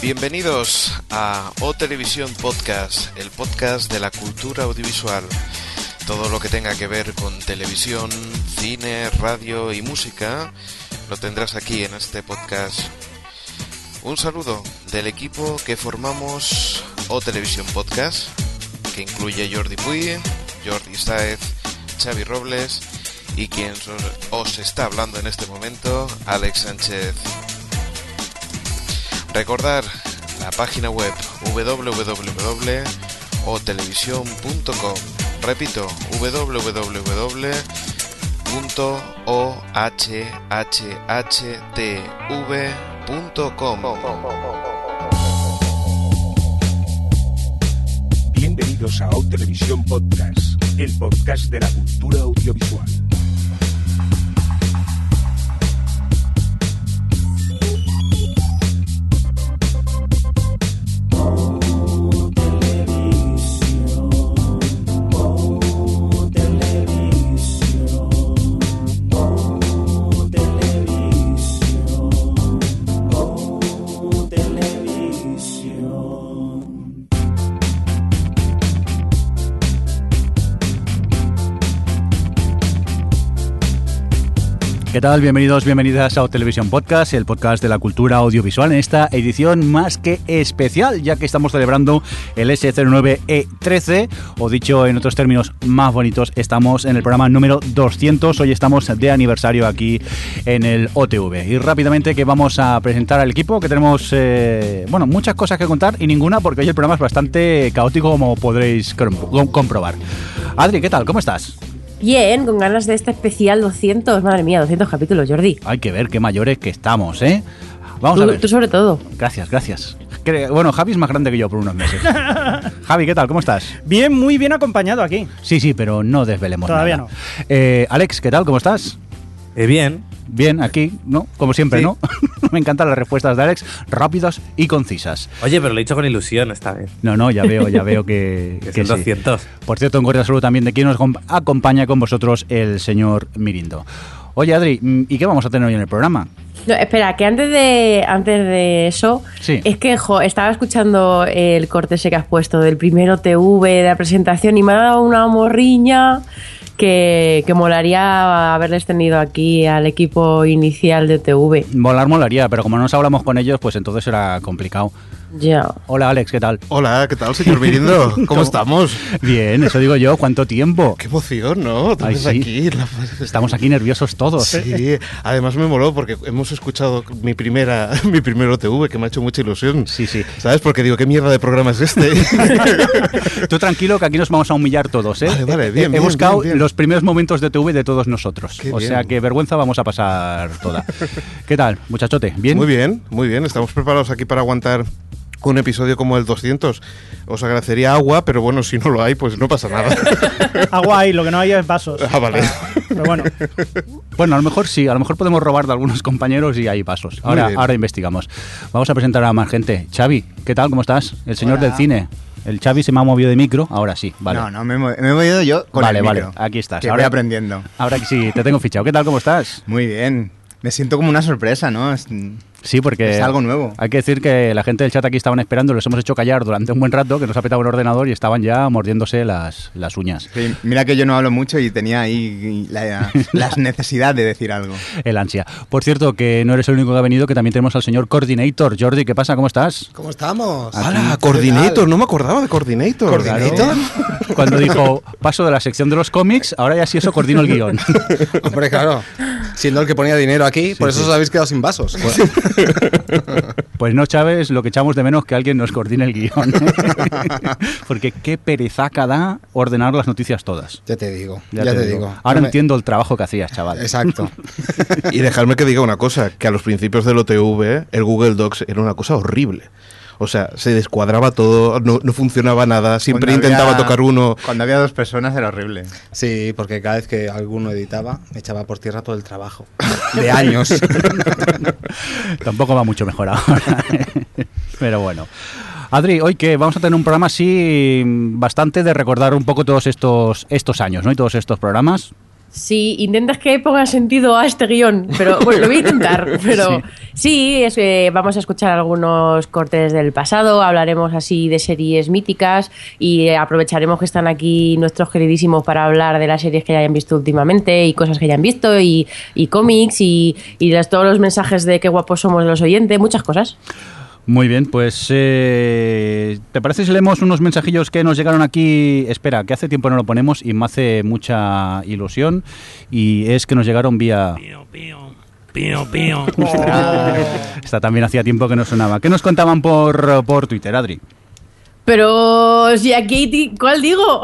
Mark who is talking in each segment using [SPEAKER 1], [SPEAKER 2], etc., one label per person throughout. [SPEAKER 1] Bienvenidos a O Televisión Podcast, el podcast de la cultura audiovisual. Todo lo que tenga que ver con televisión, cine, radio y música lo tendrás aquí en este podcast. Un saludo del equipo que formamos O Televisión Podcast, que incluye Jordi Puy, Jordi Saez, Xavi Robles y quien os está hablando en este momento, Alex Sánchez. Recordar la página web www.otelevisión.com. Repito, www.ohhhtv.com.
[SPEAKER 2] Bienvenidos a O Televisión Podcast, el podcast de la cultura audiovisual.
[SPEAKER 3] ¿Qué tal? Bienvenidos, bienvenidas a O Televisión Podcast, el podcast de la cultura audiovisual, en esta edición más que especial, ya que estamos celebrando el S09E13, o dicho en otros términos más bonitos, estamos en el programa número 200, hoy estamos de aniversario aquí en el OTV. Y rápidamente que vamos a presentar al equipo, que tenemos, eh, bueno, muchas cosas que contar y ninguna, porque hoy el programa es bastante caótico, como podréis com- comprobar. Adri, ¿qué tal? ¿Cómo estás?
[SPEAKER 4] Bien, con ganas de este especial 200. Madre mía, 200 capítulos, Jordi.
[SPEAKER 3] Hay que ver qué mayores que estamos, ¿eh? Vamos
[SPEAKER 4] tú,
[SPEAKER 3] a ver.
[SPEAKER 4] tú sobre todo.
[SPEAKER 3] Gracias, gracias. Cre- Bueno, Javi es más grande que yo por unos meses. Javi, ¿qué tal? ¿Cómo estás?
[SPEAKER 5] Bien, muy bien acompañado aquí.
[SPEAKER 3] Sí, sí, pero no desvelemos
[SPEAKER 5] Todavía
[SPEAKER 3] nada.
[SPEAKER 5] no.
[SPEAKER 3] Eh, Alex, ¿qué tal? ¿Cómo estás?
[SPEAKER 6] Eh, bien.
[SPEAKER 3] Bien, aquí, ¿no? Como siempre,
[SPEAKER 6] Sí.
[SPEAKER 3] ¿no? Me encantan las respuestas de Alex, rápidas y concisas.
[SPEAKER 6] Oye, pero lo he hecho con ilusión esta vez.
[SPEAKER 3] No, no, ya veo, ya veo que,
[SPEAKER 6] Que
[SPEAKER 3] que
[SPEAKER 6] son
[SPEAKER 3] sí.
[SPEAKER 6] 200.
[SPEAKER 3] Por cierto, un cordial saludo también de quien nos acom- acompaña con vosotros, el señor Mirindo. Oye, Adri, mm, ¿y qué vamos a tener hoy en el programa?
[SPEAKER 4] No, espera, que antes de antes de eso,
[SPEAKER 3] Sí.
[SPEAKER 4] es que jo, estaba escuchando el corte ese que has puesto del primero TV de la presentación y me ha dado una morriña que, que molaría haberles tenido aquí al equipo inicial de TV.
[SPEAKER 3] Molar molaría, pero como no nos hablamos con ellos, pues entonces era complicado.
[SPEAKER 4] Ya.
[SPEAKER 3] Hola, Alex, ¿qué tal?
[SPEAKER 7] Hola, ¿qué tal, señor Mirindo? ¿Cómo, estamos?
[SPEAKER 3] Bien, eso digo yo, ¿cuánto tiempo?
[SPEAKER 7] Qué emoción, ¿no? Tú
[SPEAKER 3] Ay,
[SPEAKER 7] ves
[SPEAKER 3] sí.
[SPEAKER 7] aquí. la-
[SPEAKER 3] Estamos aquí nerviosos todos.
[SPEAKER 7] Sí, además me moló porque hemos escuchado mi primera, mi primer OTV, que me ha hecho mucha ilusión.
[SPEAKER 3] Sí, sí.
[SPEAKER 7] ¿Sabes? Porque digo, ¿qué mierda de programa es este?
[SPEAKER 3] Tú tranquilo que aquí nos vamos a humillar todos, ¿eh?
[SPEAKER 7] Vale, vale,
[SPEAKER 3] Eh,
[SPEAKER 7] bien,
[SPEAKER 3] He
[SPEAKER 7] bien,
[SPEAKER 3] buscado
[SPEAKER 7] bien, bien.
[SPEAKER 3] los primeros momentos de TV de todos nosotros.
[SPEAKER 7] Qué
[SPEAKER 3] o sea
[SPEAKER 7] bien.
[SPEAKER 3] que vergüenza vamos a pasar toda. ¿Qué tal, muchachote? ¿Bien?
[SPEAKER 7] Muy bien, muy bien. Estamos preparados aquí para aguantar un episodio como el 200. Os agradecería agua, pero bueno, si no lo hay, pues no pasa nada.
[SPEAKER 5] Agua ahí, lo que no hay es vasos.
[SPEAKER 7] Ah, vale.
[SPEAKER 5] Pero bueno,
[SPEAKER 3] Bueno, a lo mejor sí, a lo mejor podemos robar de algunos compañeros y hay pasos.
[SPEAKER 7] Muy
[SPEAKER 3] Ahora,
[SPEAKER 7] bien.
[SPEAKER 3] ahora investigamos. Vamos a presentar a más gente. Xavi, ¿qué tal? ¿Cómo estás? El señor del cine. El Xavi se me ha movido de micro, ahora sí, vale.
[SPEAKER 8] No, no, me he, movi- me he movido yo con
[SPEAKER 3] vale,
[SPEAKER 8] el
[SPEAKER 3] vale,
[SPEAKER 8] micro,
[SPEAKER 3] aquí estás.
[SPEAKER 8] Que voy aprendiendo.
[SPEAKER 3] Ahora que sí, te tengo fichado. ¿Qué tal? ¿Cómo estás?
[SPEAKER 8] Muy bien. Me siento como una sorpresa, ¿no? Es-
[SPEAKER 3] Sí, porque
[SPEAKER 8] Es algo nuevo.
[SPEAKER 3] Hay que decir que la gente del chat aquí estaban esperando, les hemos hecho callar durante un buen rato, que nos ha petado el ordenador y estaban ya mordiéndose las, las uñas.
[SPEAKER 8] sí, mira que yo no hablo mucho y tenía ahí la, la necesidad de decir algo.
[SPEAKER 3] El ansia. Por cierto, que no eres el único que ha venido, que también tenemos al señor Coordinator. Jordi, ¿qué pasa? ¿Cómo estás?
[SPEAKER 9] ¿Cómo estamos?
[SPEAKER 7] Hola, Coordinator, no me acordaba de Coordinator.
[SPEAKER 9] ¿Coordinator?
[SPEAKER 3] Cuando dijo paso de la sección de los cómics, ahora ya sí eso coordino el guión.
[SPEAKER 9] Hombre, claro. Siendo el que ponía dinero aquí, por eso os habéis quedado sin vasos.
[SPEAKER 3] Pues no, Chávez, lo que echamos de menos que alguien nos coordine el guión. Porque qué perezaca da ordenar las noticias todas.
[SPEAKER 9] ya te digo, ya, te, digo.
[SPEAKER 3] Ahora
[SPEAKER 9] Yo me-
[SPEAKER 3] entiendo el trabajo que hacías, chaval.
[SPEAKER 9] Exacto.
[SPEAKER 7] Y dejarme que diga una cosa, que a los principios del OTV el Google Docs era una cosa horrible. O sea, se descuadraba todo, no, no funcionaba nada, siempre
[SPEAKER 8] Cuando
[SPEAKER 7] intentaba
[SPEAKER 8] había-
[SPEAKER 7] tocar uno.
[SPEAKER 8] Cuando había dos personas era horrible.
[SPEAKER 9] Sí, porque cada vez que alguno editaba, me echaba por tierra todo el trabajo. De años.
[SPEAKER 3] Tampoco va mucho mejor ahora. Pero bueno. Adri, hoy que vamos a tener un programa así mm, bastante de recordar un poco todos estos, estos años, ¿no? Y todos estos programas.
[SPEAKER 4] Sí, intentas que ponga sentido a este guión, pero bueno, lo voy a intentar. Pero sí, es que vamos a escuchar algunos cortes del pasado, hablaremos así de series míticas y aprovecharemos que están aquí nuestros queridísimos para hablar de las series que hayan visto últimamente y cosas que hayan visto y, y cómics y, y las- todos los mensajes de qué guapos somos de los oyentes, muchas cosas.
[SPEAKER 3] Muy bien, pues eh, ¿te parece si leemos unos mensajillos que nos llegaron aquí? Espera, que hace tiempo no lo ponemos y me hace mucha ilusión y es que nos llegaron vía... Esta también hacía tiempo que no sonaba. ¿Qué nos contaban por, por Twitter, Adri?
[SPEAKER 4] Pero si aquí, di- ¿cuál digo?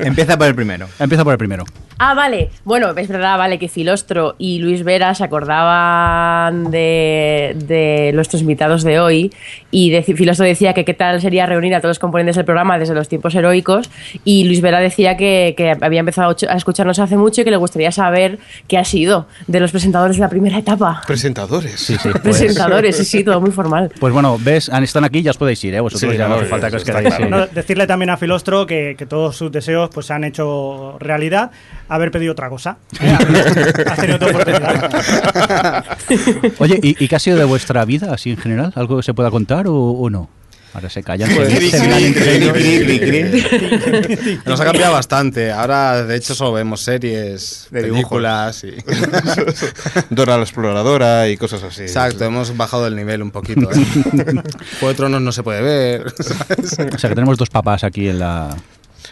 [SPEAKER 8] Empieza por el primero.
[SPEAKER 3] Empieza por el primero.
[SPEAKER 4] Ah, vale. Bueno, es verdad, vale, que Filostro y Luis Vera se acordaban de, de nuestros invitados de hoy y de- Filostro decía que qué tal sería reunir a todos los componentes del programa desde los tiempos heroicos y Luis Vera decía que, que había empezado a escucharnos hace mucho y que le gustaría saber qué ha sido de los presentadores de la primera etapa.
[SPEAKER 7] Presentadores. Sí, sí.
[SPEAKER 4] Presentadores, sí, sí, todo muy formal.
[SPEAKER 3] Pues bueno, ves, han- están aquí, ya os podéis ir, ¿eh? Vosotros
[SPEAKER 7] Sí,
[SPEAKER 3] ya no
[SPEAKER 7] no,
[SPEAKER 3] hace falta que os
[SPEAKER 7] está
[SPEAKER 3] quedéis.
[SPEAKER 7] claro.
[SPEAKER 3] sí.
[SPEAKER 5] No, decirle también a Filostro que, que todos sus deseos pues, se han hecho realidad. Haber pedido otra cosa. ¿eh? Has tenido tu oportunidad.
[SPEAKER 3] Oye, ¿y, y qué ha sido de vuestra vida así en general? ¿Algo que se pueda contar o, o no? Ahora se callan. se-
[SPEAKER 9] Pues-
[SPEAKER 3] se miran entre ellos.
[SPEAKER 9] Nos ha cambiado bastante. Ahora, de hecho, solo vemos series,
[SPEAKER 8] De
[SPEAKER 9] películas y.
[SPEAKER 7] Dora la exploradora y cosas así.
[SPEAKER 9] Exacto, hemos bajado el nivel un poquito. ¿eh? Juego de Tronos no se puede ver. ¿sabes?
[SPEAKER 3] O sea que tenemos dos papás aquí en la...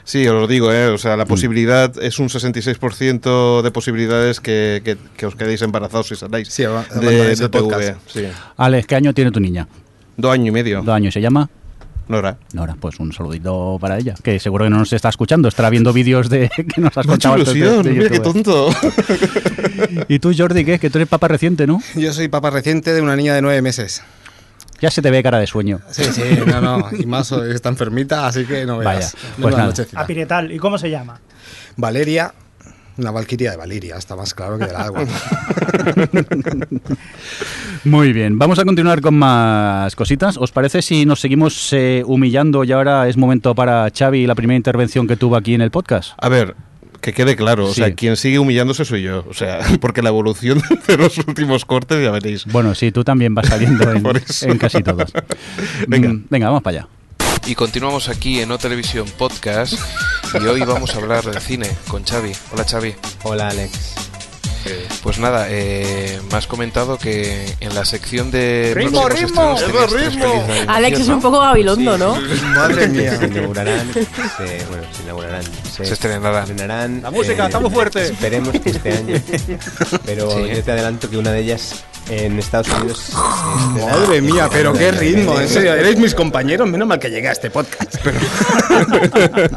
[SPEAKER 7] Sí, os lo digo, ¿eh? O sea,
[SPEAKER 9] Mm.
[SPEAKER 7] la posibilidad es un 66% de posibilidades que, que- que os quedéis embarazados si saláis
[SPEAKER 9] Sí, ab-
[SPEAKER 7] de,
[SPEAKER 9] abandonáis
[SPEAKER 7] de TV.
[SPEAKER 9] el podcast.
[SPEAKER 7] Sí.
[SPEAKER 3] Alex, ¿qué año tiene tu niña?
[SPEAKER 7] Dos años y medio.
[SPEAKER 3] Dos años, ¿se llama?
[SPEAKER 7] Nora.
[SPEAKER 3] Nora, pues un saludito para ella, que seguro que no nos está escuchando, estará viendo vídeos de que nos has
[SPEAKER 7] Mucha
[SPEAKER 3] contado antes de-
[SPEAKER 7] ilusión,
[SPEAKER 3] de
[SPEAKER 7] mira qué
[SPEAKER 3] YouTube.
[SPEAKER 7] tonto.
[SPEAKER 3] Y tú, Jordi, ¿qué? Que tú eres papá reciente, ¿no?
[SPEAKER 9] Yo soy papá reciente de una niña de nueve meses.
[SPEAKER 3] Ya se te ve cara de sueño.
[SPEAKER 9] Sí, sí, no, no. Y más hoy está enfermita, así que no veas.
[SPEAKER 3] Vaya, pues
[SPEAKER 9] Menuda
[SPEAKER 3] nada.
[SPEAKER 9] nochecita.
[SPEAKER 5] A Piretal. ¿Y cómo se llama?
[SPEAKER 9] Valeria, una valquiria de Valeria, está más claro que del agua.
[SPEAKER 3] Muy bien, vamos a continuar con más cositas. ¿Os parece si nos seguimos eh, humillando y ahora es momento para Xavi la primera intervención que tuvo aquí en el podcast?
[SPEAKER 7] A ver, que quede claro, o
[SPEAKER 3] Sí.
[SPEAKER 7] sea, quien sigue humillándose soy yo. O sea, porque la evolución de los últimos cortes ya veréis.
[SPEAKER 3] Bueno, sí, tú también vas saliendo en,
[SPEAKER 7] Por eso.
[SPEAKER 3] en casi todos.
[SPEAKER 7] Venga.
[SPEAKER 3] Mm, venga, vamos para allá.
[SPEAKER 1] Y continuamos aquí en O Televisión Podcast y hoy vamos a hablar de cine con Xavi. Hola Xavi.
[SPEAKER 9] Hola, Alex.
[SPEAKER 1] Pues nada, eh, me has comentado que en la sección de
[SPEAKER 5] Ritmo,
[SPEAKER 1] próximos
[SPEAKER 5] ritmo.
[SPEAKER 1] estrenos tenías tres pelis de animación,
[SPEAKER 4] Alex es
[SPEAKER 1] ¿no?
[SPEAKER 4] un poco gabilondo, ¿no?
[SPEAKER 9] Madre mía.
[SPEAKER 10] Se inaugurarán, se, bueno, se inaugurarán, se,
[SPEAKER 1] Se estrenarán.
[SPEAKER 10] estrenarán, eh,
[SPEAKER 9] La música, está muy fuerte.
[SPEAKER 10] Esperemos que este año. Pero
[SPEAKER 1] Sí.
[SPEAKER 10] yo te adelanto que una de ellas en Estados Unidos. se estrenará.
[SPEAKER 9] Madre mía, pero qué ritmo, en serio, eres mis compañeros, menos mal que llegué a este podcast.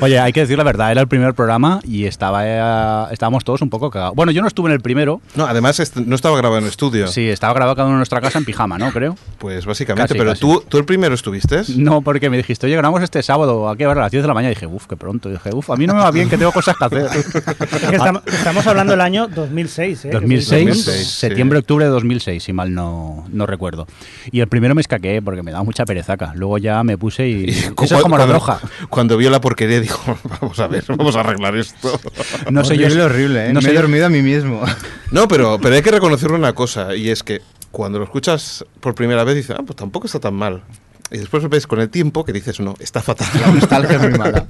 [SPEAKER 3] Oye, hay que decir la verdad, era el primer programa y estaba, eh, estábamos todos un poco cagados. Bueno, yo no estuve en el primero,
[SPEAKER 7] No, además est- no estaba grabado en estudio.
[SPEAKER 3] sí, estaba grabado cada uno en nuestra casa en pijama, ¿no? Creo.
[SPEAKER 7] Pues básicamente,
[SPEAKER 3] Casi,
[SPEAKER 7] pero
[SPEAKER 3] casi.
[SPEAKER 7] Tú, tú el primero estuviste.
[SPEAKER 3] No, porque me dijiste, oye, grabamos este sábado, ¿a qué hora? A las 10 de la mañana. Y dije, uff, qué pronto. Y dije, uff, a mí no me va bien, que tengo cosas que hacer.
[SPEAKER 5] Es que estamos, estamos hablando del año
[SPEAKER 7] Ah,
[SPEAKER 5] 2006. ¿eh?
[SPEAKER 3] 2006,
[SPEAKER 7] 2006, sí.
[SPEAKER 3] septiembre, octubre de 2006, si mal no, no recuerdo. Y el primero me escaqueé porque me daba mucha perezaca. Luego ya me puse y...
[SPEAKER 7] Cu-
[SPEAKER 3] Eso es como la
[SPEAKER 7] cuando-
[SPEAKER 3] roja.
[SPEAKER 7] Cuando vio la porquería dijo, vamos a ver, vamos a arreglar esto.
[SPEAKER 3] No sé yo...
[SPEAKER 8] horrible,
[SPEAKER 3] si-
[SPEAKER 8] horrible, ¿eh?
[SPEAKER 3] No
[SPEAKER 8] me
[SPEAKER 3] sé
[SPEAKER 8] he
[SPEAKER 3] yo-
[SPEAKER 8] dormido a mí mismo.
[SPEAKER 7] No, pero, pero hay que reconocer una cosa, y es que cuando lo escuchas por primera vez dices, ah, pues tampoco está tan mal. Y después ves con el tiempo que dices, no, está
[SPEAKER 8] La
[SPEAKER 7] fatal.
[SPEAKER 8] nostalgia es muy mala.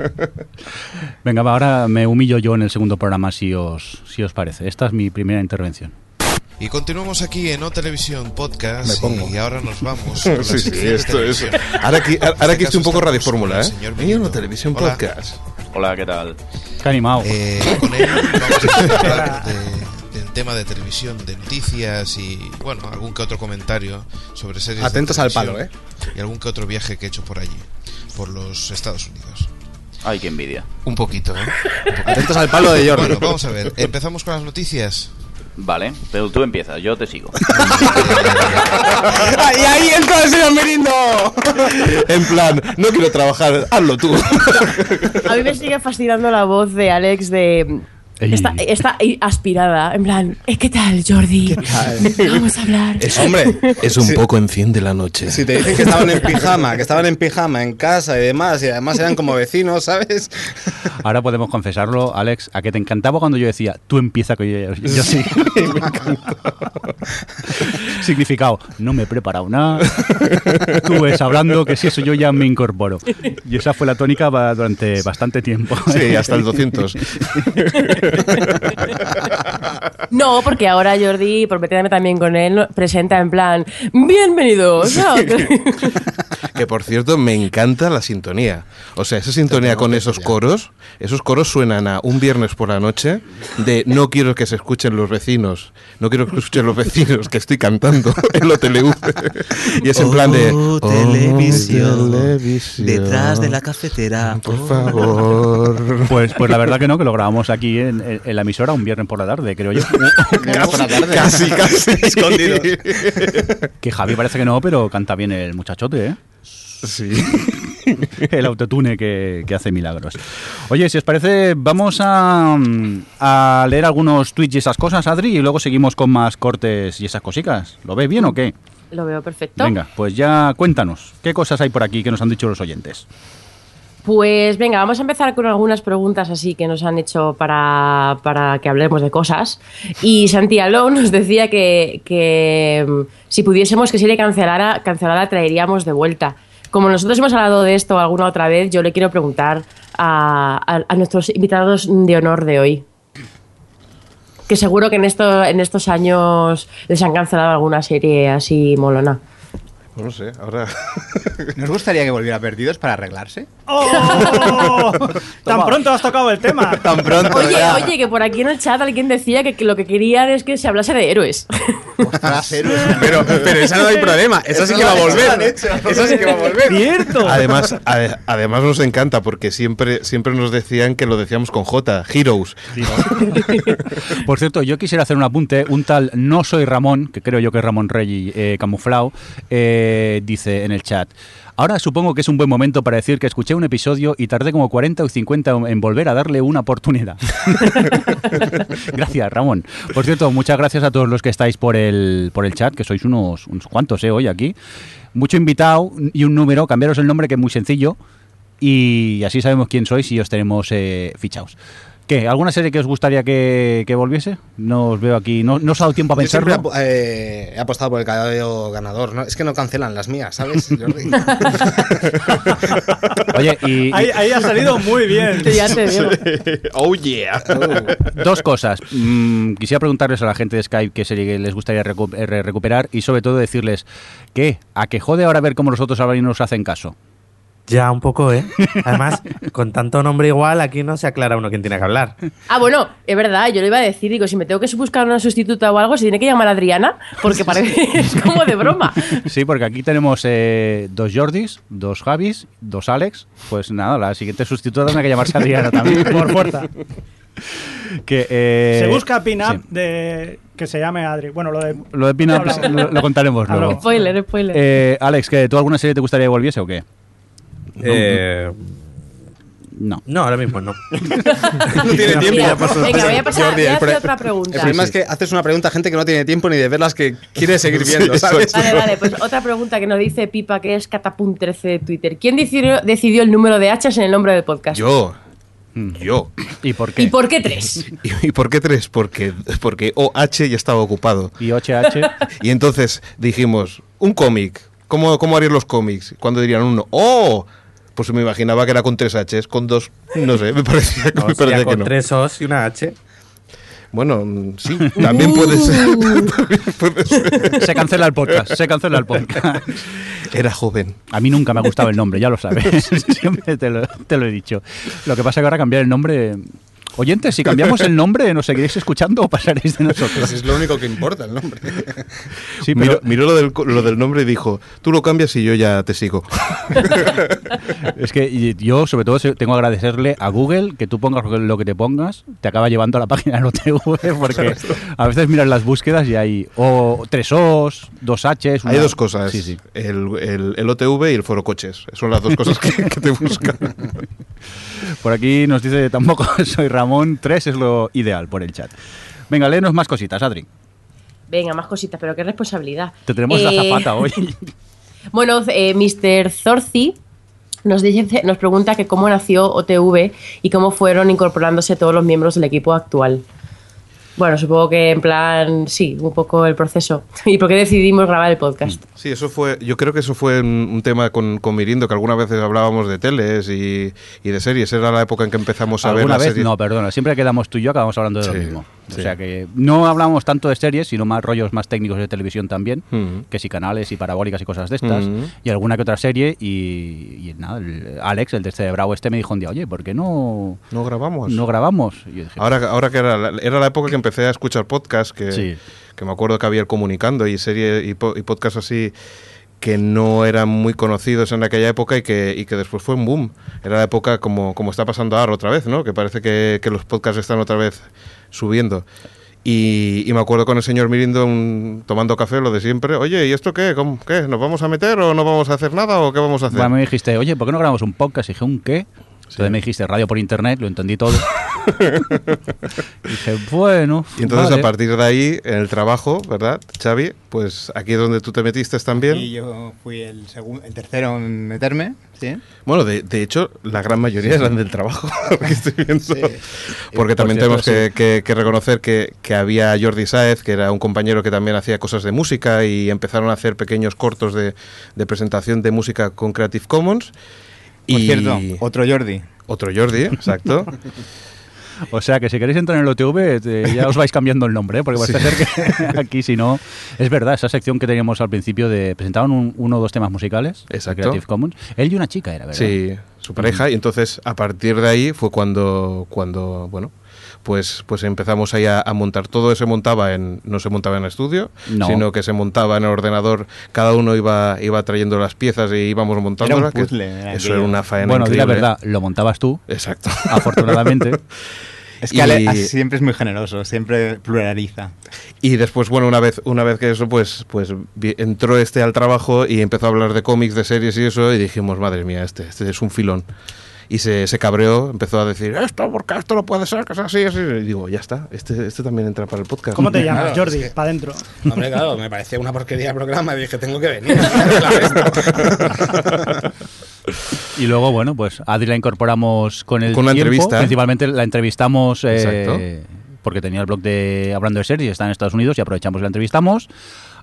[SPEAKER 3] Venga, va, ahora me humillo yo en el segundo programa, si os, si os parece. Esta es mi primera intervención.
[SPEAKER 1] Y continuamos aquí en O Televisión Podcast
[SPEAKER 9] Me pongo.
[SPEAKER 1] y ahora nos vamos. con la
[SPEAKER 7] Sí, sí,
[SPEAKER 1] sección de
[SPEAKER 7] esto es.
[SPEAKER 1] televisión.
[SPEAKER 7] Ahora aquí, ahora
[SPEAKER 1] En este
[SPEAKER 7] aquí estoy un
[SPEAKER 1] caso
[SPEAKER 7] poco Radio
[SPEAKER 1] estamos con
[SPEAKER 7] Fórmula,
[SPEAKER 1] el
[SPEAKER 7] ¿eh?
[SPEAKER 1] señor
[SPEAKER 7] Mira, una
[SPEAKER 1] Benito.
[SPEAKER 7] televisión
[SPEAKER 1] Hola.
[SPEAKER 7] podcast.
[SPEAKER 10] Hola, ¿qué tal?
[SPEAKER 3] Qué animado.
[SPEAKER 1] Eh, con él vamos a hablar de, del tema de televisión, de noticias y, bueno, algún que otro comentario sobre series. de
[SPEAKER 9] Atentos al palo, ¿eh?
[SPEAKER 1] televisión Y algún que otro viaje que he hecho por allí, por los Estados Unidos.
[SPEAKER 10] Ay, qué envidia.
[SPEAKER 1] Un poquito, ¿eh?
[SPEAKER 9] Atentos al palo de Jordi.
[SPEAKER 1] Bueno, vamos a ver. Empezamos con las noticias.
[SPEAKER 10] Vale, pero tú empiezas, yo te sigo.
[SPEAKER 7] ¡Ahí, ahí, el señor Merindo! En plan, no quiero trabajar, hazlo tú.
[SPEAKER 4] A mí me sigue fascinando la voz de Alex de Está, está ahí aspirada, en plan, "Eh, ¿qué tal, Jordi? Vamos a hablar.
[SPEAKER 9] hombre,
[SPEAKER 7] es un
[SPEAKER 9] sí.
[SPEAKER 7] poco enciende la noche.
[SPEAKER 9] Si te dicen que estaban en pijama, que estaban en pijama en casa y demás, y además eran como vecinos, ¿sabes?
[SPEAKER 3] Ahora podemos confesarlo, Alex, a que te encantaba cuando yo decía, tú empieza que yo, yo- yo sí. Me encantó. Significado, no me he preparado nada. Tú ves hablando que si eso yo ya me incorporo. Y esa fue la tónica va- durante bastante tiempo.
[SPEAKER 7] Sí, hasta el 200.
[SPEAKER 4] No, porque ahora Jordi, por meterme también con él, no- presenta en plan, bienvenidos. a otro-".
[SPEAKER 7] Que por cierto, me encanta la sintonía. O sea, esa sintonía con esos coros, esos coros suenan a un viernes por la noche de no quiero que se escuchen los vecinos, no quiero que escuchen los vecinos que estoy cantando en la televisión. Y es en plan de.
[SPEAKER 11] Oh, televisión,
[SPEAKER 7] televisión,
[SPEAKER 11] detrás de la cafetera.
[SPEAKER 7] Ah,
[SPEAKER 9] Oh.
[SPEAKER 7] Por favor.
[SPEAKER 3] Pues, pues la verdad que no, que lo grabamos aquí en, en- en la emisora un viernes por la tarde, creo yo.
[SPEAKER 9] Casi, casi escondido.
[SPEAKER 3] Que Javi parece que no, pero canta bien el muchachote, ¿eh?
[SPEAKER 7] Sí.
[SPEAKER 3] El autotune que, que hace milagros. Oye, si os parece, vamos a, mm, a leer algunos tweets y esas cosas, Adri, y luego seguimos con más cortes y esas cositas. ¿Lo ves bien o qué?
[SPEAKER 4] Lo veo perfecto.
[SPEAKER 3] Venga, pues ya cuéntanos, ¿qué cosas hay por aquí que nos han dicho los oyentes?
[SPEAKER 4] Pues venga, vamos a empezar con algunas preguntas así que nos han hecho para, para que hablemos de cosas. Y Santi Aló nos decía que, que, mm, si pudiésemos que si le cancelara, cancelara traeríamos de vuelta. Como nosotros hemos hablado de esto alguna otra vez, yo le quiero preguntar a, a- a nuestros invitados de honor de hoy. Que seguro que en, esto, en estos años les han cancelado alguna serie así molona.
[SPEAKER 7] Pues No sé, ahora.
[SPEAKER 8] ¿Nos gustaría que volviera perdidos para arreglarse?
[SPEAKER 5] ¡Oh! Tan pronto has tocado el tema.
[SPEAKER 8] Tan pronto.
[SPEAKER 4] Oye,
[SPEAKER 8] ya.
[SPEAKER 4] oye, que por aquí en el chat alguien decía que, que lo que querían es que se hablase de héroes.
[SPEAKER 9] Pero, pero esa no hay problema, esa sí que va a volver. Esa sí que va a volver.
[SPEAKER 5] Cierto.
[SPEAKER 7] Además, ade- además nos encanta porque siempre, siempre nos decían que lo decíamos con J, Heroes.
[SPEAKER 3] Por cierto, yo quisiera hacer un apunte. Un tal No Soy Ramón, que creo yo que es Ramón Rey eh, camuflado, eh, dice en el chat. Ahora supongo que es un buen momento para decir que escuché un episodio y tardé como 40 o 50 en volver a darle una oportunidad. gracias, Ramón. Por cierto, muchas gracias a todos los que estáis por el, por el chat, que sois unos, unos cuantos eh, hoy aquí. Mucho invitado y un número. Cambiaros el nombre, que es muy sencillo. Y así sabemos quién sois y os tenemos eh, fichados. ¿Qué? ¿Alguna serie que os gustaría que, que volviese? No os veo aquí. No, no os ha dado tiempo a
[SPEAKER 9] Yo siempre
[SPEAKER 3] pensarlo.
[SPEAKER 9] apo- eh, he apostado por el caballo ganador, ¿no? Es que no cancelan las mías, ¿sabes, Jordi?
[SPEAKER 3] Oye, y, y
[SPEAKER 5] Ahí, ahí ha salido muy bien.
[SPEAKER 4] Ya te digo.
[SPEAKER 7] Oh yeah.
[SPEAKER 11] Oh.
[SPEAKER 3] dos cosas. Mm, quisiera preguntarles a la gente de Skype qué serie les gustaría recu- eh, re- recuperar y sobre todo decirles que a que jode ahora ver cómo los otros ahora nos hacen caso.
[SPEAKER 6] Ya, un poco, ¿eh? Además, con tanto nombre igual, aquí no se aclara uno quién tiene que hablar.
[SPEAKER 4] Ah, bueno, es verdad, yo lo iba a decir, digo, si me tengo que buscar una sustituta o algo, se tiene que llamar Adriana, porque parece es como de broma.
[SPEAKER 3] Sí, porque aquí tenemos eh, dos Jordis, dos Javis, dos Alex. Pues nada, la siguiente sustituta tendrá que llamarse Adriana también, por fuerza. Que, eh,
[SPEAKER 5] Se busca pin-up
[SPEAKER 3] sí.
[SPEAKER 5] de que se llame Adri. Bueno, lo de.
[SPEAKER 3] Lo de Pina
[SPEAKER 5] Hablamos.
[SPEAKER 3] lo, lo contaremos
[SPEAKER 5] Hablamos.
[SPEAKER 3] luego.
[SPEAKER 4] Spoiler, spoiler.
[SPEAKER 3] Eh, Alex, ¿que ¿tú alguna serie te gustaría que volviese o qué?
[SPEAKER 6] Eh,
[SPEAKER 3] No.
[SPEAKER 6] no, ahora mismo no.
[SPEAKER 9] No tiene
[SPEAKER 4] Mira,
[SPEAKER 9] tiempo.
[SPEAKER 4] venga, voy a pasar
[SPEAKER 9] Jordi,
[SPEAKER 4] voy a
[SPEAKER 9] el
[SPEAKER 4] hacer
[SPEAKER 9] pre-
[SPEAKER 4] otra
[SPEAKER 9] El
[SPEAKER 4] pregunta.
[SPEAKER 9] problema es que haces una pregunta a gente que no tiene tiempo ni de ver las que quiere seguir viendo,
[SPEAKER 7] Sí,
[SPEAKER 9] ¿sabes?
[SPEAKER 4] Vale, vale, pues otra pregunta que nos dice Pipa, que es Catapum13 de Twitter. ¿Quién decidió, decidió el número de hachas en el nombre del podcast?
[SPEAKER 7] Yo. Mm. Yo.
[SPEAKER 3] ¿Y por qué?
[SPEAKER 4] ¿Y por qué tres?
[SPEAKER 7] ¿Y por qué tres? Porque, porque OH ya estaba ocupado.
[SPEAKER 3] ¿Y HH?
[SPEAKER 7] Y entonces dijimos, un cómic. ¿Cómo, ¿Cómo harían los cómics? Cuando dirían uno, ¡oh! Pues me imaginaba que era con tres Hs, con dos, no sé, me parecía, me
[SPEAKER 6] O sea,
[SPEAKER 7] parecía que
[SPEAKER 6] con
[SPEAKER 7] no.
[SPEAKER 6] tres O's y una H.
[SPEAKER 7] Bueno, mm, sí, también puede
[SPEAKER 3] Uh.
[SPEAKER 7] ser. también puede ser.
[SPEAKER 3] se cancela el podcast, se cancela el podcast.
[SPEAKER 7] Era joven.
[SPEAKER 3] A mí nunca me ha gustado el nombre, ya lo sabes. Siempre te lo, te lo he dicho. Lo que pasa es que ahora cambiar el nombre... Oyentes, si cambiamos el nombre, ¿nos seguiréis escuchando o pasaréis de
[SPEAKER 7] Pues
[SPEAKER 3] nosotros?
[SPEAKER 9] Es lo único que importa el nombre.
[SPEAKER 3] Sí,
[SPEAKER 7] miró
[SPEAKER 3] pero
[SPEAKER 7] miró lo, del, co- lo del nombre y dijo, tú lo cambias y yo ya te sigo.
[SPEAKER 3] es que y- yo, sobre todo, se- tengo que agradecerle a Google que tú pongas lo que te pongas, te acaba llevando a la página de OTV, porque a veces miras las búsquedas y hay o tres O's, dos H's.
[SPEAKER 7] Hay
[SPEAKER 3] una-
[SPEAKER 7] dos cosas,
[SPEAKER 3] Sí, sí.
[SPEAKER 7] El, el- el OTV y el foro coches. Son las dos cosas que, que te buscan.
[SPEAKER 3] Por aquí nos dice tampoco soy Ramón, 3 es lo ideal por el chat. Venga, léenos más cositas, Adri.
[SPEAKER 4] Venga, más cositas, pero qué responsabilidad.
[SPEAKER 3] Te tenemos la
[SPEAKER 4] Eh,
[SPEAKER 3] zapata hoy.
[SPEAKER 7] Pues
[SPEAKER 4] Bueno, eh, Mr. Zorzi nos, dice, nos pregunta que cómo nació OTV y cómo fueron incorporándose todos los miembros del equipo actual. Bueno, supongo que en plan, sí, un poco el proceso. ¿Y por qué decidimos grabar el podcast?
[SPEAKER 7] Sí, eso fue, yo creo que eso fue un, un tema con, con Mirindo, que algunas veces hablábamos de teles y, y de series. Era la época en que empezamos a ver
[SPEAKER 3] Alguna
[SPEAKER 7] las
[SPEAKER 3] vez,
[SPEAKER 7] series.
[SPEAKER 3] no, perdona, siempre quedamos tú y yo, acabamos hablando de
[SPEAKER 7] Sí,
[SPEAKER 3] lo mismo.
[SPEAKER 7] sí.
[SPEAKER 3] O sea que no hablamos tanto de series, sino más rollos más técnicos de televisión también, que si canales y parabólicas y cosas de estas,
[SPEAKER 7] Mm.
[SPEAKER 3] y alguna que otra serie. Y, y nada, el Alex, el de este Bravo este, me dijo un día, oye, ¿por qué no,
[SPEAKER 7] no grabamos?
[SPEAKER 3] No grabamos. Y yo dije,
[SPEAKER 7] Ahora, ahora que era la, era la época que empecé a escuchar podcasts, que, que me acuerdo que había el comunicando y serie y, po- y podcasts así que no eran muy conocidos en aquella época y que, y que después fue un boom. Era la época como, como está pasando ahora otra vez, ¿no? Que parece que, que los podcasts están otra vez subiendo. Y, y me acuerdo con el señor Mirindo un- tomando café lo de siempre. Oye, ¿y esto qué? ¿Cómo- ¿Qué? ¿Nos vamos a meter o no vamos a hacer nada o qué vamos a hacer?
[SPEAKER 3] Bueno, me dijiste, oye, ¿por qué no grabamos un podcast? Y dije, ¿un qué? Entonces me dijiste radio por internet, lo entendí todo. Y dije, bueno.
[SPEAKER 7] Y entonces
[SPEAKER 3] vale.
[SPEAKER 7] a partir de ahí, en el trabajo, ¿verdad, Xavi? Pues aquí es donde tú te metiste también.
[SPEAKER 8] Y yo fui el, segun- el tercero en meterme, ¿sí?
[SPEAKER 7] Bueno, de, de hecho, la gran mayoría
[SPEAKER 8] Sí.
[SPEAKER 7] eran del trabajo, porque estoy viendo. Porque
[SPEAKER 8] Eh, Por
[SPEAKER 7] también
[SPEAKER 8] cierto,
[SPEAKER 7] tenemos que,
[SPEAKER 8] sí.
[SPEAKER 7] que- que reconocer que, que había Jordi Sáez, que era un compañero que también hacía cosas de música y empezaron a hacer pequeños cortos de, de presentación de música con Creative Commons.
[SPEAKER 8] Por cierto, otro Jordi.
[SPEAKER 7] Otro Jordi, ¿eh? exacto.
[SPEAKER 3] O sea que si queréis entrar en el OTV, eh, ya os vais cambiando el nombre, ¿eh? porque vais a
[SPEAKER 7] Sí.
[SPEAKER 3] hacer que aquí, si no. Es verdad, esa sección que teníamos al principio de. Presentaban un- uno o dos temas musicales de
[SPEAKER 7] Exacto.
[SPEAKER 3] Creative Commons. Él y una chica era, ¿verdad?
[SPEAKER 7] Sí, su pareja. Y entonces, a partir de ahí fue cuando, cuando bueno, pues, pues empezamos ahí a, a montar. Todo se montaba en, no se montaba en el estudio,
[SPEAKER 3] No.
[SPEAKER 7] sino que se montaba en el ordenador. Cada uno iba, iba trayendo las piezas y íbamos montándolas. que
[SPEAKER 8] puzzle, era
[SPEAKER 7] eso
[SPEAKER 8] aquello.
[SPEAKER 7] era una faena
[SPEAKER 3] Bueno, di la
[SPEAKER 7] increíble.
[SPEAKER 3] verdad, lo montabas tú.
[SPEAKER 7] Exacto.
[SPEAKER 3] Afortunadamente.
[SPEAKER 8] Es que Ale así siempre es muy generoso, siempre pluraliza.
[SPEAKER 7] Y después, bueno, una vez, una vez que eso, pues, pues vi- entró este al trabajo y empezó a hablar de cómics, de series y eso, y dijimos, madre mía, este, este es un filón. Y se, se cabreó, empezó a decir, esto, porque esto no puede ser, que sea así, así. Y digo, ya está, este, este también entra para el podcast.
[SPEAKER 5] ¿Cómo te llamas,
[SPEAKER 7] Claro.
[SPEAKER 5] Jordi? Para adentro.
[SPEAKER 9] Hombre, claro, me parecía una porquería el programa y dije, tengo que venir. Claro, esto.
[SPEAKER 3] Y luego, bueno, pues Adri la incorporamos con el
[SPEAKER 7] Con una
[SPEAKER 3] tiempo.
[SPEAKER 7] entrevista.
[SPEAKER 3] Principalmente la entrevistamos eh,
[SPEAKER 7] Exacto.
[SPEAKER 3] porque tenía el blog de Hablando de Series, está en Estados Unidos y aprovechamos y la entrevistamos.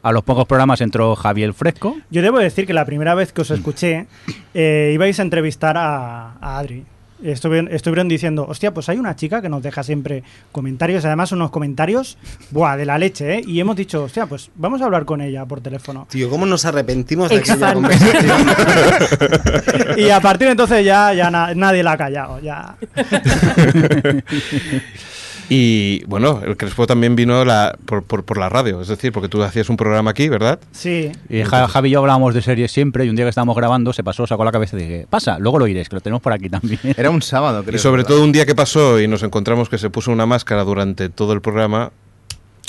[SPEAKER 3] A los pocos programas entró Javier Fresco.
[SPEAKER 5] Yo debo decir que la primera vez que os escuché, eh, ibais a entrevistar a, a Adri. Estuvieron, estuvieron diciendo, hostia, pues hay una chica que nos deja siempre comentarios, además unos comentarios, buah, de la leche, ¿eh? Y hemos dicho, hostia, pues vamos a hablar con ella por teléfono.
[SPEAKER 9] Tío, ¿cómo nos arrepentimos de aquella
[SPEAKER 5] Ex-fan.
[SPEAKER 9] conversación?
[SPEAKER 5] Y a partir de entonces ya, ya na- nadie la ha callado, ya.
[SPEAKER 7] Y bueno, el Crespo también vino la, por, por, por la radio, es decir, porque tú hacías un programa aquí, ¿verdad?
[SPEAKER 5] Sí.
[SPEAKER 3] Y Ja- Javi y yo hablábamos de series siempre y un día que estábamos grabando se pasó, sacó la cabeza y dije, pasa, luego lo iréis, que lo tenemos por aquí también.
[SPEAKER 8] Era un sábado, creo.
[SPEAKER 7] Y sobre
[SPEAKER 8] ¿verdad?
[SPEAKER 7] todo un día que pasó y nos encontramos que se puso una máscara durante todo el programa.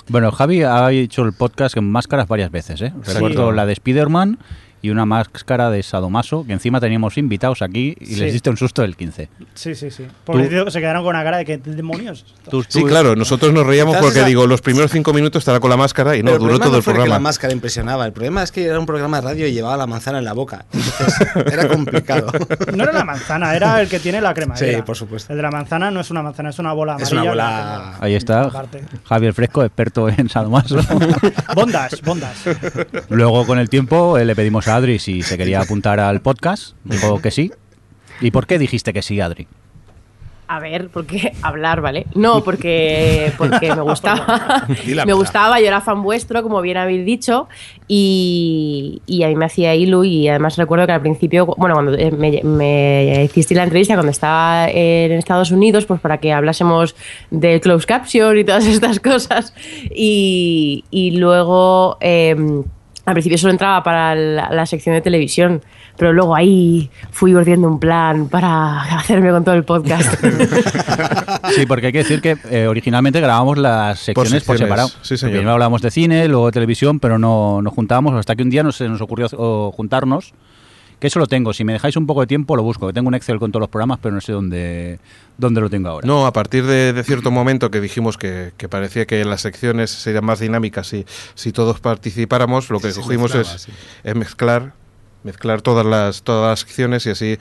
[SPEAKER 3] Bueno, Javi ha hecho el podcast en máscaras varias veces, ¿eh?
[SPEAKER 7] Sí.
[SPEAKER 3] Recuerdo la de Spider-Man y una máscara de Sadomaso, que encima teníamos invitados aquí y
[SPEAKER 5] Sí.
[SPEAKER 3] les diste un susto del 15.
[SPEAKER 5] Sí, sí, sí. Pobrecitos, se quedaron con una cara de que demonios.
[SPEAKER 9] Pues
[SPEAKER 7] Sí, claro, nosotros nos reíamos
[SPEAKER 9] Quizás
[SPEAKER 7] porque
[SPEAKER 9] ¿eh? esa-
[SPEAKER 7] digo, los primeros cinco minutos estará con la máscara y no,
[SPEAKER 9] Pero
[SPEAKER 7] duró
[SPEAKER 9] problema
[SPEAKER 7] todo
[SPEAKER 9] no
[SPEAKER 7] el
[SPEAKER 9] fue Que la
[SPEAKER 7] programa.
[SPEAKER 9] máscara impresionaba. El problema es que era un programa de radio y llevaba la manzana en la boca. Entonces, era complicado.
[SPEAKER 5] No era la manzana, era el que tiene la crema.
[SPEAKER 9] Sí, por supuesto.
[SPEAKER 5] El de la manzana no es una manzana, es una bola
[SPEAKER 9] Es
[SPEAKER 5] amarilla.
[SPEAKER 9] una
[SPEAKER 5] ¿no?
[SPEAKER 9] bola.
[SPEAKER 3] Ahí está
[SPEAKER 5] Aparte.
[SPEAKER 3] Javier Fresco, experto en Sadomaso.
[SPEAKER 5] Bondas, bondas.
[SPEAKER 3] Luego, con el tiempo, eh, le pedimos a Adri si se quería apuntar al podcast. Dijo que sí. ¿Y por qué dijiste que sí, Adri?
[SPEAKER 4] A ver, porque hablar, ¿vale? No, porque, porque me gustaba.
[SPEAKER 3] Di la
[SPEAKER 4] me
[SPEAKER 3] verdad.
[SPEAKER 4] gustaba, yo era fan vuestro, como bien habéis dicho, y, y a mí me hacía ilu y además recuerdo que al principio, bueno, cuando eh, me, me hiciste la entrevista cuando estaba en Estados Unidos, pues para que hablásemos de closed caption y todas estas cosas, y, y luego... em, al principio solo entraba para la, la sección de televisión, pero luego ahí fui urdiendo un plan para hacerme con todo el podcast.
[SPEAKER 3] Sí, porque hay que decir que eh, originalmente grabábamos las secciones por,
[SPEAKER 7] secciones,
[SPEAKER 3] separado.
[SPEAKER 7] sí, señor.
[SPEAKER 3] Primero hablábamos de cine, luego de televisión, pero no nos juntábamos hasta que un día nos, se nos ocurrió oh, juntarnos que eso lo tengo. Si me dejáis un poco de tiempo, lo busco. que Tengo un Excel con todos los programas, pero no sé dónde, dónde lo tengo ahora.
[SPEAKER 7] No, a partir de, de cierto momento que dijimos que, que parecía que las secciones serían más dinámicas si, si todos participáramos, lo que
[SPEAKER 9] se
[SPEAKER 7] cogimos es,
[SPEAKER 9] mezclaba, sí.
[SPEAKER 7] es mezclar mezclar todas las todas las secciones y así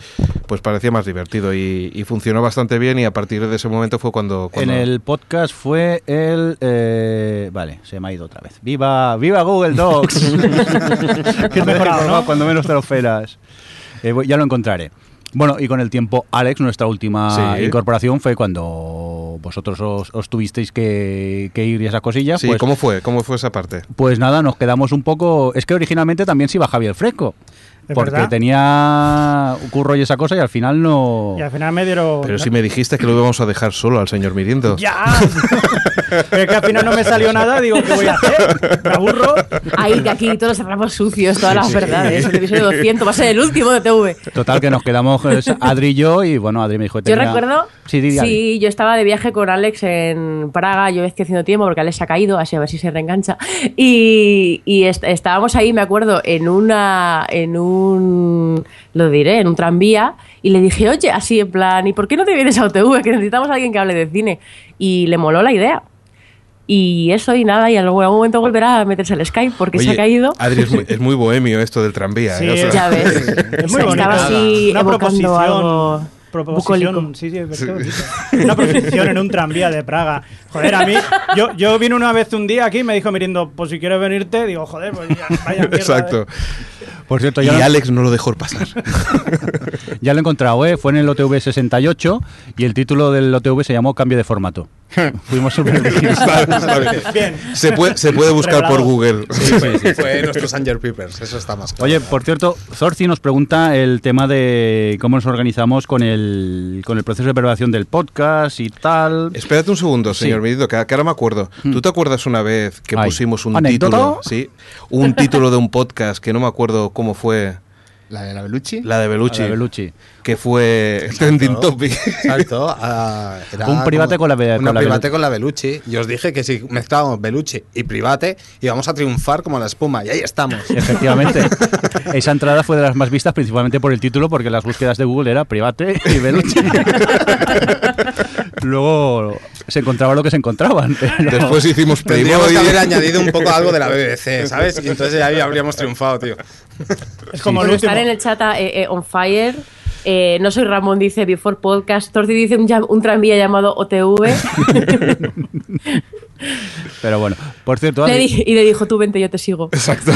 [SPEAKER 7] pues parecía más divertido y, y funcionó bastante bien y a partir de ese momento fue cuando,
[SPEAKER 3] En
[SPEAKER 7] cuando-
[SPEAKER 3] el podcast fue el... eh, vale, se me ha ido otra vez. ¡Viva, viva Google Docs! que
[SPEAKER 5] Ha mejorado, ¿no?
[SPEAKER 3] Cuando menos te lo esperas. Eh, voy- ya lo encontraré. Bueno, y con el tiempo, Alex, nuestra última
[SPEAKER 7] Sí.
[SPEAKER 3] incorporación fue cuando vosotros os, os tuvisteis que, que ir y esas cosillas.
[SPEAKER 7] Sí,
[SPEAKER 3] pues,
[SPEAKER 7] ¿cómo fue? ¿Cómo fue esa parte?
[SPEAKER 3] pues nada, nos quedamos un poco... Es que originalmente también se iba Javier Fresco.
[SPEAKER 5] Es
[SPEAKER 3] Porque
[SPEAKER 5] verdad.
[SPEAKER 3] tenía un curro y esa cosa y al final no...
[SPEAKER 5] Y al final me dieron.
[SPEAKER 7] Pero si me dijiste que lo íbamos a dejar solo al señor Mirindo.
[SPEAKER 5] ¡Ya! Pero es que al final no me salió nada, digo, ¿qué voy a hacer? Me aburro.
[SPEAKER 4] Ahí, que aquí todos los cerramos sucios, todas las verdades. El episodio 200 va a ser el último de TV.
[SPEAKER 3] Total, que nos quedamos eh, Adri y yo, y bueno, Adri me dijo que
[SPEAKER 4] Yo
[SPEAKER 3] Pues tenía-
[SPEAKER 4] recuerdo.
[SPEAKER 3] Sí, di, di, Adri.
[SPEAKER 4] yo estaba de viaje con Alex en Praga. Yo es que haciendo tiempo porque Alex ha caído, así a ver si se reengancha. Y, y est- estábamos ahí, me acuerdo, en una. en un. lo diré, en un tranvía. Y le dije, oye, así en plan, ¿y por qué no te vienes a OTV? Que necesitamos a alguien que hable de cine. Y le moló la idea. Y eso y nada, y en algún momento volverá a meterse al Skype porque se
[SPEAKER 7] Oye,
[SPEAKER 4] ha caído.
[SPEAKER 7] Adri, es muy, es muy bohemio esto del tranvía. ¿eh?
[SPEAKER 5] Sí,
[SPEAKER 7] O sea-
[SPEAKER 4] Ya ves.
[SPEAKER 5] Es muy
[SPEAKER 4] Estaba
[SPEAKER 5] bonito.
[SPEAKER 4] así
[SPEAKER 5] una
[SPEAKER 4] evocando
[SPEAKER 5] proposición.
[SPEAKER 4] algo bucólico.
[SPEAKER 5] Proposición, sí, sí, es verdad, bonito. Una proposición en un tranvía de Praga. Joder, a mí, yo, yo vine una vez un día aquí y me dijo Mirindo, pues si quieres venirte, digo, joder, pues ya, vaya mierda, ¿eh?".
[SPEAKER 7] Exacto.
[SPEAKER 3] Por cierto,
[SPEAKER 7] Y
[SPEAKER 3] ya, lo-
[SPEAKER 7] Alex no lo dejó pasar.
[SPEAKER 3] ya lo he encontrado, ¿eh? fue en el OTV 68 y el título del OTV se llamó Cambio de formato. Fuimos súper elegidos.
[SPEAKER 7] Está- está bien.
[SPEAKER 5] Bien.
[SPEAKER 7] Se puede, se puede buscar por
[SPEAKER 5] Revelado.
[SPEAKER 7] Google.
[SPEAKER 9] fue, fue nuestro Sanger Peepers, eso está más claro.
[SPEAKER 3] Oye, por cierto, Zorci nos pregunta el tema de cómo nos organizamos con el, con el proceso de preparación del podcast y tal.
[SPEAKER 7] Espérate un segundo, señor
[SPEAKER 3] Sí.
[SPEAKER 7] Benito, que, que ahora me acuerdo. ¿Tú te acuerdas una vez que
[SPEAKER 3] Ay.
[SPEAKER 7] pusimos un
[SPEAKER 3] ¿Anécdota?
[SPEAKER 7] título? Sí, un título de un podcast que no me acuerdo cómo fue.
[SPEAKER 9] ¿La de la Belucci?
[SPEAKER 7] La de Belucci.
[SPEAKER 3] Hola, Belucci.
[SPEAKER 7] Que fue trending topic.
[SPEAKER 9] Exacto. ah, era
[SPEAKER 3] Un private con la Be-
[SPEAKER 9] una
[SPEAKER 3] con la
[SPEAKER 9] private
[SPEAKER 3] Belucci.
[SPEAKER 9] con la Belucci. Y os dije que si mezclábamos Belucci y private, íbamos a triunfar como la espuma. Y ahí estamos.
[SPEAKER 3] Efectivamente. Esa entrada fue de las más vistas, principalmente por el título, porque las búsquedas de Google era Private y Belucci. Luego se encontraba lo que se encontraban. pero-
[SPEAKER 7] Después hicimos
[SPEAKER 9] Tendríamos
[SPEAKER 7] Playboy.
[SPEAKER 9] que haber añadido un poco algo de la BBC, ¿sabes? Y entonces ahí habríamos triunfado, tío.
[SPEAKER 5] Es como
[SPEAKER 4] Por
[SPEAKER 5] el último.
[SPEAKER 4] estar en el chat ah, eh, eh, on fire. Eh, no soy Ramón, dice Before Podcast. Torti dice un, llam- un tranvía llamado OTV.
[SPEAKER 3] Pero bueno, por cierto,
[SPEAKER 4] Le
[SPEAKER 3] Adri-
[SPEAKER 4] di- y le dijo, tú vente, yo te sigo.
[SPEAKER 7] Exacto.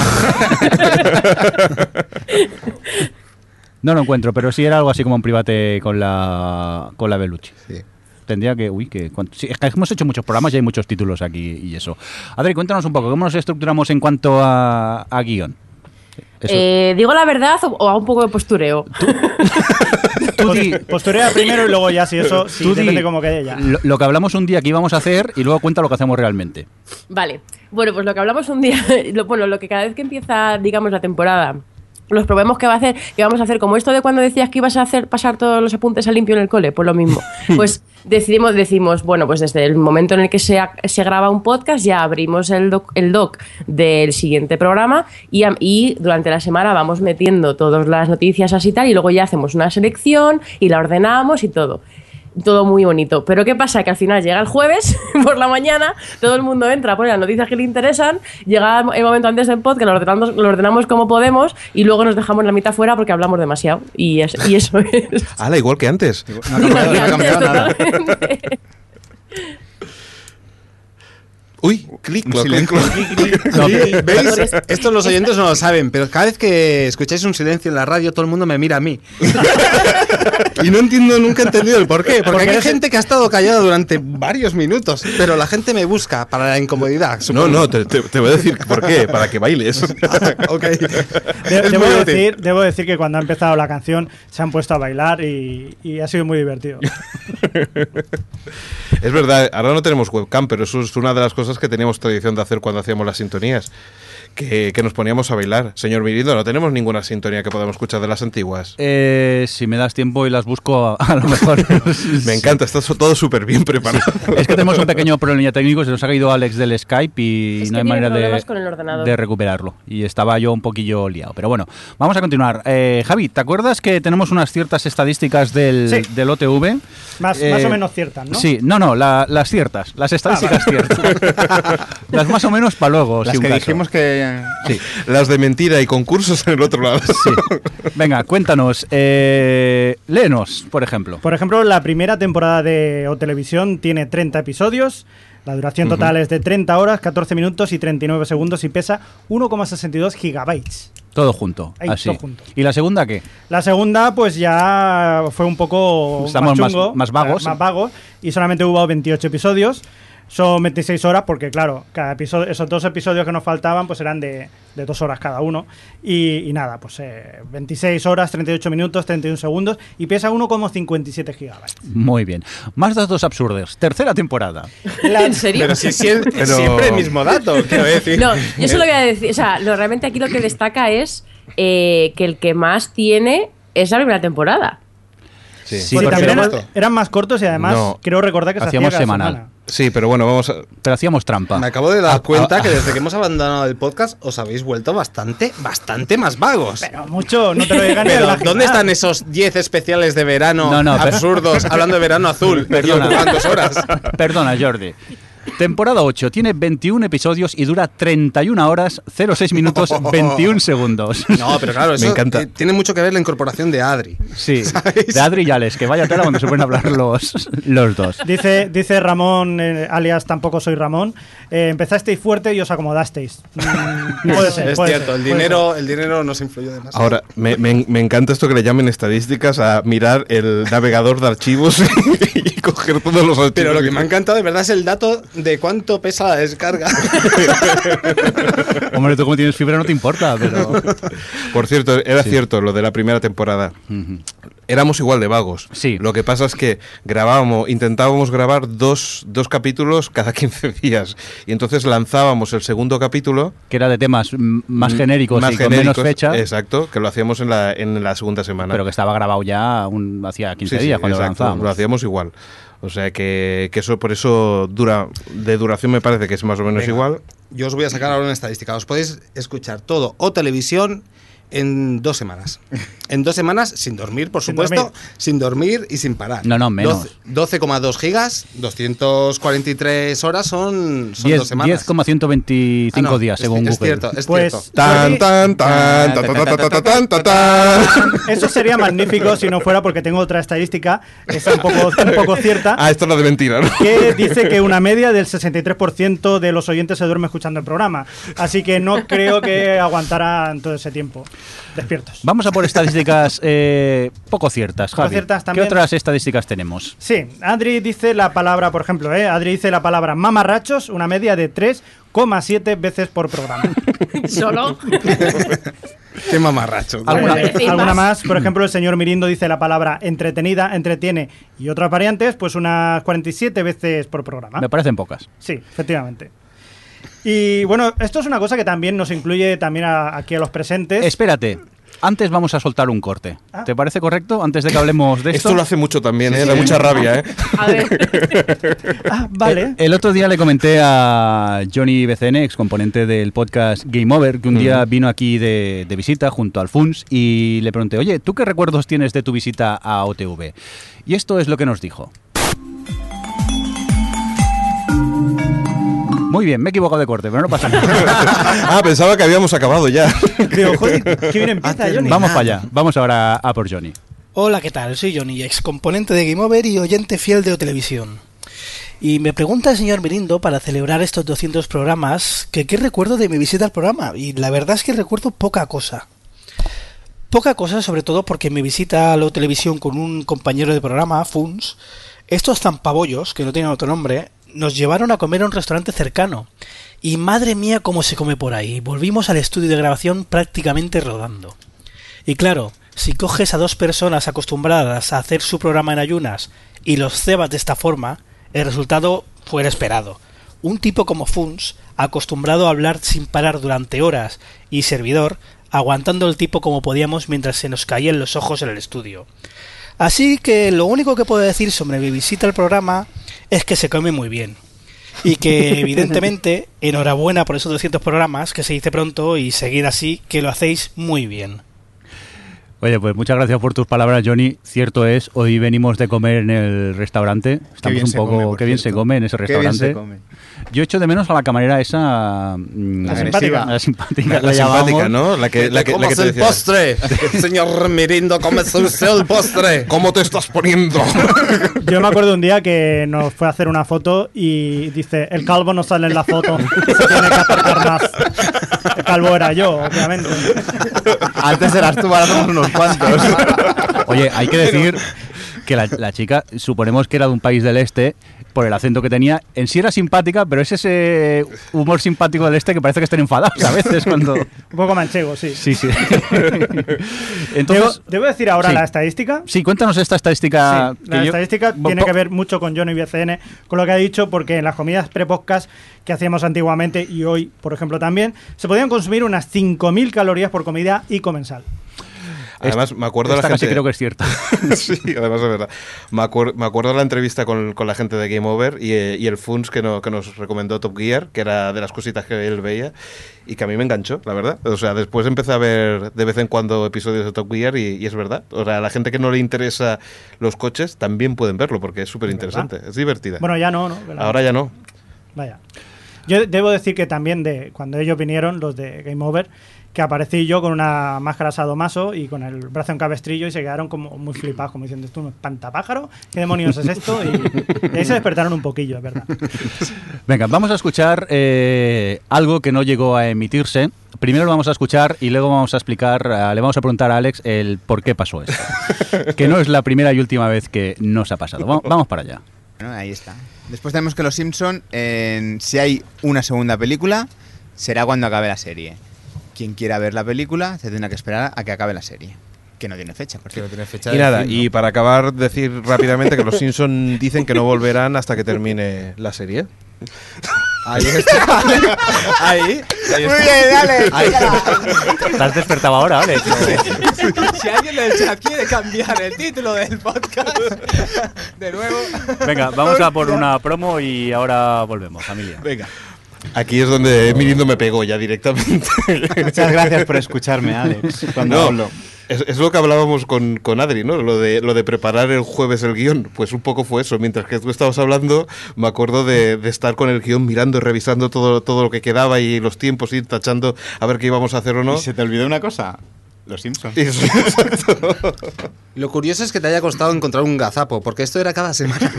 [SPEAKER 3] no lo encuentro, pero sí era algo así como un private con la, con la Belucci.
[SPEAKER 9] Sí.
[SPEAKER 3] Tendría que, uy, que, cuánto- sí, es que hemos hecho muchos programas y hay muchos títulos aquí y eso. Adri, cuéntanos un poco, ¿cómo nos estructuramos en cuanto a, a guión? Eso.
[SPEAKER 4] Eh, ¿Digo la verdad o, o a un poco de postureo?
[SPEAKER 3] Tú di-
[SPEAKER 5] Posturea primero y luego ya, si eso, si
[SPEAKER 3] tú di
[SPEAKER 5] depende cómo quede ya.
[SPEAKER 3] Lo, lo que hablamos un día que íbamos a hacer y luego cuenta lo que hacemos realmente.
[SPEAKER 4] Vale. Bueno, pues lo que hablamos un día, lo, bueno, lo que cada vez que empieza, digamos, la temporada, los probemos que va a hacer, que vamos a hacer, como esto de cuando decías que ibas a hacer pasar todos los apuntes a limpio en el cole, pues lo mismo. Pues decidimos, decimos, bueno, pues desde el momento en el que se, ha- se graba un podcast, ya abrimos el doc, el doc del siguiente programa y, am- y durante la semana vamos metiendo todas las noticias así y tal, y luego ya hacemos una selección y la ordenamos y todo todo muy bonito. Pero ¿qué pasa? Que al final llega el jueves por la mañana, todo el mundo entra, pone las noticias que le interesan, llega el momento antes del podcast, lo ordenamos, lo ordenamos como podemos y luego nos dejamos la mitad fuera porque hablamos demasiado. Y, es- y eso es.
[SPEAKER 7] Ala, igual que antes.
[SPEAKER 4] Igual que
[SPEAKER 9] no ha
[SPEAKER 4] antes,
[SPEAKER 9] cambiado nada.
[SPEAKER 4] totalmente.
[SPEAKER 7] Uy, clic, clac, clic, clac.
[SPEAKER 9] Sí, ¿Veis? Estos los oyentes no lo saben, pero cada vez que escucháis un silencio en la radio, todo el mundo me mira a mí. Y no entiendo, nunca he entendido el porqué. Porque,
[SPEAKER 5] Porque
[SPEAKER 9] hay
[SPEAKER 5] eres-
[SPEAKER 9] gente que ha estado callada durante varios minutos, pero la gente me busca para la incomodidad.
[SPEAKER 7] No,
[SPEAKER 9] supongo.
[SPEAKER 7] no, te, te- te voy a decir por qué, para que bailes.
[SPEAKER 9] ok.
[SPEAKER 5] De-
[SPEAKER 9] Es
[SPEAKER 5] debo,
[SPEAKER 9] muy útil.
[SPEAKER 5] decir, debo decir que cuando ha empezado la canción se han puesto a bailar y, y ha sido muy divertido.
[SPEAKER 7] Es verdad, ahora no tenemos webcam, pero eso es una de las cosas que teníamos tradición de hacer cuando hacíamos las sintonías. que, que nos poníamos a bailar. Señor Mirindo, no tenemos ninguna sintonía que podamos escuchar de las antiguas.
[SPEAKER 3] Eh, si me das tiempo y las busco, a, a lo mejor.
[SPEAKER 7] Me encanta, está so- todo súper bien preparado.
[SPEAKER 3] Es que tenemos un pequeño problema técnico, se nos ha caído Alex del Skype y
[SPEAKER 4] Es
[SPEAKER 3] no
[SPEAKER 4] que
[SPEAKER 3] hay
[SPEAKER 4] tiene
[SPEAKER 3] manera de,
[SPEAKER 4] problemas con el ordenador.
[SPEAKER 3] de recuperarlo. Y estaba yo un poquillo liado. Pero bueno, vamos a continuar. Eh, Javi, ¿te acuerdas que tenemos unas ciertas estadísticas del,
[SPEAKER 5] Sí.
[SPEAKER 3] del OTV?
[SPEAKER 5] Más,
[SPEAKER 3] Eh,
[SPEAKER 5] más o menos ciertas, ¿no? Ah,
[SPEAKER 3] Sí, no, no, la- las ciertas, las estadísticas ciertas. las más o menos para luego.
[SPEAKER 7] Las
[SPEAKER 3] si un
[SPEAKER 7] que
[SPEAKER 3] caso.
[SPEAKER 7] dijimos
[SPEAKER 8] que...
[SPEAKER 7] Las de mentira y concursos en el otro lado.
[SPEAKER 3] Venga, cuéntanos. Eh, léenos, por ejemplo.
[SPEAKER 5] Por ejemplo, la primera temporada de O Televisión tiene 30 episodios. La duración total es de 30 horas, 14 minutos y 39 segundos y pesa 1,62 gigabytes.
[SPEAKER 3] Todo junto.
[SPEAKER 5] Ahí,
[SPEAKER 3] así.
[SPEAKER 5] todo junto.
[SPEAKER 3] ¿Y la segunda qué?
[SPEAKER 5] La segunda, pues ya fue un poco
[SPEAKER 3] Estamos
[SPEAKER 5] más
[SPEAKER 3] más-
[SPEAKER 5] chungo, eh,
[SPEAKER 3] más vagos.
[SPEAKER 5] Más vagos. Y solamente hubo 28 episodios. Son 26 horas porque, claro, cada episodio, esos dos episodios que nos faltaban pues eran de, de dos horas cada uno. Y, y nada, pues eh, 26 horas, 38 minutos, 31 segundos y pesa 1,57 gigabytes.
[SPEAKER 3] Muy bien. Más datos absurdos. Tercera temporada.
[SPEAKER 4] ¿En serio?
[SPEAKER 9] Pero si sie-
[SPEAKER 3] Pero-
[SPEAKER 9] siempre el mismo dato, quiero decir.
[SPEAKER 4] No, yo solo voy a decir, o sea, lo, realmente aquí lo que destaca es eh, que el que más tiene es la primera temporada.
[SPEAKER 7] Sí,
[SPEAKER 5] Sí, también eran, eran más cortos y además
[SPEAKER 7] No.
[SPEAKER 5] creo recordar que se hacía
[SPEAKER 7] Hacíamos
[SPEAKER 5] cada
[SPEAKER 7] semanal.
[SPEAKER 5] semana.
[SPEAKER 7] Sí, pero bueno, vamos a...
[SPEAKER 3] Pero hacíamos trampa.
[SPEAKER 9] Me acabo de dar
[SPEAKER 7] Ah,
[SPEAKER 9] cuenta que desde que hemos abandonado el podcast os habéis vuelto bastante, bastante más vagos.
[SPEAKER 5] Pero mucho, no te lo digan ni
[SPEAKER 9] Pero,
[SPEAKER 5] la
[SPEAKER 9] ¿dónde están esos 10 especiales de verano
[SPEAKER 3] No, no, pero-
[SPEAKER 9] absurdos hablando de verano azul?
[SPEAKER 3] Perdona.
[SPEAKER 9] Perdona. ¿Cuántas horas?
[SPEAKER 3] Perdona, Jordi. Temporada 8 tiene 21 episodios y dura 31 horas, 06 minutos, 21 segundos.
[SPEAKER 9] No, pero claro, eso
[SPEAKER 3] Me encanta.
[SPEAKER 9] eh, tiene mucho que ver la incorporación de Adri.
[SPEAKER 3] Sí, de Adri y Alex, que vaya tela cuando se pueden hablar los, los dos.
[SPEAKER 5] Dice, dice Ramón, eh, alias tampoco soy Ramón, eh, empezasteis fuerte y os acomodasteis. Mm, puede ser,
[SPEAKER 9] es
[SPEAKER 5] puede
[SPEAKER 9] cierto,
[SPEAKER 5] ser,
[SPEAKER 9] el
[SPEAKER 5] puede
[SPEAKER 9] dinero, el dinero nos influyó demasiado.
[SPEAKER 7] Ahora, me, me- me encanta esto que le llamen estadísticas a mirar el navegador de archivos y coger todos los archivos.
[SPEAKER 9] Pero lo que me ha encantado de verdad es el dato de cuánto pesa la descarga.
[SPEAKER 3] Hombre, tú como tienes fibra no te importa, pero...
[SPEAKER 7] Por cierto, era
[SPEAKER 3] Sí.
[SPEAKER 7] cierto lo de la primera temporada. Éramos igual de vagos. Sí. Lo que pasa es que grabábamos, intentábamos grabar dos, dos capítulos cada 15 días. Y entonces lanzábamos el segundo capítulo.
[SPEAKER 3] Que era de temas mm, más genéricos y con menos fecha.
[SPEAKER 7] Exacto, que lo hacíamos en la, en la segunda semana.
[SPEAKER 3] Pero que estaba grabado ya un- hacía 15
[SPEAKER 7] Sí, sí,
[SPEAKER 3] días cuando lo
[SPEAKER 7] exacto,
[SPEAKER 3] lanzábamos.
[SPEAKER 7] Lo hacíamos igual. O sea que, que eso por eso dura de duración me parece que es más o menos
[SPEAKER 9] Venga.
[SPEAKER 7] igual.
[SPEAKER 9] Yo os voy a sacar ahora una estadística. Os podéis escuchar todo o televisión en dos semanas. En dos semanas, sin dormir, por
[SPEAKER 5] Sin
[SPEAKER 9] supuesto,
[SPEAKER 5] dormir.
[SPEAKER 9] sin dormir y sin parar.
[SPEAKER 3] No, no, menos.
[SPEAKER 9] 12 12,2 gigas, 243 horas son, son dos
[SPEAKER 3] 10
[SPEAKER 9] semanas.
[SPEAKER 3] 10,125
[SPEAKER 9] Ah, no,
[SPEAKER 3] días,
[SPEAKER 9] es-
[SPEAKER 3] según
[SPEAKER 9] es
[SPEAKER 3] Google.
[SPEAKER 9] cierto, es
[SPEAKER 5] Pues,
[SPEAKER 9] cierto.
[SPEAKER 7] Tan, tan, tan, ta, ta, ta, ta, ta, tan, ta, tan.
[SPEAKER 5] ser. Eso sería magnífico si no fuera porque tengo otra estadística, es un poco, un poco cierta,
[SPEAKER 7] Ah, esto es la de mentira, ¿no?
[SPEAKER 5] que dice que una media del 63% de los oyentes se duerme escuchando el programa. Así que no creo que aguantaran todo ese tiempo despiertos.
[SPEAKER 3] Vamos a por estadísticas eh, poco ciertas,
[SPEAKER 5] Poco
[SPEAKER 3] Javi.
[SPEAKER 5] ciertas
[SPEAKER 3] ¿Qué
[SPEAKER 5] también.
[SPEAKER 3] otras estadísticas tenemos?
[SPEAKER 5] Sí, Adri dice la palabra, por ejemplo, ¿eh? Adri dice la palabra mamarrachos una media de 3,7 veces por programa.
[SPEAKER 4] Solo.
[SPEAKER 9] Qué mamarracho.
[SPEAKER 5] ¿Alguna,
[SPEAKER 4] Vale.
[SPEAKER 5] eh, alguna más? Por ejemplo, el señor Mirindo dice la palabra entretenida, entretiene y otras variantes, pues unas 47 veces por programa.
[SPEAKER 3] Me parecen pocas.
[SPEAKER 5] Sí, efectivamente. Y bueno, esto es una cosa que también nos incluye también a- aquí a los presentes.
[SPEAKER 3] Espérate, antes vamos a soltar un corte.
[SPEAKER 5] Ah.
[SPEAKER 3] ¿Te parece correcto? Antes de que hablemos de esto.
[SPEAKER 7] Esto lo hace mucho también,
[SPEAKER 3] Sí,
[SPEAKER 7] ¿eh?
[SPEAKER 3] sí.
[SPEAKER 7] Da mucha rabia, ¿eh?
[SPEAKER 4] A ver,
[SPEAKER 5] Ah, vale.
[SPEAKER 3] El otro día le comenté a Johnny BCN, ex componente del podcast Game Over, que un día
[SPEAKER 7] Mm.
[SPEAKER 3] vino aquí de, de visita junto al FUNS y le pregunté, oye, ¿tú qué recuerdos tienes de tu visita a OTV? Y esto es lo que nos dijo. Muy bien, me he equivocado de corte, pero no pasa nada.
[SPEAKER 7] Ah, pensaba que habíamos acabado ya.
[SPEAKER 5] Digo, joder, qué bien empieza,
[SPEAKER 11] Antes
[SPEAKER 5] Johnny.
[SPEAKER 11] ni-
[SPEAKER 3] Vamos para allá, vamos ahora a por Johnny.
[SPEAKER 11] Hola, ¿qué tal? Soy Johnny, ex componente de Game Over y oyente fiel de Otelevisión. Y me pregunta el señor Mirindo para celebrar estos 200 programas que qué recuerdo de mi visita al programa. Y la verdad es que recuerdo poca cosa. Poca cosa, sobre todo porque mi visita a la televisión con un compañero de programa, Funs, estos zampabollos, que no tienen otro nombre, nos llevaron a comer a un restaurante cercano. Y madre mía, cómo se come por ahí. Volvimos al estudio de grabación prácticamente rodando. Y claro, si coges a dos personas acostumbradas a hacer su programa en ayunas y los cebas de esta forma, el resultado fue el esperado. un tipo como Funs, acostumbrado a hablar sin parar durante horas, y servidor, aguantando el tipo como podíamos mientras se nos caían los ojos en el estudio. Así que lo único que puedo decir sobre mi visita al programa es que se come muy bien. Y que evidentemente, enhorabuena por esos 200 programas, que se dice pronto, y seguir así, que lo hacéis muy bien.
[SPEAKER 3] Oye, pues muchas gracias por tus palabras, Johnny. Cierto es, hoy venimos de comer en el restaurante.
[SPEAKER 8] Qué
[SPEAKER 3] Estamos
[SPEAKER 8] bien
[SPEAKER 3] un
[SPEAKER 8] se
[SPEAKER 3] poco.
[SPEAKER 8] come, por
[SPEAKER 3] qué bien se
[SPEAKER 8] cierto.
[SPEAKER 3] come en ese
[SPEAKER 8] Qué bien
[SPEAKER 3] restaurante.
[SPEAKER 8] se come.
[SPEAKER 3] Yo echo de menos a la camarera esa. mm,
[SPEAKER 8] La simpática.
[SPEAKER 3] La simpática,
[SPEAKER 7] La, la
[SPEAKER 3] llamamos.
[SPEAKER 7] simpática, ¿no? La que, la que, la que te decía.
[SPEAKER 9] señor Mirindo, come el postre.
[SPEAKER 7] ¿Cómo te estás poniendo?
[SPEAKER 5] Yo me acuerdo un día que nos fue a hacer una foto y dice, el calvo no sale en la foto, se tiene que acercar más. El calvo era yo, obviamente.
[SPEAKER 8] Antes eras tú, ahora somos unos cuantos.
[SPEAKER 3] Oye, hay que decir que la, la chica, suponemos que era de un país del este, por el acento que tenía, en sí era simpática, pero es ese humor simpático del este que parece que están enfadados a veces cuando...
[SPEAKER 5] Un poco manchego, sí.
[SPEAKER 3] Sí, sí.
[SPEAKER 5] Debo,
[SPEAKER 3] Entonces,
[SPEAKER 5] debo decir ahora
[SPEAKER 3] sí.
[SPEAKER 5] la estadística.
[SPEAKER 3] sí, cuéntanos esta estadística.
[SPEAKER 5] Sí, la
[SPEAKER 3] Ah, que yo-
[SPEAKER 5] estadística
[SPEAKER 3] Bo-
[SPEAKER 5] tiene
[SPEAKER 3] po-
[SPEAKER 5] que ver mucho con Johnny BCN, con lo que ha dicho, porque en las comidas pre-podcast que hacíamos antiguamente y hoy, por ejemplo, también, se podían consumir unas 5.000 calorías por comida y comensal.
[SPEAKER 7] Además, me acuerdo
[SPEAKER 3] esta
[SPEAKER 7] la
[SPEAKER 3] casi
[SPEAKER 7] gente.
[SPEAKER 3] creo que es cierta.
[SPEAKER 7] sí, además es verdad. Me, acuer- me acuerdo la entrevista con, con la gente de Game Over y, eh, y el Funs que, no- que nos recomendó Top Gear, que era de las cositas que él veía y que a mí me enganchó, la verdad. O sea, después empecé a ver de vez en cuando episodios de Top Gear y, y es verdad. O sea, a la gente que no le interesa los coches también pueden verlo porque es súper interesante. Es divertida.
[SPEAKER 5] Bueno, ya no, ¿no?
[SPEAKER 7] Ahora ya no.
[SPEAKER 5] Vaya. Yo debo decir que también de cuando ellos vinieron, los de Game Over, que aparecí yo con una máscara sadomaso y con el brazo en cabestrillo y se quedaron como muy flipados, como diciendo, ¿esto es un espantapájaro? ¿Qué demonios es esto? Y, y ahí se despertaron un poquillo, es verdad.
[SPEAKER 3] Venga, vamos a escuchar eh, algo que no llegó a emitirse. Primero lo vamos a escuchar y luego vamos a explicar, eh, le vamos a preguntar a Alex el por qué pasó esto. que no es la primera y última vez que nos ha pasado. Va- vamos para allá.
[SPEAKER 8] Bueno, ahí está. Después tenemos que Los Simpson, en- si hay una segunda película, será cuando acabe la serie. Quien quiera ver la película se tendrá que esperar a que acabe la serie. Que no tiene fecha, por cierto.
[SPEAKER 7] Y nada, y para acabar, decir rápidamente que los Simpson dicen que no volverán hasta que termine la serie.
[SPEAKER 8] Ahí está. ahí, ahí Muy bien, dale.
[SPEAKER 3] ¿Te has despertado ahora, Alex?
[SPEAKER 10] Si alguien del chat quiere cambiar el título del podcast, de nuevo.
[SPEAKER 3] Venga, vamos a por una promo y ahora volvemos, familia.
[SPEAKER 7] Venga. Aquí es donde Mirindo me pegó ya directamente.
[SPEAKER 8] Muchas gracias por escucharme, Alex, cuando
[SPEAKER 7] No,
[SPEAKER 8] hablo.
[SPEAKER 7] Es, es lo que hablábamos con, con Adri, ¿no? Lo de, lo de preparar el jueves el guión. Pues un poco fue eso. Mientras que tú estabas hablando, me acuerdo de, de estar con el guión mirando, revisando todo, todo lo que quedaba y los tiempos, ir tachando a ver qué íbamos a hacer o no.
[SPEAKER 8] ¿Y se te olvidó una cosa? Los Simpsons.
[SPEAKER 7] Eso, exacto.
[SPEAKER 9] Lo curioso es que te haya costado encontrar un gazapo, porque esto era cada semana.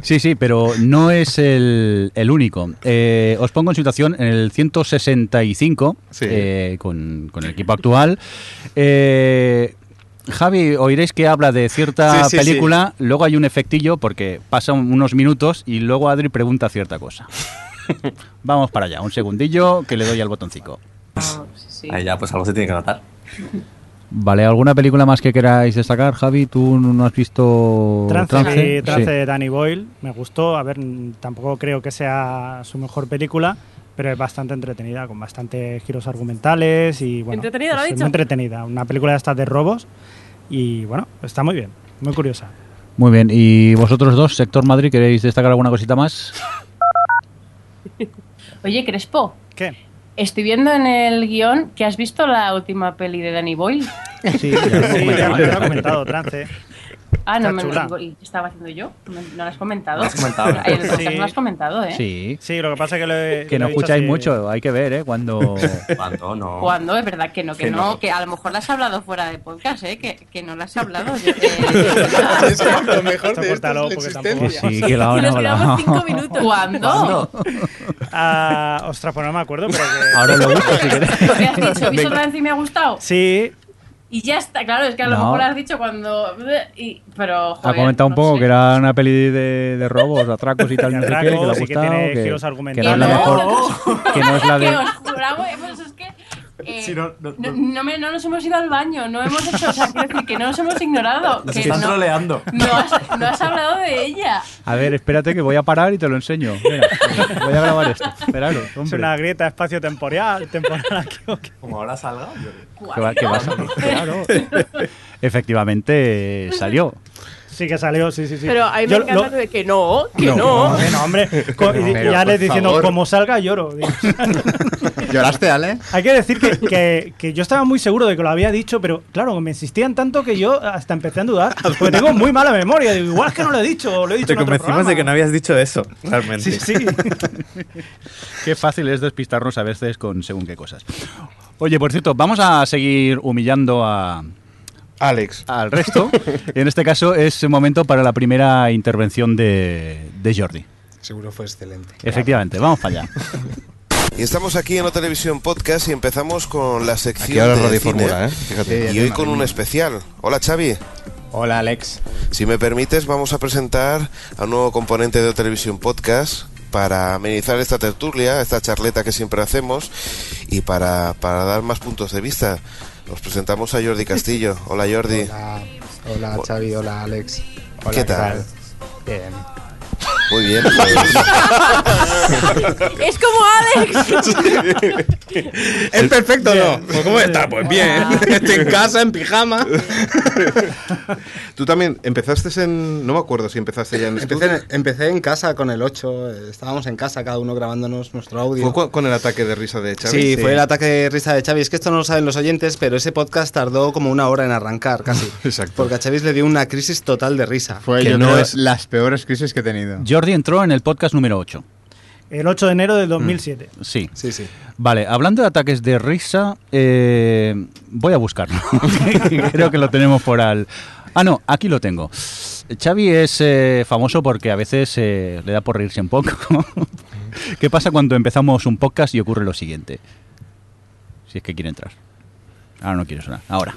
[SPEAKER 3] Sí, sí, pero no es el, el único. Eh, os pongo en situación en el 165
[SPEAKER 7] Sí.
[SPEAKER 3] eh, con, con el equipo actual. Eh, Javi, oiréis que habla de cierta
[SPEAKER 10] Sí, sí,
[SPEAKER 3] película, luego hay un efectillo porque pasan unos minutos y luego Adri pregunta cierta cosa. Vamos para allá, un segundillo que le doy al botoncito.
[SPEAKER 6] Ahí ya, pues algo se tiene que notar.
[SPEAKER 3] Vale, ¿alguna película más que queráis destacar, Javi? ¿Tú no has visto
[SPEAKER 5] Trance,
[SPEAKER 3] Trance?
[SPEAKER 5] sí, Trance de Danny Boyle, me gustó. A ver, mm, tampoco creo que sea su mejor película, pero es bastante entretenida, con bastantes giros argumentales y bueno. pues,
[SPEAKER 4] Entretenida, lo ha
[SPEAKER 5] es
[SPEAKER 4] dicho.
[SPEAKER 5] Muy entretenida, una película de estas de robos y bueno, está muy bien, muy curiosa.
[SPEAKER 3] Muy bien, ¿y vosotros dos, sector Madrid, queréis destacar alguna cosita más?
[SPEAKER 12] Oye, Crespo,
[SPEAKER 5] ¿Qué?
[SPEAKER 12] estoy viendo en el guión que has visto la última peli de Danny Boyle.
[SPEAKER 5] Sí, ya lo he comentado, Trance.
[SPEAKER 12] Ah, no
[SPEAKER 5] Está
[SPEAKER 12] me lo
[SPEAKER 5] chula.
[SPEAKER 12] digo. ¿Y qué estaba haciendo yo? No no lo has comentado.
[SPEAKER 6] Lo has comentado.
[SPEAKER 12] Ahí en el podcast
[SPEAKER 5] Sí.
[SPEAKER 12] no lo has comentado, ¿eh?
[SPEAKER 3] Sí.
[SPEAKER 5] Sí, lo que pasa es que lo he-
[SPEAKER 3] Que
[SPEAKER 5] lo
[SPEAKER 3] no
[SPEAKER 5] he dicho
[SPEAKER 3] escucháis
[SPEAKER 5] así-
[SPEAKER 3] mucho, hay que ver, ¿eh? Cuando...
[SPEAKER 6] ¿Cuándo? No.
[SPEAKER 12] ¿Cuándo? Es verdad que no, que
[SPEAKER 6] Que
[SPEAKER 12] no,
[SPEAKER 6] no.
[SPEAKER 12] que a lo mejor la has hablado fuera de podcast, ¿eh? Que, que no la has hablado. Yo- eh,
[SPEAKER 9] lo mejor de esto
[SPEAKER 5] Córtalo,
[SPEAKER 9] es
[SPEAKER 5] porque
[SPEAKER 9] la existencia.
[SPEAKER 5] tampoco-
[SPEAKER 3] Sí, que la
[SPEAKER 12] Y
[SPEAKER 3] han
[SPEAKER 12] nos
[SPEAKER 3] hablado.
[SPEAKER 12] quedamos cinco minutos. ¿Cuándo?
[SPEAKER 5] Ah, ostras, pues no me acuerdo, pero que-
[SPEAKER 3] Ahora lo busco si queréis.
[SPEAKER 12] ¿Qué has dicho? ¿Visto Nancy me ha gustado?
[SPEAKER 5] Sí,
[SPEAKER 12] Y ya está, claro, es que a lo
[SPEAKER 3] No. Ah,
[SPEAKER 12] mejor lo has dicho cuando... y- pero,
[SPEAKER 3] Ha
[SPEAKER 12] joder,
[SPEAKER 3] comentado un
[SPEAKER 12] no
[SPEAKER 3] poco
[SPEAKER 12] sé.
[SPEAKER 3] que era una peli de, de robos, atracos y tal, no sé qué, que le ha
[SPEAKER 5] Atracos y que
[SPEAKER 3] gustado,
[SPEAKER 5] tiene
[SPEAKER 3] que,
[SPEAKER 5] giros
[SPEAKER 3] que no es la
[SPEAKER 5] argumentales.
[SPEAKER 3] mejor, que no es la
[SPEAKER 12] Que
[SPEAKER 3] de...
[SPEAKER 12] os juramos, eh, pues es que Eh,
[SPEAKER 6] Sí, no, no,
[SPEAKER 12] no- no me- no nos hemos ido al baño, no hemos hecho, o sea, quiero decir que no nos hemos ignorado.
[SPEAKER 6] Nos
[SPEAKER 12] que
[SPEAKER 6] están
[SPEAKER 12] no,
[SPEAKER 6] troleando.
[SPEAKER 12] no has, no has hablado de ella.
[SPEAKER 3] A ver, espérate que voy a parar y te lo enseño. Mira, voy a grabar esto. Espéralo,
[SPEAKER 5] Es
[SPEAKER 3] hombre.
[SPEAKER 5] una grieta espacio-temporal. temporal aquí, ok.
[SPEAKER 6] Como ahora salga.
[SPEAKER 3] ¿Qué va- qué vas a- Claro. Efectivamente, eh, salió.
[SPEAKER 5] Sí que salió, sí, sí, sí.
[SPEAKER 13] Pero ahí me
[SPEAKER 5] Yo
[SPEAKER 13] encanta
[SPEAKER 5] lo-
[SPEAKER 13] de que no, que no.
[SPEAKER 5] que no, hombre. Co- y-
[SPEAKER 13] Pero,
[SPEAKER 5] y Alex
[SPEAKER 13] por
[SPEAKER 5] diciendo,
[SPEAKER 13] favor.
[SPEAKER 5] como salga, lloro. Digo,
[SPEAKER 8] ¿Lloraste, Ale?
[SPEAKER 5] Hay que decir que, que- que yo estaba muy seguro de que lo había dicho, pero claro, me insistían tanto que yo hasta empecé a dudar. Porque tengo muy mala memoria. Digo, igual es que no lo he dicho, o lo he dicho
[SPEAKER 6] Te
[SPEAKER 5] en otro
[SPEAKER 6] convencimos
[SPEAKER 5] programa.
[SPEAKER 6] de que no habías dicho eso, realmente.
[SPEAKER 5] Sí, sí.
[SPEAKER 3] Qué fácil es despistarnos a veces con según qué cosas. Oye, por cierto, vamos a seguir humillando a.
[SPEAKER 7] Alex.
[SPEAKER 3] Al resto. en este caso es el momento para la primera intervención de, de Jordi.
[SPEAKER 9] Seguro fue excelente.
[SPEAKER 3] Efectivamente, vamos para allá.
[SPEAKER 1] Y estamos aquí en la televisión podcast y empezamos con la
[SPEAKER 7] Aquí
[SPEAKER 1] sección
[SPEAKER 7] ahora
[SPEAKER 1] de
[SPEAKER 7] Radio
[SPEAKER 1] cine.
[SPEAKER 7] Fórmula, ¿eh? Fíjate.
[SPEAKER 1] Y hoy con un especial. Hola Xavi.
[SPEAKER 8] Hola Alex.
[SPEAKER 1] Si me permites vamos a presentar a un nuevo componente de televisión podcast para amenizar esta tertulia, esta charleta que siempre hacemos y para, para dar más puntos de vista. Os presentamos a Jordi Castillo. Hola Jordi.
[SPEAKER 9] Hola Xavi, hola Alex.
[SPEAKER 1] Hola, ¿Qué ¿qué tal?
[SPEAKER 9] Bien.
[SPEAKER 1] Muy bien.
[SPEAKER 7] pues.
[SPEAKER 13] es como Alex.
[SPEAKER 9] ¿Es perfecto o no? Pues, ¿Cómo está? Pues bien. Estoy en casa, en pijama.
[SPEAKER 7] Tú también empezaste en. No me acuerdo si empezaste ya en.
[SPEAKER 9] Empecé, en- empecé en casa con el 8. Estábamos en casa, cada uno grabándonos nuestro audio.
[SPEAKER 7] ¿Fue cu- con el ataque de risa de Xavi?
[SPEAKER 9] Sí, fue el ataque de risa de Xavi. Es que esto no lo saben los oyentes, pero ese podcast tardó como una hora en arrancar, casi. Exacto. Porque a Xavi le dio una crisis total de risa.
[SPEAKER 8] Fue,
[SPEAKER 3] Que yo no creo, es-
[SPEAKER 8] las peores crisis que he tenido.
[SPEAKER 3] Jordi entró en el podcast número 8.
[SPEAKER 5] El 8 de enero del 2007.
[SPEAKER 3] Sí.
[SPEAKER 9] Sí, sí.
[SPEAKER 3] Vale, hablando de ataques de risa, eh, voy a buscarlo. Creo que lo tenemos por al... Ah, no, aquí lo tengo. Xavi es eh, famoso porque a veces eh, le da por reírse un poco. ¿Qué pasa cuando empezamos un podcast y ocurre lo siguiente? Si es que quiere entrar. Ahora no quiere sonar. Ahora.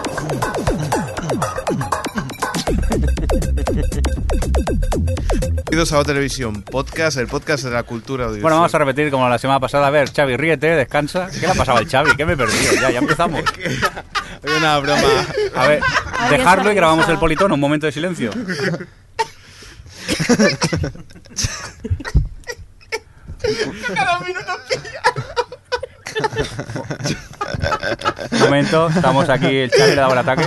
[SPEAKER 1] Bienvenidos a O Televisión Podcast, el podcast de la cultura audiovisual.
[SPEAKER 3] Bueno, vamos a repetir como la semana pasada. A ver, Xavi, ríete, descansa. ¿Qué le ha pasado al Xavi? ¿Qué me he perdido? Ya, ya empezamos.
[SPEAKER 8] Una broma.
[SPEAKER 3] A ver, dejarlo y grabamos el politono. Un momento de silencio.
[SPEAKER 10] Cada minuto pilla.
[SPEAKER 3] Un momento, estamos aquí. El Xavi le ha dado el ataque.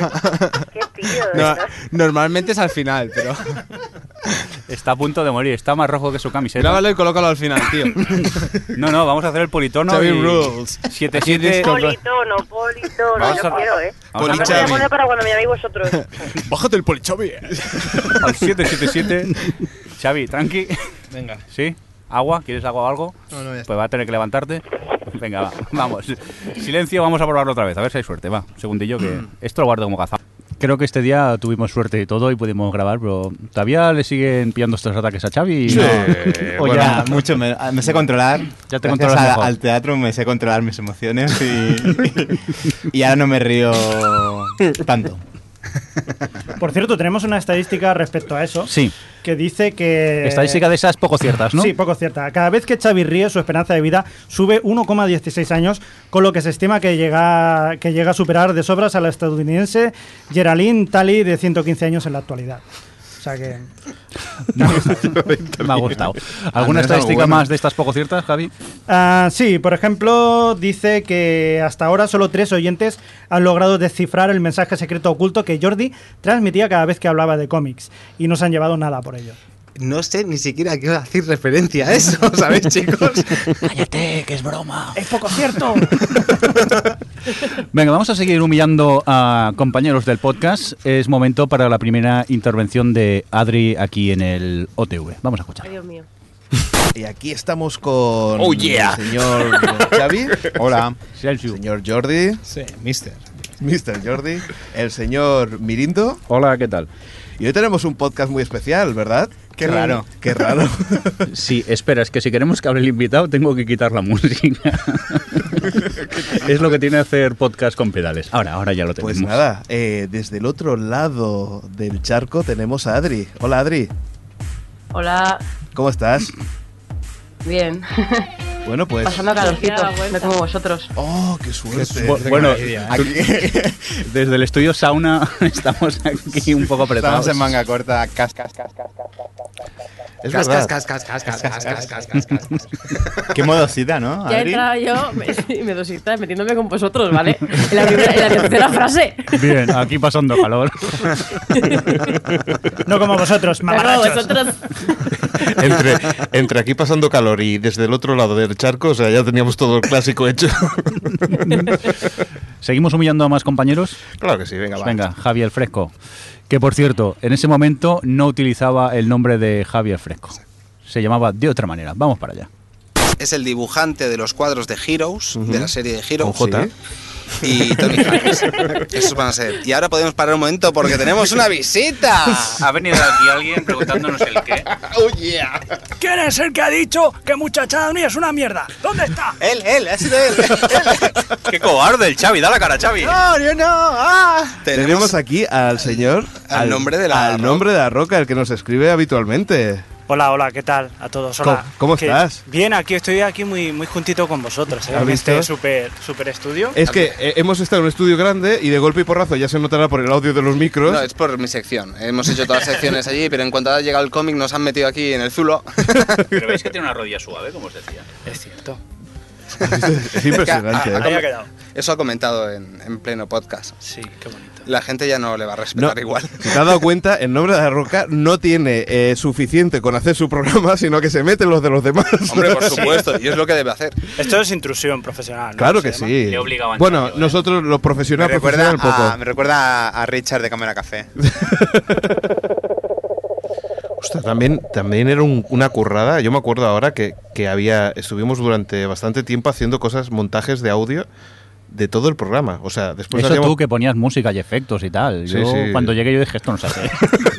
[SPEAKER 8] No, normalmente es al final, pero.
[SPEAKER 3] Está a punto de morir. Está más rojo que su camiseta.
[SPEAKER 8] Grábalo y colócalo al final, tío.
[SPEAKER 3] No, no, vamos a hacer el politono.
[SPEAKER 8] Xavi
[SPEAKER 3] y-
[SPEAKER 8] rules.
[SPEAKER 3] Siete, siete-
[SPEAKER 14] Politono, politono,
[SPEAKER 3] Vamos
[SPEAKER 14] yo
[SPEAKER 3] a-
[SPEAKER 14] quiero, ¿eh?
[SPEAKER 3] Vamos a-
[SPEAKER 14] Yo me voy a poner para cuando me llaméis vosotros.
[SPEAKER 3] Bájate el polichavi. Al 777. Xavi, tranqui.
[SPEAKER 6] Venga.
[SPEAKER 3] ¿Sí? ¿Agua? ¿Quieres agua o algo?
[SPEAKER 6] No, no, ya está.
[SPEAKER 3] Pues va a tener que levantarte. Venga, va, vamos. Silencio, vamos a probarlo otra vez. A ver si hay suerte. Va, segundillo que
[SPEAKER 2] Mm.
[SPEAKER 3] esto lo guardo como gaza. Creo que este día tuvimos suerte y todo y pudimos grabar, pero todavía le siguen pillando estos ataques a Xavi.
[SPEAKER 8] Sí, bueno,
[SPEAKER 3] ya-
[SPEAKER 8] mucho me, me sé controlar.
[SPEAKER 3] Ya te
[SPEAKER 8] Gracias
[SPEAKER 3] controlas
[SPEAKER 8] a-
[SPEAKER 3] mejor.
[SPEAKER 8] al teatro me sé controlar mis emociones y, y ahora no me río tanto.
[SPEAKER 5] Por cierto, tenemos una estadística respecto a eso.
[SPEAKER 3] Sí.
[SPEAKER 5] Que dice que.
[SPEAKER 3] Estadística de esas Eh, poco ciertas, ¿no?
[SPEAKER 5] Sí, poco cierta. Cada vez que Xavi ríe, su esperanza de vida sube 1,16 años, con lo que se estima que llega, que llega a superar de sobras a la estadounidense Geraldine Talley, de 115 años en la actualidad. O sea que.
[SPEAKER 3] Me ha gustado. ¿Alguna
[SPEAKER 5] Andrés, algo
[SPEAKER 3] estadística
[SPEAKER 5] bueno.
[SPEAKER 3] más de estas poco ciertas, Javi?
[SPEAKER 5] Ah, sí, por ejemplo, dice que hasta ahora solo tres oyentes han logrado descifrar el mensaje secreto oculto que Jordi transmitía cada vez que hablaba de cómics y no se han llevado nada por ello.
[SPEAKER 9] No sé ni siquiera a qué hacer referencia a eso, ¿sabéis, chicos?
[SPEAKER 3] Cállate, que es broma.
[SPEAKER 5] ¡Es poco cierto!
[SPEAKER 3] Venga, vamos a seguir humillando a compañeros del podcast. Es momento para la primera intervención de Adri aquí en el OTV. Vamos a escuchar.
[SPEAKER 14] Dios mío.
[SPEAKER 15] Y aquí estamos con
[SPEAKER 3] Oh, yeah.
[SPEAKER 15] el señor Xavi.
[SPEAKER 8] Hola.
[SPEAKER 15] Señor Jordi.
[SPEAKER 9] Sí, mister.
[SPEAKER 15] Mr. Jordi. El señor Mirindo.
[SPEAKER 16] Hola, ¿qué tal?
[SPEAKER 15] Y hoy tenemos un podcast muy especial, ¿verdad?
[SPEAKER 8] Qué raro.
[SPEAKER 17] Qué raro.
[SPEAKER 3] Sí, espera, es que si queremos que hable el invitado, tengo que quitar la música. es lo que tiene hacer podcast con pedales. Ahora, ahora ya lo tenemos.
[SPEAKER 17] Pues nada, eh, desde el otro lado del charco tenemos a Adri. Hola Adri,
[SPEAKER 18] Hola,
[SPEAKER 17] ¿cómo estás?
[SPEAKER 18] bien.
[SPEAKER 17] Bueno, pues...
[SPEAKER 18] Pasando calorcito, no como vosotros.
[SPEAKER 17] Oh, qué suerte.
[SPEAKER 3] Bu- Pues, Bueno, tú- desde el estudio sauna estamos aquí un poco apretados.
[SPEAKER 8] Estamos en manga corta. Cas, cas, cas, cas, cas, cas,
[SPEAKER 3] Es
[SPEAKER 8] cas,
[SPEAKER 3] verdad.
[SPEAKER 8] cas, cas, cas, cas, cas, cas, cas, cas, cas, cas. Qué modosita, ¿no?
[SPEAKER 4] Ya he
[SPEAKER 8] Adri?
[SPEAKER 4] entrado yo me- me dosita metiéndome con vosotros, ¿vale? En la, primera, en la tercera frase.
[SPEAKER 3] Bien, aquí pasando calor.
[SPEAKER 19] No como vosotros,
[SPEAKER 4] Pero
[SPEAKER 19] mamarrachos.
[SPEAKER 4] vosotros.
[SPEAKER 7] Entre, entre aquí pasando calor y desde el otro lado del charco, o sea, ya teníamos todo el clásico hecho.
[SPEAKER 3] ¿Seguimos humillando a más compañeros?
[SPEAKER 7] Claro que sí, venga, va.
[SPEAKER 3] Venga, Javier Fresco. Que por cierto, en ese momento no utilizaba el nombre de Javier Fresco. Se llamaba de otra manera. Vamos para allá.
[SPEAKER 9] Es el dibujante de los cuadros de Heroes, de la serie de Heroes.
[SPEAKER 3] Con J.
[SPEAKER 9] Y Tony Hanks. Esos van a ser. Y ahora podemos parar un momento porque tenemos una visita.
[SPEAKER 11] Ah, Ha venido aquí alguien preguntándonos el qué.
[SPEAKER 9] Oh yeah.
[SPEAKER 5] ¿Quién es el que ha dicho que muchachada mía es una mierda? ¿Dónde está?
[SPEAKER 9] Él, él, ha sido él.
[SPEAKER 11] ¡Qué cobarde el Xavi! ¡Da la cara, Xavi!
[SPEAKER 9] No, yo no. Ah.
[SPEAKER 17] Tenemos, aquí al señor...
[SPEAKER 9] Al nombre de la
[SPEAKER 17] Al nombre de la roca, el que nos escribe habitualmente.
[SPEAKER 5] Hola, hola, ¿qué tal a todos? Hola.
[SPEAKER 17] ¿Cómo- cómo
[SPEAKER 5] ¿Qué-
[SPEAKER 17] estás?
[SPEAKER 5] Bien, aquí estoy aquí muy, muy juntito con vosotros, ¿eh?
[SPEAKER 7] ¿Has
[SPEAKER 5] En
[SPEAKER 7] visto?
[SPEAKER 5] este super, super estudio.
[SPEAKER 7] Es que eh, hemos estado en un estudio grande y de golpe y porrazo ya se notará por el audio de los micros.
[SPEAKER 9] No, es por mi sección. Hemos hecho todas las secciones allí, pero en cuanto ha llegado el cómic nos han metido aquí en el zulo.
[SPEAKER 11] Pero veis que tiene una rodilla suave, como os decía.
[SPEAKER 5] Es cierto.
[SPEAKER 9] Es
[SPEAKER 11] Es impresionante,
[SPEAKER 3] Ah,
[SPEAKER 9] que
[SPEAKER 11] ¿eh? Ahí ha quedado.
[SPEAKER 9] Eso ha comentado en, en pleno podcast.
[SPEAKER 5] Sí, qué bonito.
[SPEAKER 9] La gente ya no le va a respetar igual.
[SPEAKER 7] Si te has dado cuenta, el nombre de la roca no tiene eh, suficiente con hacer su programa, sino que se mete en los de los demás.
[SPEAKER 9] Hombre, por supuesto, y es lo que debe hacer.
[SPEAKER 5] Esto es intrusión profesional. ¿no?
[SPEAKER 7] Claro
[SPEAKER 5] Se
[SPEAKER 7] que
[SPEAKER 5] llama.
[SPEAKER 7] sí. Bueno, nosotros los
[SPEAKER 8] Me
[SPEAKER 7] profesionales
[SPEAKER 8] recuerda,
[SPEAKER 7] profesional
[SPEAKER 8] a,
[SPEAKER 7] poco.
[SPEAKER 8] me recuerda a, a Richard de Cámara Café.
[SPEAKER 7] Ostras, también, también era un- una currada. Yo me acuerdo ahora que, que había estuvimos durante bastante tiempo haciendo cosas, montajes de audio de todo el programa. O sea, después
[SPEAKER 3] Eso
[SPEAKER 7] hacíamos-
[SPEAKER 3] tú que ponías música y efectos y tal.
[SPEAKER 7] Sí,
[SPEAKER 3] yo
[SPEAKER 7] sí.
[SPEAKER 3] cuando llegué yo dije, esto no se hace.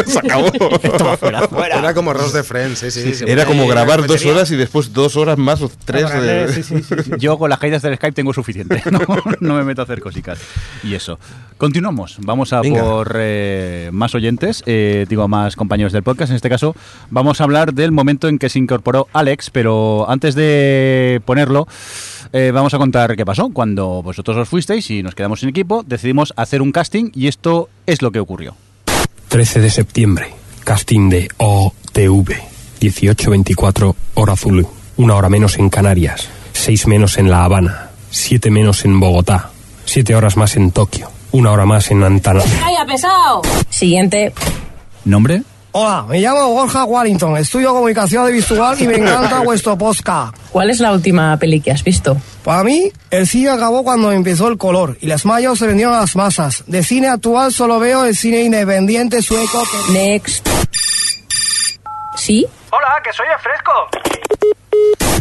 [SPEAKER 7] Se acabó.
[SPEAKER 3] Esto va fuera.
[SPEAKER 20] Era como Ross de Friends, sí, sí.
[SPEAKER 7] Sí, sí.
[SPEAKER 20] se ponía
[SPEAKER 7] Era
[SPEAKER 20] ahí
[SPEAKER 7] como
[SPEAKER 20] en la
[SPEAKER 7] grabar dos
[SPEAKER 20] cafetería.
[SPEAKER 7] horas y después dos horas más o tres. de-
[SPEAKER 3] Yo con las caídas del Skype tengo suficiente. No, no me meto a hacer cositas. Y eso. Continuamos. Vamos a
[SPEAKER 7] Venga.
[SPEAKER 3] por eh, más oyentes, eh, digo, más compañeros del podcast. En este caso, vamos a hablar del momento en que se incorporó Alex, pero antes de ponerlo, eh, vamos a contar qué pasó. Cuando vosotros os fuisteis y nos quedamos sin equipo, decidimos hacer un casting y esto es lo que ocurrió.
[SPEAKER 21] 13 de septiembre, casting de OTV, 18-24, hora Zulu, una hora menos en Canarias, 6 menos en La Habana, 7 menos en Bogotá, 7 horas más en Tokio, una hora más en Antanabe.
[SPEAKER 22] ¡Calla, pesado! Siguiente.
[SPEAKER 3] ¿Nombre?
[SPEAKER 23] Hola, me llamo Borja Warrington, estudio comunicación visual y me encanta vuestro podcast.
[SPEAKER 4] ¿Cuál es la última peli que has visto?
[SPEAKER 23] Para mí, el cine acabó cuando empezó el color y las mayas se vendieron a las masas. De cine actual solo veo el cine independiente sueco que... Next.
[SPEAKER 22] ¿Sí?
[SPEAKER 5] Hola, Ah, que soy de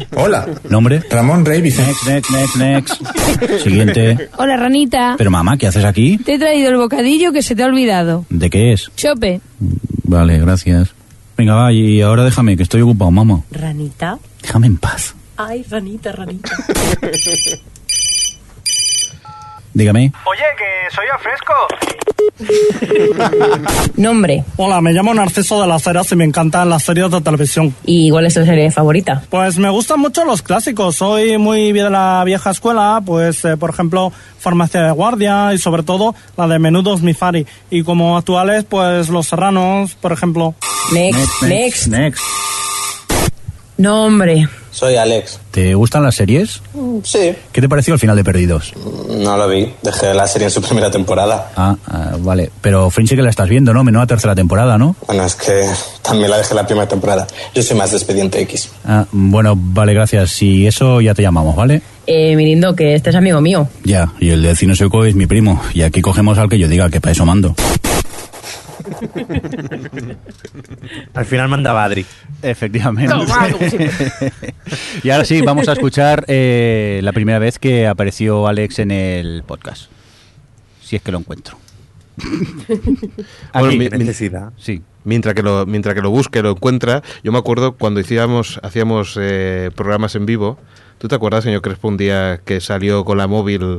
[SPEAKER 5] fresco.
[SPEAKER 21] Hola. ¿Nombre? Ramón Rey Vicente. Next, next, next, next. Siguiente.
[SPEAKER 24] Hola, ranita.
[SPEAKER 21] Pero mamá, ¿qué haces aquí?
[SPEAKER 24] Te he traído el bocadillo que se te ha olvidado.
[SPEAKER 21] ¿De qué es?
[SPEAKER 24] Chope.
[SPEAKER 21] Vale, gracias. Venga, va, y ahora déjame, que estoy ocupado, mamá.
[SPEAKER 4] ¿Ranita?
[SPEAKER 21] Déjame en paz.
[SPEAKER 4] Ay, ranita, ranita.
[SPEAKER 21] Dígame.
[SPEAKER 5] Oye, que soy de fresco.
[SPEAKER 23] Nombre. Hola, me llamo Narciso de las Heras y me encantan las series de televisión. ¿Y cuál es tu serie favorita?
[SPEAKER 5] Pues me gustan mucho los clásicos. Soy muy de la vieja escuela, pues eh, por ejemplo, Farmacia de Guardia y sobre todo la de Menudos Mifari. Y como actuales, pues Los Serranos, por ejemplo.
[SPEAKER 23] Next,
[SPEAKER 21] next, next.
[SPEAKER 23] Nombre.
[SPEAKER 21] Soy Alex. ¿Te gustan las series?
[SPEAKER 23] Sí.
[SPEAKER 21] ¿Qué te pareció el final de Perdidos?
[SPEAKER 6] No lo vi, dejé la serie en su primera temporada.
[SPEAKER 21] Ah, ah, vale. Pero Fringe que la estás viendo, ¿no? Menuda tercera temporada, ¿no?
[SPEAKER 6] Bueno, es que también la dejé la primera temporada. Yo soy más de Expediente X.
[SPEAKER 21] Ah, bueno, vale, gracias. Si eso ya te llamamos, ¿vale?
[SPEAKER 24] Eh, mi lindo, que este es amigo mío.
[SPEAKER 21] Ya, y el de Cine Seco es mi primo. Y aquí cogemos al que yo diga que para eso mando.
[SPEAKER 13] Al final mandaba Adri.
[SPEAKER 3] Efectivamente.
[SPEAKER 13] Toma, como siempre.
[SPEAKER 3] y ahora sí, vamos a escuchar eh, la primera vez que apareció Alex en el podcast. Si es que lo encuentro.
[SPEAKER 7] Bueno,
[SPEAKER 6] Aquí,
[SPEAKER 7] mi- mi-
[SPEAKER 6] necesidad.
[SPEAKER 7] Mientras que lo, mientras que lo busque, lo encuentra. Yo me acuerdo cuando hacíamos, hacíamos eh, programas en vivo. ¿Tú te acuerdas, señor Crespo, un día que salió con la móvil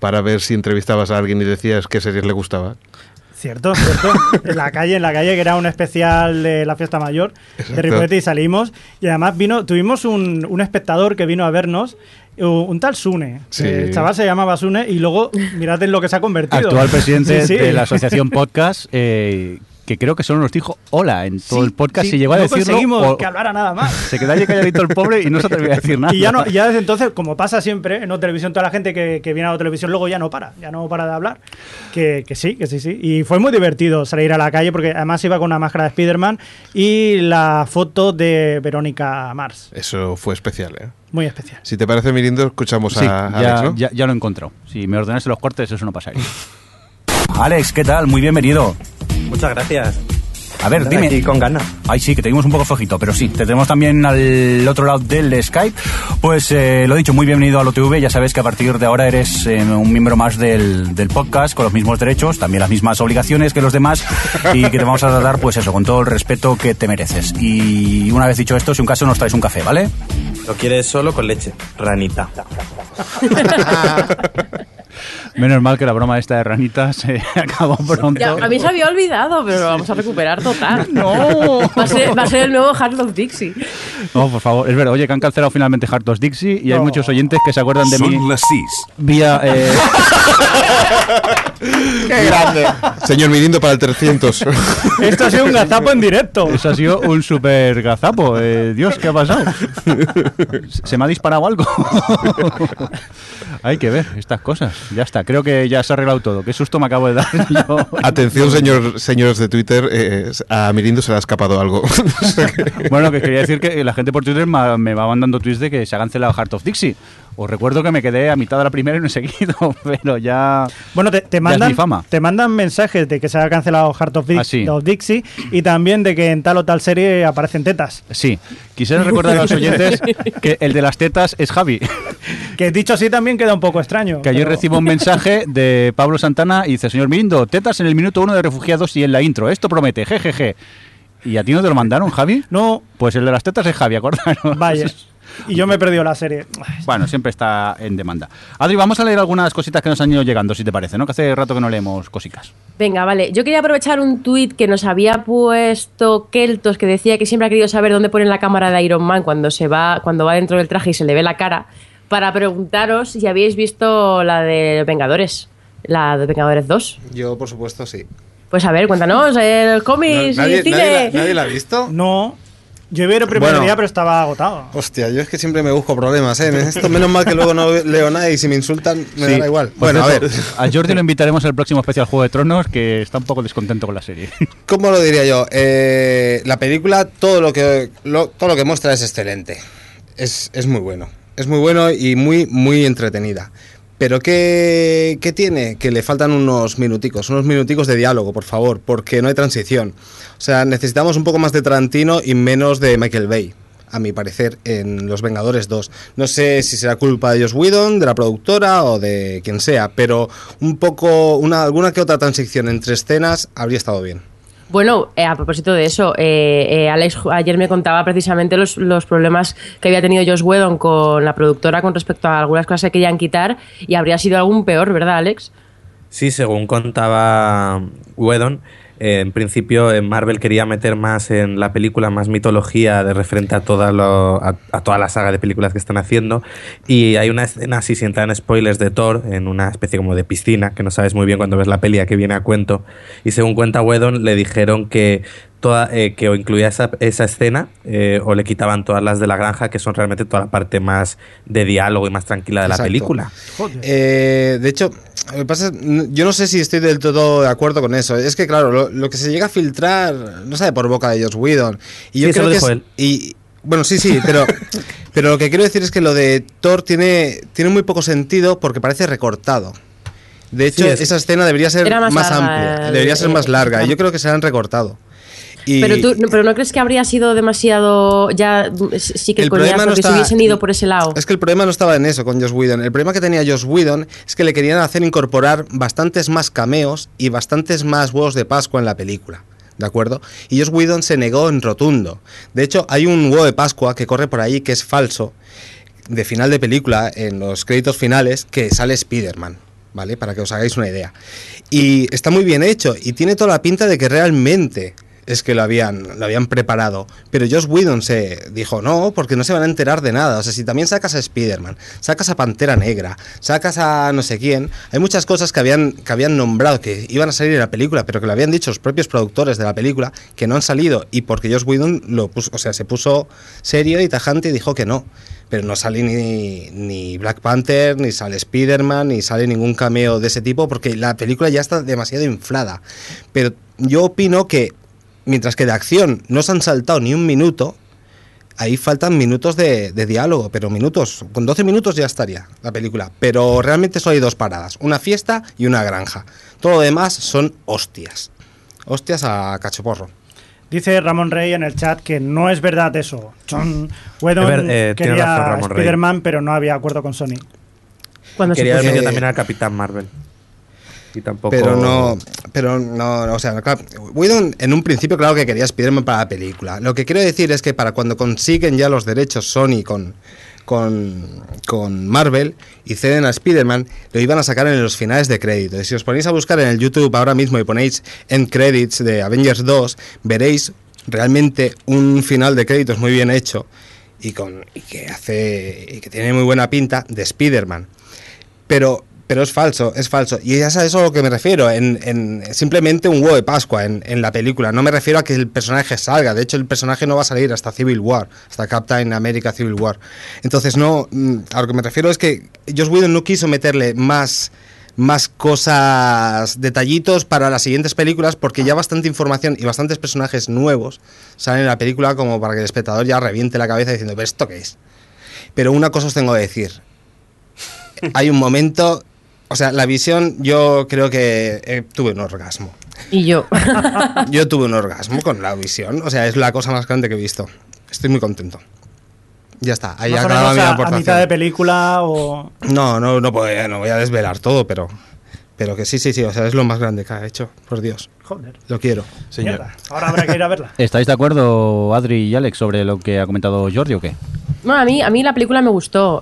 [SPEAKER 7] para ver si entrevistabas a alguien y decías qué series le gustaba?
[SPEAKER 5] Cierto, cierto. En la calle, en la calle, que era un especial de la fiesta mayor de Ripollet y salimos. Y además vino, tuvimos un, un espectador que vino a vernos, u- un tal Sune.
[SPEAKER 3] Sí.
[SPEAKER 5] El chaval se llamaba Sune y luego mirad en lo que se ha convertido.
[SPEAKER 3] Actual presidente
[SPEAKER 5] Sí, sí.
[SPEAKER 3] de la asociación podcast, eh, que creo que solo nos dijo hola en todo
[SPEAKER 5] Sí,
[SPEAKER 3] el podcast.
[SPEAKER 5] sí,
[SPEAKER 3] se llegó a
[SPEAKER 5] no
[SPEAKER 3] decirlo.
[SPEAKER 5] conseguimos
[SPEAKER 3] o-
[SPEAKER 5] que hablara nada más.
[SPEAKER 3] Se quedó allí calladito el pobre y no se atrevía a decir nada.
[SPEAKER 5] Y ya, no, y ya desde entonces, como pasa siempre en televisión, toda la gente que, que viene a la televisión luego ya no para, ya no para de hablar. Que, que sí, que sí, sí. Y fue muy divertido salir a la calle porque además iba con una máscara de Spider-Man y la foto de Verónica Mars.
[SPEAKER 7] Eso fue especial, ¿eh?
[SPEAKER 5] Muy especial.
[SPEAKER 7] Si te parece, Mirindo, escuchamos
[SPEAKER 3] Sí,
[SPEAKER 7] a
[SPEAKER 3] ya,
[SPEAKER 7] Alex, ¿no?
[SPEAKER 3] ya- ya lo encontró. Si me ordenase los cortes, eso no pasaría. Alex, ¿qué tal? Muy bienvenido.
[SPEAKER 6] Muchas gracias.
[SPEAKER 3] A ver,
[SPEAKER 6] Andad
[SPEAKER 3] dime.
[SPEAKER 6] aquí con ganas.
[SPEAKER 3] Ay, sí, que te dimos un poco flojito, pero sí, te tenemos también al otro lado del Skype. Pues eh, lo dicho, muy bienvenido al OTV. Ya sabes que a partir de ahora eres eh, un miembro más del, del podcast, con los mismos derechos, también las mismas obligaciones que los demás, y que te vamos a tratar, pues eso, con todo el respeto que te mereces. Y una vez dicho esto, si un caso, nos traes un café, ¿vale?
[SPEAKER 6] Lo quieres solo con leche, ranita.
[SPEAKER 3] Menos mal que la broma esta de ranita se acabó pronto.
[SPEAKER 4] Ya, a mí se había olvidado, pero lo vamos a recuperar total.
[SPEAKER 3] No.
[SPEAKER 4] Va a ser, va a ser el nuevo Hard of Dixie.
[SPEAKER 3] No, por favor, es verdad. Oye, que han cancelado finalmente Hartos Dixie y hay muchos oyentes que se acuerdan de
[SPEAKER 2] Son
[SPEAKER 3] mí
[SPEAKER 2] las cis.
[SPEAKER 3] vía. eh,
[SPEAKER 7] ¡Qué grande! Señor Mirindo para el 300.
[SPEAKER 5] Esto ha sido un gazapo en directo.
[SPEAKER 3] Eso ha sido un super gazapo. Eh, Dios, ¿qué ha pasado? ¿Se me ha disparado algo? Hay que ver estas cosas. Ya está, creo que ya se ha arreglado todo. Qué susto me acabo de dar. Yo-
[SPEAKER 7] Atención, señor, señores de Twitter, eh, a Mirindo se le ha escapado algo. O sea que-
[SPEAKER 3] Bueno, que quería decir que la gente por Twitter ma- me va mandando tweets de que se ha cancelado Heart of Dixie. Os recuerdo que me quedé a mitad de la primera y no he seguido, pero ya.
[SPEAKER 5] Bueno, te,
[SPEAKER 3] ya
[SPEAKER 5] te
[SPEAKER 3] es
[SPEAKER 5] mandan,
[SPEAKER 3] mi fama.
[SPEAKER 5] te mandan mensajes de que se ha cancelado Heart of, Dix-
[SPEAKER 3] Ah, sí.
[SPEAKER 5] of Dixie y también de que en tal o tal serie aparecen tetas.
[SPEAKER 3] Sí, quisiera recordar a los oyentes que el de las tetas es Javi.
[SPEAKER 5] Que dicho así también queda un poco extraño.
[SPEAKER 3] Que ayer
[SPEAKER 5] pero-
[SPEAKER 3] recibo un mensaje de Pablo Santana y dice, señor Mirindo, tetas en el minuto uno de Refugiados y en la intro. Esto promete, jejeje. ¿Y a ti no te lo mandaron, Javi?
[SPEAKER 5] No.
[SPEAKER 3] Pues el de las tetas es Javi, acordaros.
[SPEAKER 5] Vaya. Y yo me he perdido la serie.
[SPEAKER 3] Bueno, siempre está en demanda. Adri, vamos a leer algunas cositas que nos han ido llegando, si te parece, ¿no? Que hace rato que no leemos cositas.
[SPEAKER 4] Venga, vale. Yo quería aprovechar un tuit que nos había puesto Keltos que decía que siempre ha querido saber dónde ponen la cámara de Iron Man cuando se va, cuando va dentro del traje y se le ve la cara, para preguntaros si habéis visto la de Vengadores, la de Vengadores 2.
[SPEAKER 9] Yo, por supuesto, sí.
[SPEAKER 4] Pues a ver, cuéntanos, el cómic
[SPEAKER 9] No,
[SPEAKER 4] y
[SPEAKER 9] nadie-
[SPEAKER 4] cine.
[SPEAKER 9] nadie la- nadie la ha visto.
[SPEAKER 5] No. Yo iba a ir el primer
[SPEAKER 9] Bueno.
[SPEAKER 5] día, pero estaba agotado.
[SPEAKER 9] Hostia, yo es que siempre me busco problemas, ¿eh? En Esto, menos mal que luego no leo nada y si me insultan me
[SPEAKER 3] Sí.
[SPEAKER 9] da igual.
[SPEAKER 3] Por
[SPEAKER 9] Bueno, a
[SPEAKER 3] cierto,
[SPEAKER 9] ver,
[SPEAKER 3] A Jordi lo invitaremos al próximo especial Juego de Tronos, que está un poco descontento con la serie.
[SPEAKER 9] ¿cómo lo diría yo? Eh, la película, todo lo que lo- todo lo que muestra es excelente. Es, es muy bueno. Es muy bueno y muy, muy entretenida. Pero ¿qué, ¿qué tiene? Que le faltan unos minuticos, unos minuticos de diálogo, por favor, porque no hay transición. O sea, necesitamos un poco más de Tarantino y menos de Michael Bay, a mi parecer, en Los Vengadores 2. No sé si será culpa de Josh Whedon, de la productora o de quien sea, pero un poco, una, alguna que otra transición entre escenas habría estado bien.
[SPEAKER 4] Bueno, eh, a propósito de eso, eh, eh, Alex ju- ayer me contaba precisamente los, los problemas que había tenido Josh Whedon con la productora con respecto a algunas cosas que querían quitar y habría sido algún peor, ¿verdad, Alex?
[SPEAKER 6] Sí, según contaba Whedon, eh, en principio eh, Marvel quería meter más en la película, más mitología de referente a toda, lo- a, a toda la saga de películas que están haciendo. Y hay una escena, así, sin entrar en spoilers, de Thor, en una especie como de piscina, que no sabes muy bien cuando ves la peli a qué viene a cuento. Y según cuenta Whedon, le dijeron que, toda, eh, que o incluía esa, esa escena eh, o le quitaban todas las de la granja, que son realmente toda la parte más de diálogo y más tranquila de
[SPEAKER 9] Exacto.
[SPEAKER 6] la película.
[SPEAKER 9] Eh, de hecho, me pasa- yo no sé si estoy del todo de acuerdo con eso. Es que, claro, lo, lo que se llega a filtrar no sale por boca de Josh Whedon. Y yo
[SPEAKER 6] Sí, eso
[SPEAKER 9] creo
[SPEAKER 6] lo
[SPEAKER 9] que
[SPEAKER 6] dijo
[SPEAKER 9] es-
[SPEAKER 6] él.
[SPEAKER 9] y- bueno, sí, sí, pero, pero lo que quiero decir es que lo de Thor tiene, tiene muy poco sentido porque parece recortado. De hecho,
[SPEAKER 6] Sí, es-
[SPEAKER 9] esa escena debería ser
[SPEAKER 6] Era
[SPEAKER 9] más,
[SPEAKER 6] más larga,
[SPEAKER 9] amplia,
[SPEAKER 6] el-
[SPEAKER 9] debería ser más
[SPEAKER 6] el-
[SPEAKER 9] larga. y Yo creo que se han recortado. Y
[SPEAKER 4] Pero, tú, no, pero no crees que habría sido demasiado ya mm, s- sí que
[SPEAKER 9] El
[SPEAKER 4] coreano,
[SPEAKER 9] problema no
[SPEAKER 4] que se
[SPEAKER 9] está-
[SPEAKER 4] hubiesen ido por ese lado.
[SPEAKER 9] Es que el problema no estaba en eso con Josh Whedon. El problema que tenía Josh Whedon es que le querían hacer incorporar bastantes más cameos y bastantes más huevos de Pascua en la película. ¿De acuerdo? Y Josh Whedon se negó en rotundo. De hecho, hay un huevo de Pascua que corre por ahí que es falso, de final de película, en los créditos finales, que sale Spider-Man. ¿Vale? Para que os hagáis una idea. Y está muy bien hecho y tiene toda la pinta de que realmente es que lo habían, lo habían preparado. Pero Josh Whedon se dijo, no, porque no se van a enterar de nada. O sea, si también sacas a Spider-Man, sacas a Pantera Negra, sacas a no sé quién, hay muchas cosas que habían, que habían nombrado, que iban a salir en la película, pero que lo habían dicho los propios productores de la película, que no han salido. Y porque Josh Whedon lo puso, o sea, se puso serio y tajante y dijo que no. Pero no sale ni, ni Black Panther, ni sale Spider-Man, ni sale ningún cameo de ese tipo, porque la película ya está demasiado inflada. Pero yo opino que mientras que de acción no se han saltado ni un minuto, ahí faltan minutos de, de diálogo, pero minutos, con 12 minutos ya estaría la película. Pero realmente solo hay dos paradas, una fiesta y una granja. Todo lo demás son hostias. Hostias a cachoporro.
[SPEAKER 5] Dice Ramón Rey en el chat que no es verdad eso. Chon, Whedon
[SPEAKER 6] Es ver- eh, tiene
[SPEAKER 5] quería
[SPEAKER 6] razón Ramón Rey.
[SPEAKER 5] Spider-Man, pero no había acuerdo con Sony.
[SPEAKER 6] Quería haber metido
[SPEAKER 9] Eh,
[SPEAKER 6] también a Capitán Marvel. Y tampoco.
[SPEAKER 9] Pero no, pero no, no, o sea, claro, Whedon en un principio claro que quería Spider-Man para la película. Lo que quiero decir es que para cuando consiguen ya los derechos Sony con, con, con Marvel y ceden a Spider-Man, lo iban a sacar en los finales de crédito. Y si os ponéis a buscar en el YouTube ahora mismo y ponéis End Credits de Avengers 2, veréis realmente un final de créditos muy bien hecho y, con, y que, hace, y que tiene muy buena pinta de Spider-Man pero pero es falso, es falso. Y es a eso a lo que me refiero, en, en simplemente un huevo de Pascua en, en la película. No me refiero a que el personaje salga. De hecho, el personaje no va a salir hasta Civil War, hasta Captain America Civil War. Entonces, no, mm, a lo que me refiero es que Josh Whedon no quiso meterle más, más cosas, detallitos para las siguientes películas, porque ya bastante información y bastantes personajes nuevos salen en la película como para que el espectador ya reviente la cabeza diciendo, ¿pero esto qué es? Pero una cosa os tengo que decir, hay un momento. O sea, la visión, yo creo que eh, tuve un orgasmo.
[SPEAKER 4] Y yo.
[SPEAKER 9] Yo tuve un orgasmo con la visión. O sea, es la cosa más grande que he visto. Estoy muy contento. Ya está, ahí
[SPEAKER 5] Más o
[SPEAKER 9] acaba
[SPEAKER 5] menos
[SPEAKER 9] mi
[SPEAKER 5] a- a,
[SPEAKER 9] aportación.
[SPEAKER 5] mitad de película o...
[SPEAKER 9] No, no, no, voy a- no voy a desvelar todo, pero, pero que sí, sí, sí. O sea, es lo más grande que ha hecho, por Dios.
[SPEAKER 5] Joder.
[SPEAKER 9] Lo quiero.
[SPEAKER 5] Mierda. Ahora habrá que ir a verla.
[SPEAKER 3] ¿Estáis de acuerdo, Adri y Alex, sobre lo que ha comentado Jordi o qué?
[SPEAKER 4] No, a mí, a mí la película me gustó.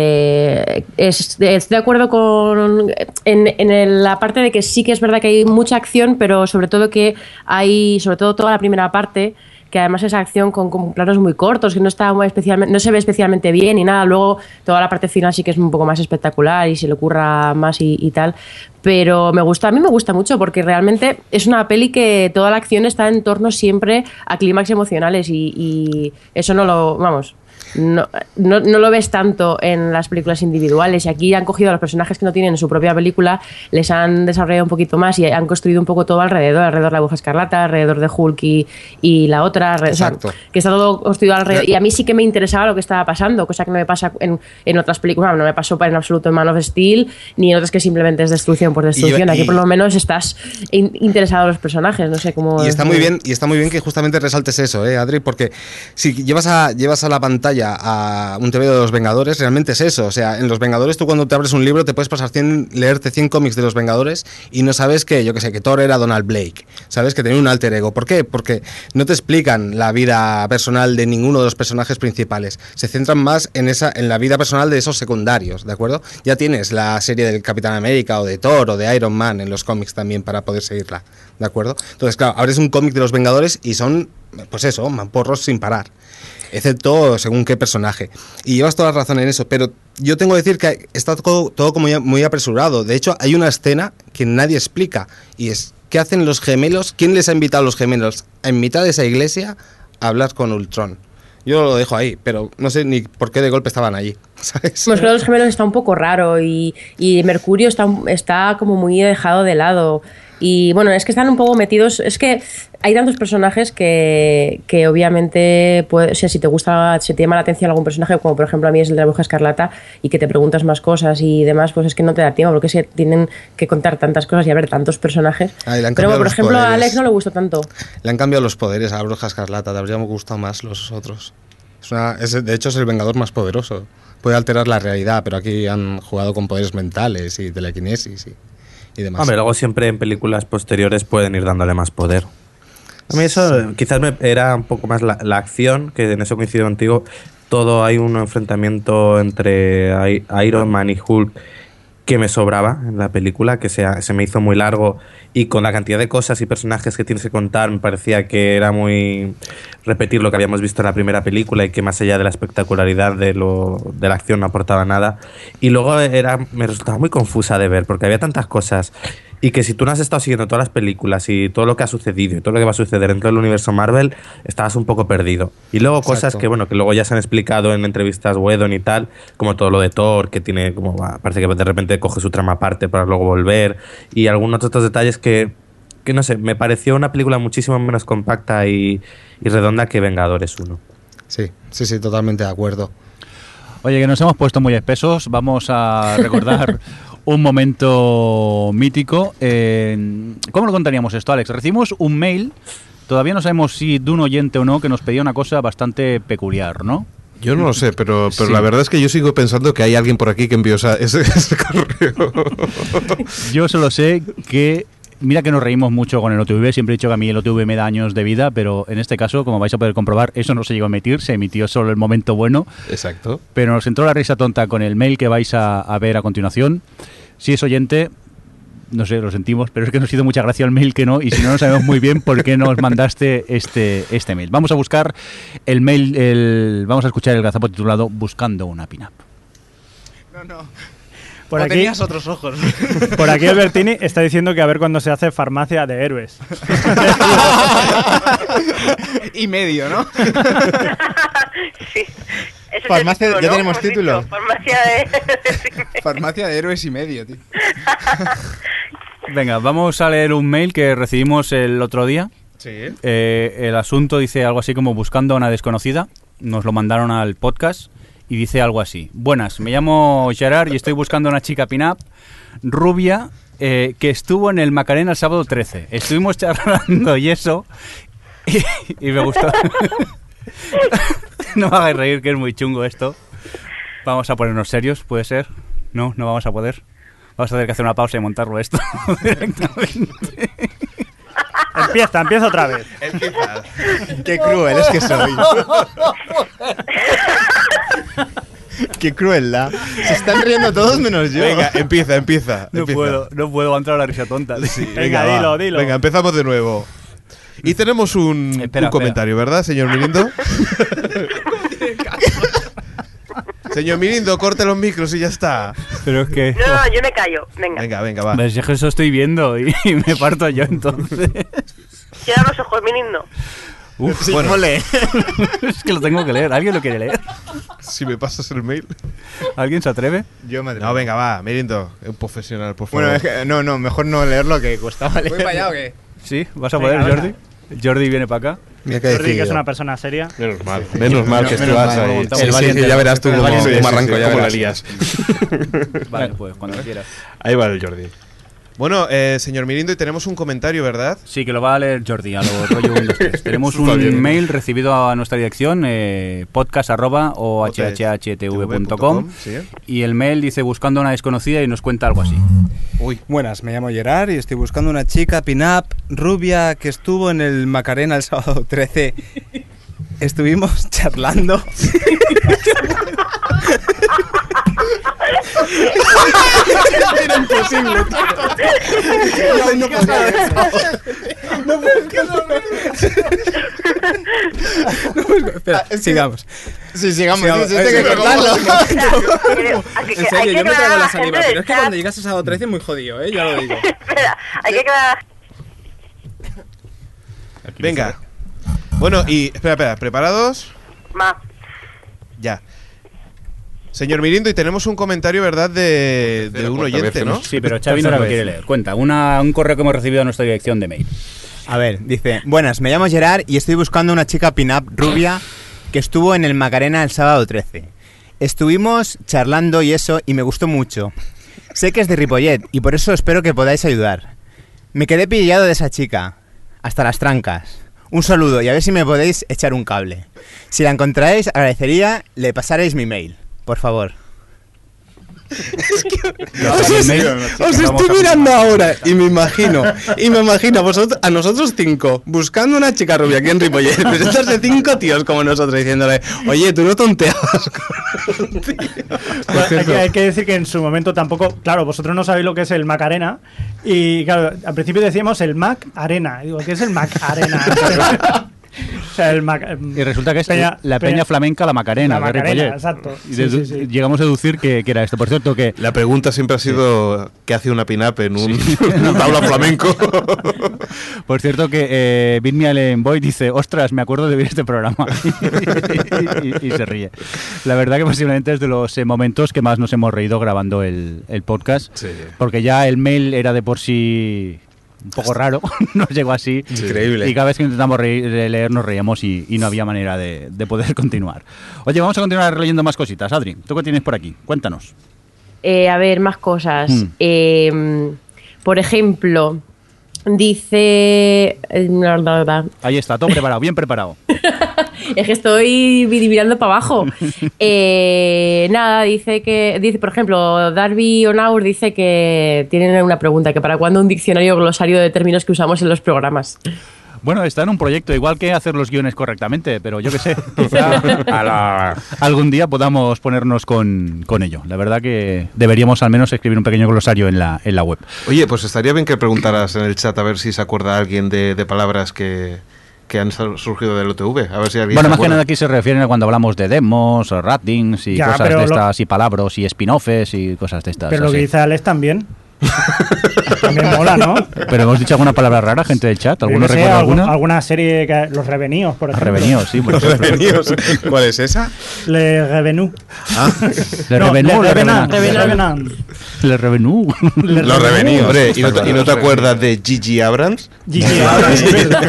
[SPEAKER 4] Eh, es- estoy de acuerdo con en, en el- la parte de que sí que es verdad que hay mucha acción, pero sobre todo que hay, sobre todo toda la primera parte, que además es acción con, con planos muy cortos, que no está muy especialmente, no se ve especialmente bien y nada. Luego toda la parte final sí que es un poco más espectacular y se le ocurra más y, y tal. Pero me gusta, a mí me gusta mucho porque realmente es una peli que toda la acción está en torno siempre a clímax emocionales y, y eso no lo, vamos, no, no, no lo ves tanto en las películas individuales y aquí han cogido a los personajes que no tienen en su propia película, les han desarrollado un poquito más y han construido un poco todo alrededor, alrededor de la aguja escarlata, alrededor de Hulk y, y la otra, alre- o sea,
[SPEAKER 2] Exacto.
[SPEAKER 4] que está todo construido alrededor y a mí sí que me interesaba lo que estaba pasando, cosa que no me pasa en, en otras películas, Bueno, no me pasó en absoluto en Man of Steel ni en otras que simplemente es destrucción por destrucción,
[SPEAKER 9] y-
[SPEAKER 4] aquí por lo menos estás in- interesado en los personajes, no sé cómo...
[SPEAKER 9] Y está muy bien, y está muy bien que justamente resaltes eso, eh, Adri, porque si llevas a, llevas a la pantalla a un TV de los Vengadores, realmente es eso. O sea, en los Vengadores tú cuando te abres un libro te puedes pasar 100, leerte 100 cómics de los Vengadores y no sabes que, yo que sé, que Thor era Donald Blake. Sabes que tenía un alter ego. ¿Por qué? Porque no te explican la vida personal de ninguno de los personajes principales. Se centran más en esa, en la vida personal de esos secundarios, ¿de acuerdo? Ya tienes la serie del Capitán América o de Thor o de Iron Man en los cómics también para poder seguirla, ¿de acuerdo? Entonces, claro, abres un cómic de los Vengadores y son, pues eso, mamporros sin parar. Excepto según qué personaje. Y llevas toda la razón en eso, pero yo tengo que decir que está todo, todo como ya muy apresurado. De hecho, hay una escena que nadie explica y es ¿qué hacen los gemelos? ¿Quién les ha invitado a los gemelos en mitad de esa iglesia a hablar con Ultron? Yo lo dejo ahí, pero no sé ni por qué de golpe estaban allí, ¿sabes?
[SPEAKER 4] Bueno, es que lo de los gemelos está un poco raro y, y Mercurio está, está como muy dejado de lado. Y bueno, es que están un poco metidos. Es que hay tantos personajes que, que obviamente, pues, o sea, si te gusta, si te llama la atención algún personaje, como por ejemplo a mí es el de la Bruja Escarlata, y que te preguntas más cosas y demás, pues es que no te da tiempo, porque se tienen que contar tantas cosas y haber tantos personajes.
[SPEAKER 9] Ay, le han
[SPEAKER 4] Pero
[SPEAKER 9] cambiado
[SPEAKER 4] por
[SPEAKER 9] los
[SPEAKER 4] ejemplo, a
[SPEAKER 9] poderes.
[SPEAKER 4] Alex no le gustó tanto.
[SPEAKER 9] Le han cambiado los poderes a la Bruja Escarlata, te habrían gustado más los otros. Es una- es- de hecho, es el Vengador más poderoso. Puede alterar la realidad, pero aquí han jugado con poderes mentales y telequinesis y, y demás.
[SPEAKER 6] Hombre, luego siempre en películas posteriores pueden ir dándole más poder. A mí eso eh, quizás me- era un poco más la, la acción, que en eso coincido contigo. Todo hay un enfrentamiento entre I- Iron Man y Hulk que me sobraba en la película, que se, se me hizo muy largo y con la cantidad de cosas y personajes que tienes que contar me parecía que era muy repetir lo que habíamos visto en la primera película y que más allá de la espectacularidad de, lo, de la acción no aportaba nada. Y luego era, me resultaba muy confusa de ver porque había tantas cosas y que si tú no has estado siguiendo todas las películas y todo lo que ha sucedido y todo lo que va a suceder dentro del universo Marvel, estabas un poco perdido. Y luego cosas
[SPEAKER 9] Exacto.
[SPEAKER 6] que, bueno, que luego ya se han explicado en entrevistas Whedon y tal, como todo lo de Thor, que tiene como, va, parece que de repente coge su trama aparte para luego volver, y algunos otros detalles que, que no sé, me pareció una película muchísimo menos compacta y, y redonda que Vengadores 1.
[SPEAKER 9] Sí, sí, sí, totalmente de acuerdo.
[SPEAKER 3] Oye, que nos hemos puesto muy espesos, vamos a recordar un momento mítico. Eh, ¿Cómo lo contaríamos esto, Alex? Recibimos un mail, todavía no sabemos si de un oyente o no, que nos pedía una cosa bastante peculiar, ¿no?
[SPEAKER 7] Yo no lo sé, pero, pero
[SPEAKER 3] Sí.
[SPEAKER 7] la verdad es que yo sigo pensando que hay alguien por aquí que envió esa- ese, ese correo.
[SPEAKER 3] Yo solo sé que... Mira que nos reímos mucho con el OTV, siempre he dicho que a mí el OTV me da años de vida, pero en este caso, como vais a poder comprobar, eso no se llegó a emitir, se emitió solo el momento bueno.
[SPEAKER 7] Exacto.
[SPEAKER 3] Pero nos entró la risa tonta con el mail que vais a, a ver a continuación. Si es oyente, no sé, lo sentimos, pero es que nos hizo mucha gracia el mail que no, y si no, no sabemos muy bien por qué nos mandaste este, este mail. Vamos a buscar el mail, el, vamos a escuchar el gazapo titulado Buscando una pin-up.
[SPEAKER 10] No, no.
[SPEAKER 5] Por
[SPEAKER 10] O
[SPEAKER 5] aquí-
[SPEAKER 10] tenías otros ojos.
[SPEAKER 5] Por aquí Albertini está diciendo que a ver cuando se hace farmacia de héroes.
[SPEAKER 10] y medio, ¿no?
[SPEAKER 14] Ese es el
[SPEAKER 8] Farmacia-
[SPEAKER 14] título,
[SPEAKER 8] ¿ya
[SPEAKER 14] ¿no?
[SPEAKER 8] tenemos
[SPEAKER 14] Hemos
[SPEAKER 8] título?
[SPEAKER 14] dicho, farmacia de...
[SPEAKER 8] Farmacia de héroes y medio, tío.
[SPEAKER 2] Venga, vamos a leer un mail que recibimos el otro día.
[SPEAKER 8] Sí.
[SPEAKER 2] Eh, el asunto dice algo así como buscando a una desconocida. Nos lo mandaron al podcast y dice algo así. Buenas, me llamo Gerard y estoy buscando a una chica pin-up rubia eh, que estuvo en el Macarena el sábado 13. Estuvimos charlando y eso y, y me gustó. no me hagáis reír que es muy chungo esto. Vamos a ponernos serios, puede ser. No, no vamos a poder. Vamos a tener que hacer una pausa y montarlo esto directamente.
[SPEAKER 5] empieza, empieza otra vez.
[SPEAKER 8] Qué cruel es que soy. Qué crueldad. Se están riendo todos menos yo.
[SPEAKER 7] Venga, empieza, empieza.
[SPEAKER 2] No
[SPEAKER 7] empieza.
[SPEAKER 2] puedo, no puedo aguantar la risa tonta.
[SPEAKER 7] va. Venga, empezamos de nuevo. Y tenemos un, un
[SPEAKER 2] espera.
[SPEAKER 7] comentario, ¿verdad, señor Mirindo? señor Mirindo, corte los micros y ya está.
[SPEAKER 2] Pero es que...
[SPEAKER 14] No, no, yo me callo. Venga.
[SPEAKER 7] Venga, venga, va.
[SPEAKER 2] Ves, es que eso estoy viendo y, y me parto yo entonces.
[SPEAKER 14] Cierra los ojos, mi lindo.
[SPEAKER 2] Uf,
[SPEAKER 7] Sí,
[SPEAKER 2] bueno.
[SPEAKER 7] mole.
[SPEAKER 2] es que lo tengo que leer. ¿Alguien lo quiere leer?
[SPEAKER 7] Si me pasas el mail.
[SPEAKER 2] ¿Alguien se atreve?
[SPEAKER 8] Yo me
[SPEAKER 7] No, venga, va, Mirindo, un profesional, por favor.
[SPEAKER 8] Bueno, es que, no, no, mejor no leerlo que costaba leer.
[SPEAKER 10] ¿Voy para allá o qué?
[SPEAKER 2] ¿Sí? ¿Vas a
[SPEAKER 5] Venga,
[SPEAKER 2] poder,
[SPEAKER 5] venga.
[SPEAKER 2] Jordi? Jordi viene para acá.
[SPEAKER 9] Mira
[SPEAKER 5] Jordi, que es una persona seria.
[SPEAKER 7] Menos mal, menos mal que
[SPEAKER 2] Menos
[SPEAKER 7] estás
[SPEAKER 2] mal.
[SPEAKER 7] ahí.
[SPEAKER 2] Sí, sí, sí, ya verás tú
[SPEAKER 7] El
[SPEAKER 2] cómo-
[SPEAKER 7] valiente,
[SPEAKER 2] cómo
[SPEAKER 7] sí,
[SPEAKER 2] arranco,
[SPEAKER 7] sí,
[SPEAKER 2] ya
[SPEAKER 7] cómo la
[SPEAKER 2] verás.
[SPEAKER 7] lías.
[SPEAKER 2] Vale, pues cuando quieras.
[SPEAKER 7] Ahí va el Jordi. Bueno, eh, señor Mirindo, y tenemos un comentario, ¿verdad?
[SPEAKER 2] Sí, que lo va a leer Jordi, a lo rollo un, dos, tres. Tenemos un
[SPEAKER 7] Está bien.
[SPEAKER 2] mail recibido a nuestra dirección, eh, podcast arroba o hhhtv.com,
[SPEAKER 7] sí.
[SPEAKER 2] y el mail dice buscando a una desconocida y nos cuenta algo así.
[SPEAKER 11] Buenas, me llamo Gerard y estoy buscando una chica pin-up rubia que estuvo en el Macarena el sábado 13. Estuvimos charlando.
[SPEAKER 10] Era imposible, tío.
[SPEAKER 11] Yo no puedo ver
[SPEAKER 10] No puedo ver
[SPEAKER 11] Espera, sigamos.
[SPEAKER 8] Sí, sigamos.
[SPEAKER 11] Sigamos.
[SPEAKER 8] sí, sí, tengo que
[SPEAKER 11] Pero
[SPEAKER 8] cortarlo.
[SPEAKER 11] ¿cómo?
[SPEAKER 14] que- hay
[SPEAKER 11] eh, En
[SPEAKER 14] que
[SPEAKER 11] serio, yo
[SPEAKER 14] aclarar
[SPEAKER 11] me trago
[SPEAKER 14] a la
[SPEAKER 11] la
[SPEAKER 14] gente
[SPEAKER 11] saliva,
[SPEAKER 14] del
[SPEAKER 11] pero es que
[SPEAKER 14] chat.
[SPEAKER 11] cuando llegas a sábado 13 muy jodido, ¿eh? Ya lo digo.
[SPEAKER 14] Espera, hay que aclarar.
[SPEAKER 7] Venga. Bueno, y espera, espera, ¿preparados?
[SPEAKER 14] Ma.
[SPEAKER 7] Ya.
[SPEAKER 1] Señor Mirindo, y tenemos un comentario, ¿verdad?, de, de un oyente, ¿no?
[SPEAKER 2] Sí, pero Xavi no la quiere leer. Cuenta, una, un correo que hemos recibido a nuestra dirección de mail.
[SPEAKER 8] A ver, dice, buenas, me llamo Gerard y estoy buscando una chica pin-up rubia que estuvo en el Macarena el sábado 13. Estuvimos charlando y eso y me gustó mucho. Sé que es de Ripollet y por eso espero que podáis ayudar. Me quedé pillado de esa chica, hasta las trancas. Un saludo y a ver si me podéis echar un cable. Si la encontráis, agradecería le pasaréis mi mail, por favor.
[SPEAKER 9] Os, es- os estoy mirando ahora y me imagino, y me imagino a, vosotros, a nosotros cinco buscando una chica rubia aquí en Ripollet, presentas de cinco tíos como nosotros diciéndole, oye, tú no tonteas.
[SPEAKER 5] Bueno, hay,
[SPEAKER 9] cierto.
[SPEAKER 5] que, hay que decir que en su momento tampoco, claro, vosotros no sabéis lo que es el Mac Arena y claro, al principio decíamos el Mac Arena, Y digo, ¿qué es el Mac Arena? o sea, el Mac mm,
[SPEAKER 3] Y resulta que es
[SPEAKER 5] Peña-
[SPEAKER 3] la Peña
[SPEAKER 5] Peña-
[SPEAKER 3] Flamenca La Macarena. de
[SPEAKER 5] La Macarena,
[SPEAKER 3] Ripollet.
[SPEAKER 5] exacto.
[SPEAKER 3] Y de-
[SPEAKER 5] Sí, sí, sí.
[SPEAKER 3] Llegamos a deducir que, que era esto. Por cierto, que
[SPEAKER 7] La pregunta siempre ha sido ¿qué hace una pin-up en un en un tabla flamenco?
[SPEAKER 3] Por cierto que eh, Beat Me Allen Boy dice, ostras, me acuerdo de ver este programa. y, y- y se ríe. La verdad que posiblemente es de los eh, momentos que más nos hemos reído grabando el, el podcast. Porque ya el mail era de por sí un poco raro, nos llegó así.
[SPEAKER 9] Increíble.
[SPEAKER 3] Y cada vez que intentamos reír- leer nos reíamos y, y no había manera de, de poder continuar. Oye, vamos a continuar leyendo más cositas. Adri, ¿tú qué tienes por aquí? Cuéntanos.
[SPEAKER 4] Eh, a ver, más cosas.
[SPEAKER 3] Mm.
[SPEAKER 4] Eh, por ejemplo, dice. eh,
[SPEAKER 3] Ahí está, todo preparado, bien preparado.
[SPEAKER 4] Es que estoy vidi- mirando para abajo. Eh, nada, dice que. Dice, por ejemplo, Darby Onaur dice que tienen una pregunta: que para cuándo un diccionario glosario de términos que usamos en los programas.
[SPEAKER 3] Bueno, está en un proyecto, igual que hacer los guiones correctamente, pero yo qué sé, quizá algún día podamos ponernos con, con ello. La verdad que deberíamos al menos escribir un pequeño glosario en la, en la web.
[SPEAKER 7] Oye, pues estaría bien que preguntaras en el chat a ver si se acuerda alguien de, de palabras que, que han sal- surgido del OTV. A ver si alguien se
[SPEAKER 3] Bueno, más que
[SPEAKER 7] acuerda.
[SPEAKER 3] nada aquí se refieren a cuando hablamos de demos, o ratings y
[SPEAKER 5] Ya,
[SPEAKER 3] cosas de
[SPEAKER 5] pero lo-
[SPEAKER 3] estas, y palabras, y spin-offs y cosas de estas.
[SPEAKER 5] Pero lo
[SPEAKER 3] así.
[SPEAKER 5] que dice Alex también. también mola, ¿no?
[SPEAKER 3] Pero hemos dicho alguna palabra rara, gente del chat. ¿Alguno
[SPEAKER 5] Yo qué sé,
[SPEAKER 3] recuerda
[SPEAKER 5] algún-
[SPEAKER 3] alguna? Ah,
[SPEAKER 5] Alguna serie que los revenidos, por ejemplo.
[SPEAKER 3] Revenidos, sí, pues. por Los ejemplo. Revenidos.
[SPEAKER 1] ¿Cuál es esa?
[SPEAKER 5] Le Revenu.
[SPEAKER 3] Ah. Le
[SPEAKER 5] No,
[SPEAKER 3] Revenú,
[SPEAKER 5] Le
[SPEAKER 3] Le Revenant.
[SPEAKER 5] Revenant. Le Revenant.
[SPEAKER 3] Le Revenú.
[SPEAKER 7] Los revenidos. Hombre, ¿y no, te- y no te acuerdas de Gigi Abrams?
[SPEAKER 5] Gigi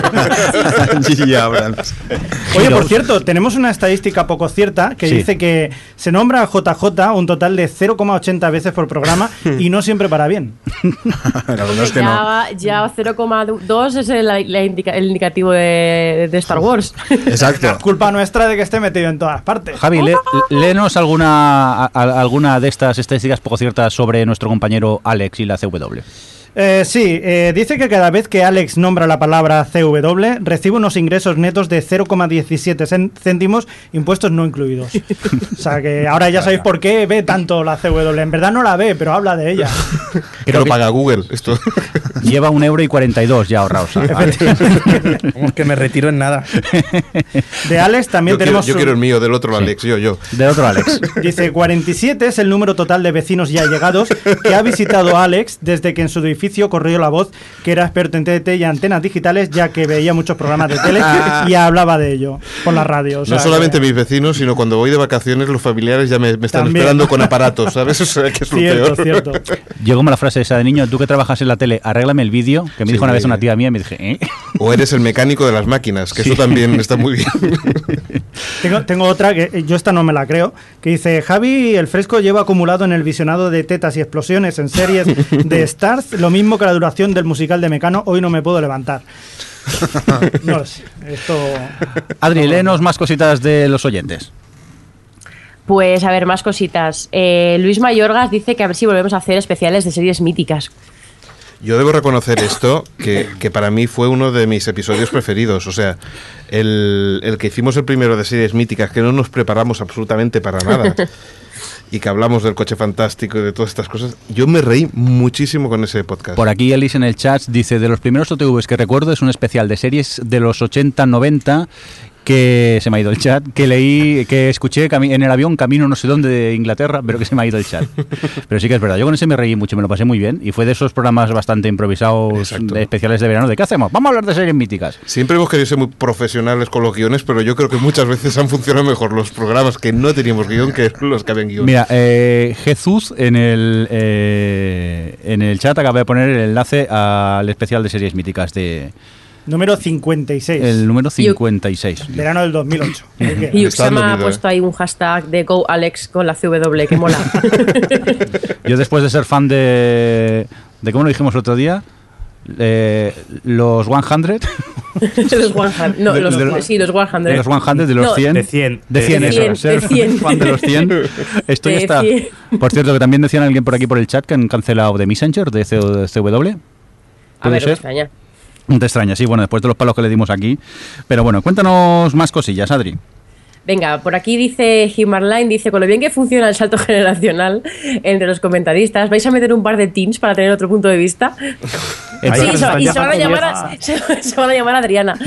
[SPEAKER 7] Abrams.
[SPEAKER 1] Gigi Abrams.
[SPEAKER 5] Oye, por
[SPEAKER 7] Heroes.
[SPEAKER 5] cierto, tenemos una estadística poco cierta que
[SPEAKER 7] Sí.
[SPEAKER 5] dice que se nombra a JJ un total de 0,80 veces por programa y no siempre para bien.
[SPEAKER 4] ya va- ya 0,2 es el, la indica- el indicativo de, de Star Wars.
[SPEAKER 9] Exacto.
[SPEAKER 5] Culpa nuestra de que esté metido en todas partes.
[SPEAKER 3] Javi, lé- léenos alguna, a- a- alguna de estas estadísticas poco ciertas sobre nuestro compañero Alex y la CW.
[SPEAKER 5] Eh, sí, eh, dice que cada vez que Alex nombra la palabra CW, recibe unos ingresos netos de 0,17 cen- céntimos, impuestos no incluidos. O sea que ahora ya sabéis por qué ve tanto la CW. En verdad no la ve, pero habla de ella.
[SPEAKER 7] Que lo paga Google. Esto.
[SPEAKER 3] Lleva un euro y 42 ya ahorrados.
[SPEAKER 5] Efectivamente.
[SPEAKER 1] que me retiro en nada.
[SPEAKER 5] De Alex también
[SPEAKER 7] yo
[SPEAKER 5] tenemos.
[SPEAKER 7] Quiero, yo
[SPEAKER 5] un-
[SPEAKER 7] quiero el mío, del otro Alex, yo, yo.
[SPEAKER 3] Del otro Alex.
[SPEAKER 5] Dice 47 es el número total de vecinos ya llegados que ha visitado Alex desde que en su edificio corrió la voz que era experto en TDT y antenas digitales ya que veía muchos programas de tele y hablaba de ello por la radio. o sea,
[SPEAKER 7] no solamente mis vecinos, sino cuando voy de vacaciones, los familiares ya me, me están
[SPEAKER 5] También.
[SPEAKER 7] esperando con aparatos, ¿sabes? O sea, que es lo
[SPEAKER 5] Cierto,
[SPEAKER 7] peor.
[SPEAKER 5] cierto.
[SPEAKER 3] Llegó como la frase esa de niño, tú que trabajas en la tele, arréglame el vídeo, que me
[SPEAKER 7] Sí,
[SPEAKER 3] dijo una vez
[SPEAKER 7] sí.
[SPEAKER 3] una tía mía y me dije, ¿eh?
[SPEAKER 7] O eres el mecánico de las máquinas, que
[SPEAKER 3] Sí.
[SPEAKER 7] eso también está muy bien.
[SPEAKER 5] Tengo, tengo otra que eh, yo esta no me la creo, que dice Javi el fresco lleva acumulado en el visionado de tetas y explosiones en series de Stars lo mismo que la duración del musical de Mecano, hoy no me puedo levantar. No lo sé, esto...
[SPEAKER 3] Adri, léenos más cositas de los oyentes.
[SPEAKER 4] Pues a ver, más cositas. Eh, Luis Mayorgas dice que a ver si volvemos a hacer especiales de series míticas.
[SPEAKER 7] Yo debo reconocer esto, que, que para mí fue uno de mis episodios preferidos. O sea, el, el que hicimos el primero de series míticas, que no nos preparamos absolutamente para nada, y que hablamos del coche fantástico y de todas estas cosas, yo me reí muchísimo con ese podcast.
[SPEAKER 3] Por aquí Elise en el chat dice, de los primeros OTVs que recuerdo es un especial de series de los 80-90 que se me ha ido el chat, que leí, que escuché cami- en el avión camino no sé dónde de Inglaterra, pero que se me ha ido el chat. Pero sí que es verdad, yo con ese me reí mucho, me lo pasé muy bien y fue de esos programas bastante improvisados, de especiales de verano, de ¿qué hacemos? Vamos a hablar de series míticas.
[SPEAKER 7] Siempre hemos querido ser muy profesionales con los guiones, pero yo creo que muchas veces han funcionado mejor los programas que no teníamos guión que los que habían guión.
[SPEAKER 3] Mira, eh, Jesús en el eh, en el chat acaba de poner el enlace al especial de series míticas de
[SPEAKER 5] Número 56.
[SPEAKER 3] el número 56.
[SPEAKER 5] Verano del 2008.
[SPEAKER 4] Y Uxama ha
[SPEAKER 3] eh.
[SPEAKER 4] puesto ahí un hashtag de GoAlex con la CW, que mola.
[SPEAKER 3] Yo después de ser fan de de cómo lo dijimos el otro día, Eh, los 100
[SPEAKER 4] los 100. No,
[SPEAKER 3] De-
[SPEAKER 4] los,
[SPEAKER 3] de los-
[SPEAKER 4] sí, los 100.
[SPEAKER 3] de los 100 de los
[SPEAKER 4] No,
[SPEAKER 3] 100 de 100
[SPEAKER 4] de
[SPEAKER 3] eso,
[SPEAKER 4] 100,
[SPEAKER 3] ser
[SPEAKER 4] de 100.
[SPEAKER 3] fan de los 100 estoy
[SPEAKER 4] De
[SPEAKER 3] hasta
[SPEAKER 4] 100.
[SPEAKER 3] por cierto que también decían alguien por aquí por el chat que han cancelado The Messenger de CO CW ¿Puede
[SPEAKER 4] A ver, me
[SPEAKER 3] ser?
[SPEAKER 4] extraña.
[SPEAKER 3] No Te extraña, sí, bueno, después de los palos que le dimos aquí. Pero bueno, cuéntanos más cosillas, Adri.
[SPEAKER 4] Venga, por aquí dice Himarline, dice, con lo bien que funciona el salto generacional entre los comentaristas, ¿vais a meter un par de teams para tener otro punto de vista? Sí,
[SPEAKER 3] Ahí
[SPEAKER 4] y se,
[SPEAKER 3] está.
[SPEAKER 4] y se van a llamar a- se- se van a llamar Adriana.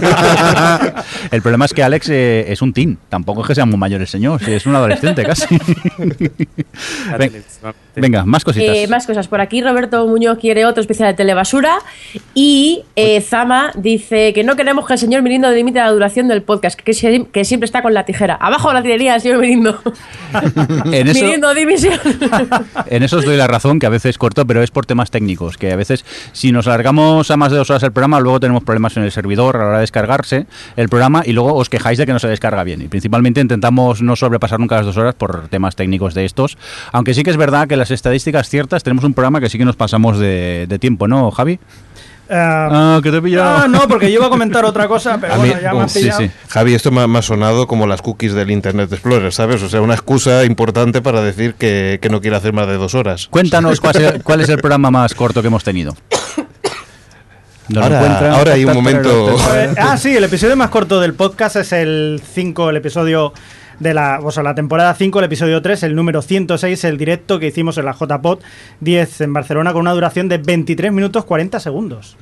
[SPEAKER 3] El problema es que Alex eh, es un teen, tampoco es que sea muy mayor el señor, sí, es un adolescente casi. Ven- Venga, más cositas.
[SPEAKER 4] Eh, más cosas por aquí. Roberto Muñoz quiere otro especial de telebasura. Y eh,
[SPEAKER 3] Pues-
[SPEAKER 4] Zama dice que no queremos que el señor Mirindo limite la duración del podcast, que, se- que siempre está con la tijera. Abajo la tirería, señor Mirindo.
[SPEAKER 3] en, eso,
[SPEAKER 4] Mirindo, dimisión.
[SPEAKER 3] en eso os doy la razón, que a veces corto, pero es por temas técnicos, que a veces si nos alargamos a más de dos horas el programa, luego tenemos problemas en el servidor a la hora de descargarse el programa y luego os quejáis de que no se descarga bien. Y principalmente intentamos no sobrepasar nunca las dos horas por temas técnicos de estos, aunque sí que es verdad que las estadísticas ciertas tenemos un programa que sí que nos pasamos de, de tiempo, ¿no, Javi? Ah, que te he pillado.
[SPEAKER 5] Ah, no, porque yo iba a comentar otra cosa, pero
[SPEAKER 7] A
[SPEAKER 5] bueno,
[SPEAKER 7] mí-
[SPEAKER 5] ya me han
[SPEAKER 7] oh, sí,
[SPEAKER 5] pillado.
[SPEAKER 7] sí. Javi, esto me ha, me ha sonado como las cookies del Internet Explorer, ¿sabes? O sea, una excusa importante para decir que, que no quiere hacer más de dos horas.
[SPEAKER 3] Cuéntanos cuál es, el- cuál es el programa más corto que hemos tenido. Nos lo
[SPEAKER 7] Ahora-
[SPEAKER 3] encuentran-
[SPEAKER 7] ahora hay un momento-
[SPEAKER 5] Eh, ah, sí, el episodio más corto del podcast es el 5, el episodio de la, o sea, la temporada 5, el episodio 3, el número 106, el directo que hicimos en la JPod 10 en Barcelona con una duración de 23 minutos 40 segundos.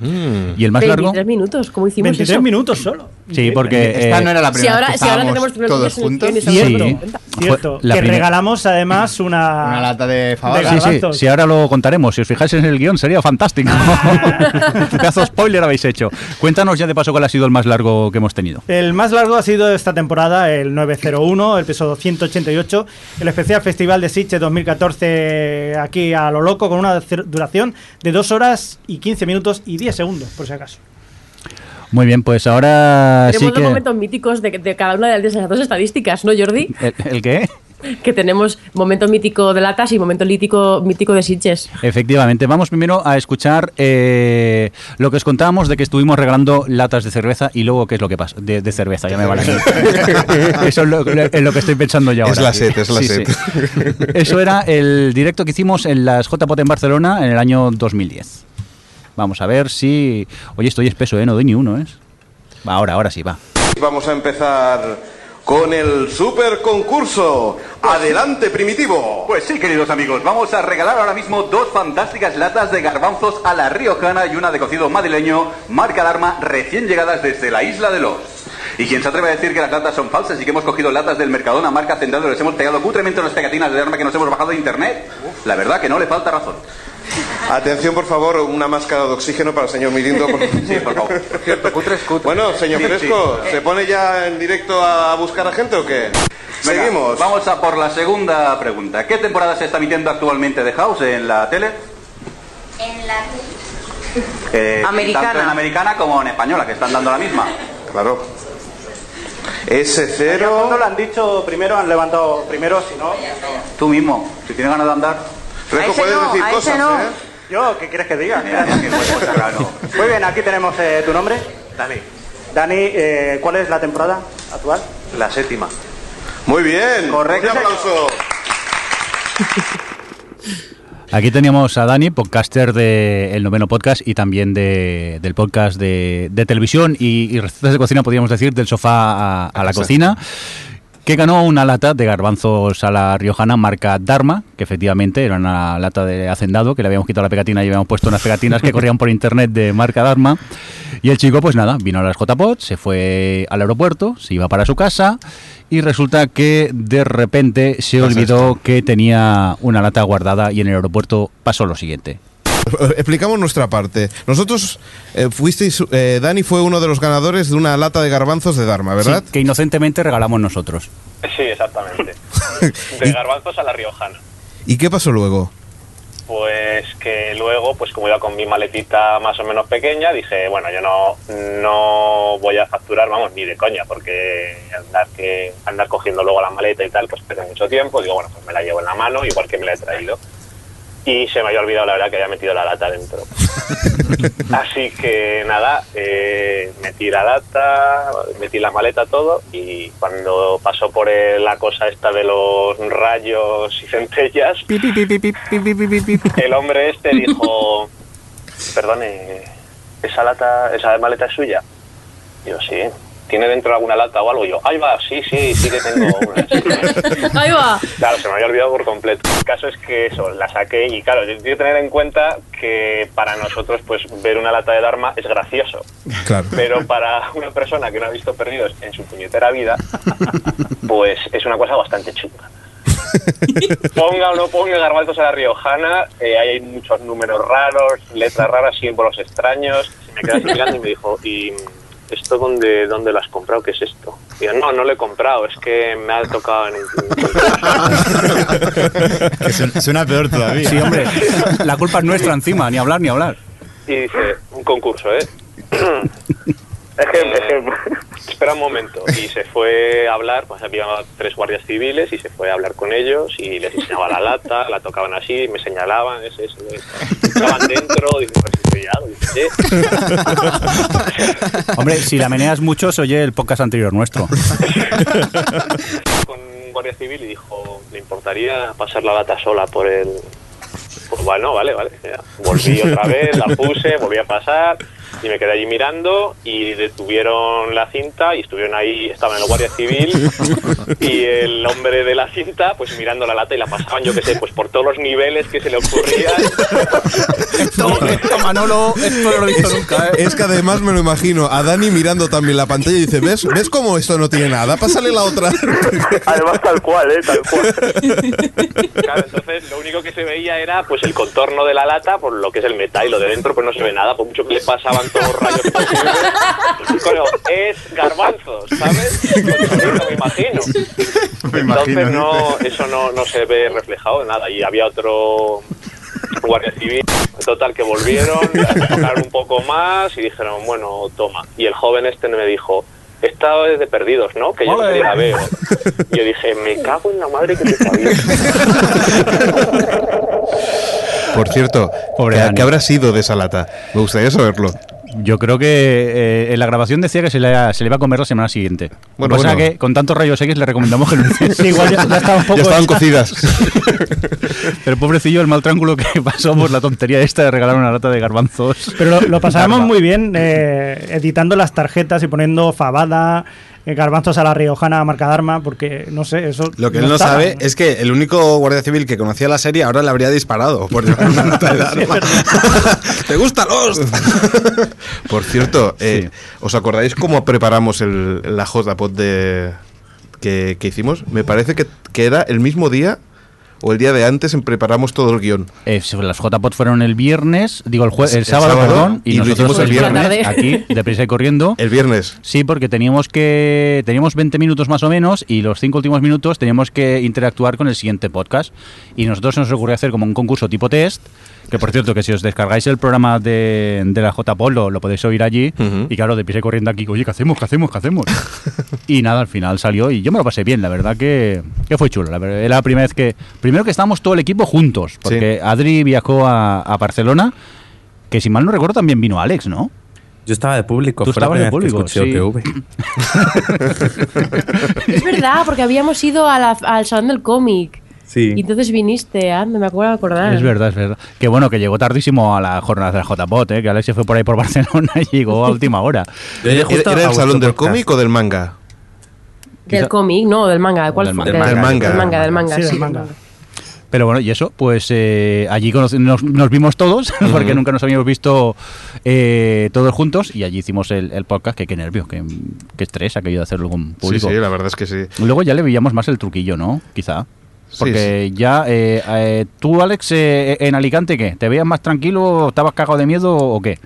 [SPEAKER 3] ¿Y el más largo?
[SPEAKER 4] 23 minutos, ¿cómo hicimos
[SPEAKER 5] 23
[SPEAKER 4] eso?
[SPEAKER 5] minutos solo.
[SPEAKER 3] Sí, porque...
[SPEAKER 5] Esta no era la
[SPEAKER 4] Si primera ahora- vez que si ahora estábamos tenemos todos juntos.
[SPEAKER 5] Sí,
[SPEAKER 3] eh, Sí.
[SPEAKER 5] Cierto,
[SPEAKER 3] La
[SPEAKER 5] que
[SPEAKER 3] primer-
[SPEAKER 5] regalamos además una,
[SPEAKER 8] Una lata de
[SPEAKER 3] Sí, sí,
[SPEAKER 5] garbanzos.
[SPEAKER 3] si ahora lo contaremos, si os fijáis en el guión sería fantástico. Pedazo spoiler habéis hecho. Cuéntanos ya de paso cuál ha sido el más largo que hemos tenido.
[SPEAKER 5] El más largo ha sido esta temporada, el 901, el episodio 188, el especial Festival de Sitges 2014 aquí a lo loco, con una cer- duración de 2 horas y 15 minutos y 10 segundos, por si acaso.
[SPEAKER 3] Muy bien, pues ahora
[SPEAKER 4] tenemos
[SPEAKER 3] sí
[SPEAKER 4] los
[SPEAKER 3] que...
[SPEAKER 4] momentos míticos de, de cada una de esas dos estadísticas, ¿no, Jordi?
[SPEAKER 3] ¿El, el qué?
[SPEAKER 4] Que tenemos momento mítico de latas y momento lítico, mítico de Sitges.
[SPEAKER 3] Efectivamente, vamos primero a escuchar eh, lo que os contábamos de que estuvimos regalando latas de cerveza y luego qué es lo que pasa. De, de cerveza, ya me vale. Eso es lo, lo- es lo que estoy pensando yo ahora.
[SPEAKER 7] Es la sed, es la
[SPEAKER 3] Sí,
[SPEAKER 7] sed.
[SPEAKER 3] sí. Eso era el directo que hicimos en las JPOT en Barcelona en el año 2010. Vamos a ver si... Oye, estoy espeso, ¿eh? No doy ni uno, ¿eh? Va, ahora, ahora sí, va.
[SPEAKER 12] Vamos a empezar con el super concurso. Adelante, primitivo.
[SPEAKER 24] Pues sí, queridos amigos, vamos a regalar ahora mismo dos fantásticas latas de garbanzos a la riojana y una de cocido madrileño, marca alarma, recién llegadas desde la isla de los. Y quien se atreve a decir que las latas son falsas y que hemos cogido latas del Mercadona marca central y les hemos pegado cutremente unas pegatinas de arma que nos hemos bajado de internet, la verdad que no le falta razón.
[SPEAKER 12] Atención, por favor, una máscara de oxígeno para el señor Mirindo. por- Bueno, señor
[SPEAKER 24] Sí,
[SPEAKER 12] Fresco,
[SPEAKER 24] sí.
[SPEAKER 12] ¿se pone ya en directo a buscar a gente o qué?
[SPEAKER 24] Venga,
[SPEAKER 12] Seguimos.
[SPEAKER 24] Vamos a por la segunda pregunta. ¿Qué temporada se está emitiendo actualmente de House en la tele?
[SPEAKER 15] En la
[SPEAKER 24] Eh,
[SPEAKER 15] Americana.
[SPEAKER 24] Tanto en americana como en española, que están dando la misma.
[SPEAKER 12] Claro. S0.
[SPEAKER 24] Cuando lo han dicho primero, han levantado primero, si no. Tú mismo, si tienes ganas de andar.
[SPEAKER 12] Fresco, A
[SPEAKER 24] Fresco,
[SPEAKER 12] ese puedes no, decir a ese cosas, no. ¿eh?
[SPEAKER 24] Yo, ¿qué quieres que diga? Pues Muy bien, aquí tenemos eh, tu nombre. Dani.
[SPEAKER 25] Dani, eh, ¿cuál es la temporada actual?
[SPEAKER 24] La séptima.
[SPEAKER 12] Muy bien.
[SPEAKER 24] Correcto.
[SPEAKER 12] Un aplauso.
[SPEAKER 3] Aquí teníamos a Dani, podcaster del noveno podcast y también de- del podcast de, de televisión y, y recetas de cocina, podríamos decir, del sofá a, a la
[SPEAKER 7] Exacto.
[SPEAKER 3] cocina. que ganó una lata de garbanzos a la riojana marca Dharma, que efectivamente era una lata de hacendado, que le habíamos quitado la pegatina y habíamos puesto unas pegatinas que corrían por internet de marca Dharma. Y el chico, pues nada, vino a las JPOT, se fue al aeropuerto, se iba para su casa y resulta que de repente se olvidó que tenía una lata guardada y en el aeropuerto pasó lo siguiente.
[SPEAKER 7] Eh, Explicamos nuestra parte. Nosotros eh, fuisteis, eh, Dani fue uno de los ganadores de una lata de garbanzos de Dharma, ¿verdad?
[SPEAKER 2] Sí, que inocentemente regalamos nosotros.
[SPEAKER 13] Sí, exactamente. De garbanzos a la riojana.
[SPEAKER 7] ¿Y qué pasó luego?
[SPEAKER 13] Pues que luego, pues como iba con mi maletita más o menos pequeña, dije, bueno, yo no, no voy a facturar, vamos, ni de coña, porque andar que andar cogiendo luego la maleta y tal, pues pierde mucho tiempo. Digo, bueno, pues me la llevo en la mano, igual que me la he traído. Y se me había olvidado, la verdad, que había metido la lata dentro. Así que nada, eh, metí la lata, metí la maleta, todo, y cuando pasó por el- la cosa esta de los rayos y centellas, el hombre este dijo, perdone, ¿esa lata, esa maleta es suya? Yo, sí. ¿Tiene dentro alguna lata o algo? Yo, ahí va, sí, sí, sí que tengo una.
[SPEAKER 4] Ahí va.
[SPEAKER 13] Claro, se me había olvidado por completo. El caso es que eso, la saqué y claro, yo tengo que tener en cuenta que para nosotros, pues, ver una lata de Dharma es gracioso.
[SPEAKER 7] Claro.
[SPEAKER 13] Pero para una persona que no ha visto perdidos en su puñetera vida, pues es una cosa bastante chunga. Ponga o no ponga garbanzos a la riojana, eh, hay muchos números raros, letras raras, símbolos extraños. Se me quedó así mirando y me dijo, ¿y esto dónde, dónde lo has comprado? ¿Qué es esto? Y yo, no, no lo he comprado, es que me ha tocado en
[SPEAKER 2] suena, peor todavía. Sí, hombre, la culpa es nuestra encima, ni hablar ni hablar.
[SPEAKER 13] y dice, un concurso, ¿eh? Eh, Espera un momento. Y se fue a hablar, pues había tres guardias civiles y se fue a hablar con ellos y les enseñaba la lata, la tocaban así, me señalaban, ese, ese, ese. estaban dentro, digo, pues, estoy liado, dice, "Eh".
[SPEAKER 2] Hombre, si la meneas mucho, se oye el podcast anterior nuestro.
[SPEAKER 13] con un guardia civil y dijo, ¿le importaría pasar la lata sola por el...? Pues bueno, vale, vale. ya. Volví otra vez, la puse, volví a pasar y me quedé allí mirando y detuvieron la cinta y estuvieron ahí, estaban el guardia civil y el hombre de la cinta pues mirando la lata y la pasaban, yo qué sé, pues por todos los niveles que se le ocurrían.
[SPEAKER 2] Esto, Manolo, esto no lo he visto nunca, ¿eh?
[SPEAKER 7] Es que además me lo imagino a Dani mirando también la pantalla y dice, ¿ves, ¿ves cómo esto no tiene nada? Pásale la otra.
[SPEAKER 13] Además, tal cual, ¿eh? Tal cual. Claro, entonces lo único que se veía era pues el contorno de la lata, por lo que es el metal, y lo de dentro pues no se ve nada, por mucho que le pasaban todos los rayos posibles. Pero es garbanzos, ¿sabes? Contornito, me imagino. Entonces no, eso no, no se ve reflejado en nada. Y había otro guardia civil, total que volvieron, la tocaron un poco más y dijeron, bueno, toma. Y el joven este me dijo, esta es de perdidos, ¿no? Que yo no
[SPEAKER 16] Ole.
[SPEAKER 13] la veo. Yo dije, me cago en la madre que te parió.
[SPEAKER 7] Por cierto, ¿qué, qué habrá sido de esa lata? Me gustaría saberlo.
[SPEAKER 3] Yo creo que eh, en la grabación decía que se le, se le iba a comer la semana siguiente.
[SPEAKER 7] Bueno,
[SPEAKER 3] Lo que pasa
[SPEAKER 7] bueno.
[SPEAKER 3] que con tantos rayos X le recomendamos que lo hiciese.
[SPEAKER 7] Sí, igual ya- ya estaba un poco Ya estaban hecha. cocidas.
[SPEAKER 3] Pero pobrecillo, el mal trángulo que pasó por la tontería esta de regalar una lata de garbanzos.
[SPEAKER 5] Pero lo, lo pasábamos
[SPEAKER 3] Garba.
[SPEAKER 5] muy bien eh, editando las tarjetas y poniendo fabada, eh, garbanzos a la riojana, marca d'arma, porque no sé, eso.
[SPEAKER 9] Lo que él no
[SPEAKER 5] estaba.
[SPEAKER 9] sabe es que el único guardia civil que conocía la serie ahora le habría disparado por llevar una nota de arma. ¿Te gusta Lost?
[SPEAKER 7] Por cierto, eh, ¿os acordáis cómo preparamos el- la JPod de, que, que hicimos? Me parece que, que era el mismo día o el día de antes en preparamos todo el guión.
[SPEAKER 3] Eh, si las JPOT fueron el viernes, digo el, jue- el
[SPEAKER 7] El
[SPEAKER 3] sábado,
[SPEAKER 7] sábado,
[SPEAKER 3] perdón, y,
[SPEAKER 7] y lo
[SPEAKER 3] nosotros
[SPEAKER 7] hicimos el
[SPEAKER 3] el viernes
[SPEAKER 7] viernes.
[SPEAKER 3] aquí, deprisa y corriendo.
[SPEAKER 7] El viernes.
[SPEAKER 3] Sí, porque teníamos que teníamos 20 minutos más o menos y los cinco últimos minutos teníamos que interactuar con el siguiente podcast. Y nosotros se nos ocurrió hacer como un concurso tipo test, que por cierto, que si os descargáis el programa de, de la JPOT lo, lo podéis oír allí. Y claro, deprisa y corriendo aquí, oye, ¿qué hacemos? ¿Qué hacemos? ¿Qué hacemos? y nada, al final salió y yo me lo pasé bien, la verdad que, que fue chulo. La verdad, era la primera vez que... Primero que estábamos todo el equipo juntos, porque Adri viajó a, a Barcelona, que si mal no recuerdo también vino Alex, ¿no?
[SPEAKER 6] Yo estaba de público,
[SPEAKER 3] Tú
[SPEAKER 6] fue la
[SPEAKER 3] estabas de
[SPEAKER 6] primera vez que
[SPEAKER 3] público,
[SPEAKER 6] escuché OTV.
[SPEAKER 4] Es verdad, porque habíamos ido a la- al salón del cómic.
[SPEAKER 3] Sí.
[SPEAKER 4] Y entonces viniste, ah, no me acuerdo de acordar.
[SPEAKER 3] Es verdad, es verdad. Que bueno, que llegó tardísimo a la jornada de la JPOT, ¿eh? que Alex se fue por ahí por Barcelona y llegó a última hora.
[SPEAKER 7] ¿Era, era el salón del cómic o del manga?
[SPEAKER 4] Del
[SPEAKER 3] Quizá-
[SPEAKER 4] cómic, no, del manga. ¿Cuál
[SPEAKER 3] Del
[SPEAKER 4] fue?
[SPEAKER 3] manga. Del manga.
[SPEAKER 4] Del manga, del manga,
[SPEAKER 5] Sí, del
[SPEAKER 4] sí.
[SPEAKER 5] manga.
[SPEAKER 3] Pero bueno, y eso, pues eh, allí conoce- nos, nos vimos todos, porque nunca nos habíamos visto eh, todos juntos, y allí hicimos el, el podcast, que qué nervio, qué, qué estrés aquello de hacerlo con público.
[SPEAKER 7] Sí, sí, la verdad es que sí.
[SPEAKER 3] Luego ya le veíamos más el truquillo, ¿no? Quizá.
[SPEAKER 7] Sí,
[SPEAKER 3] Porque ya, eh, eh, tú Alex, eh, en Alicante, ¿qué? ¿Te veías más tranquilo? ¿Estabas cagado de miedo o qué?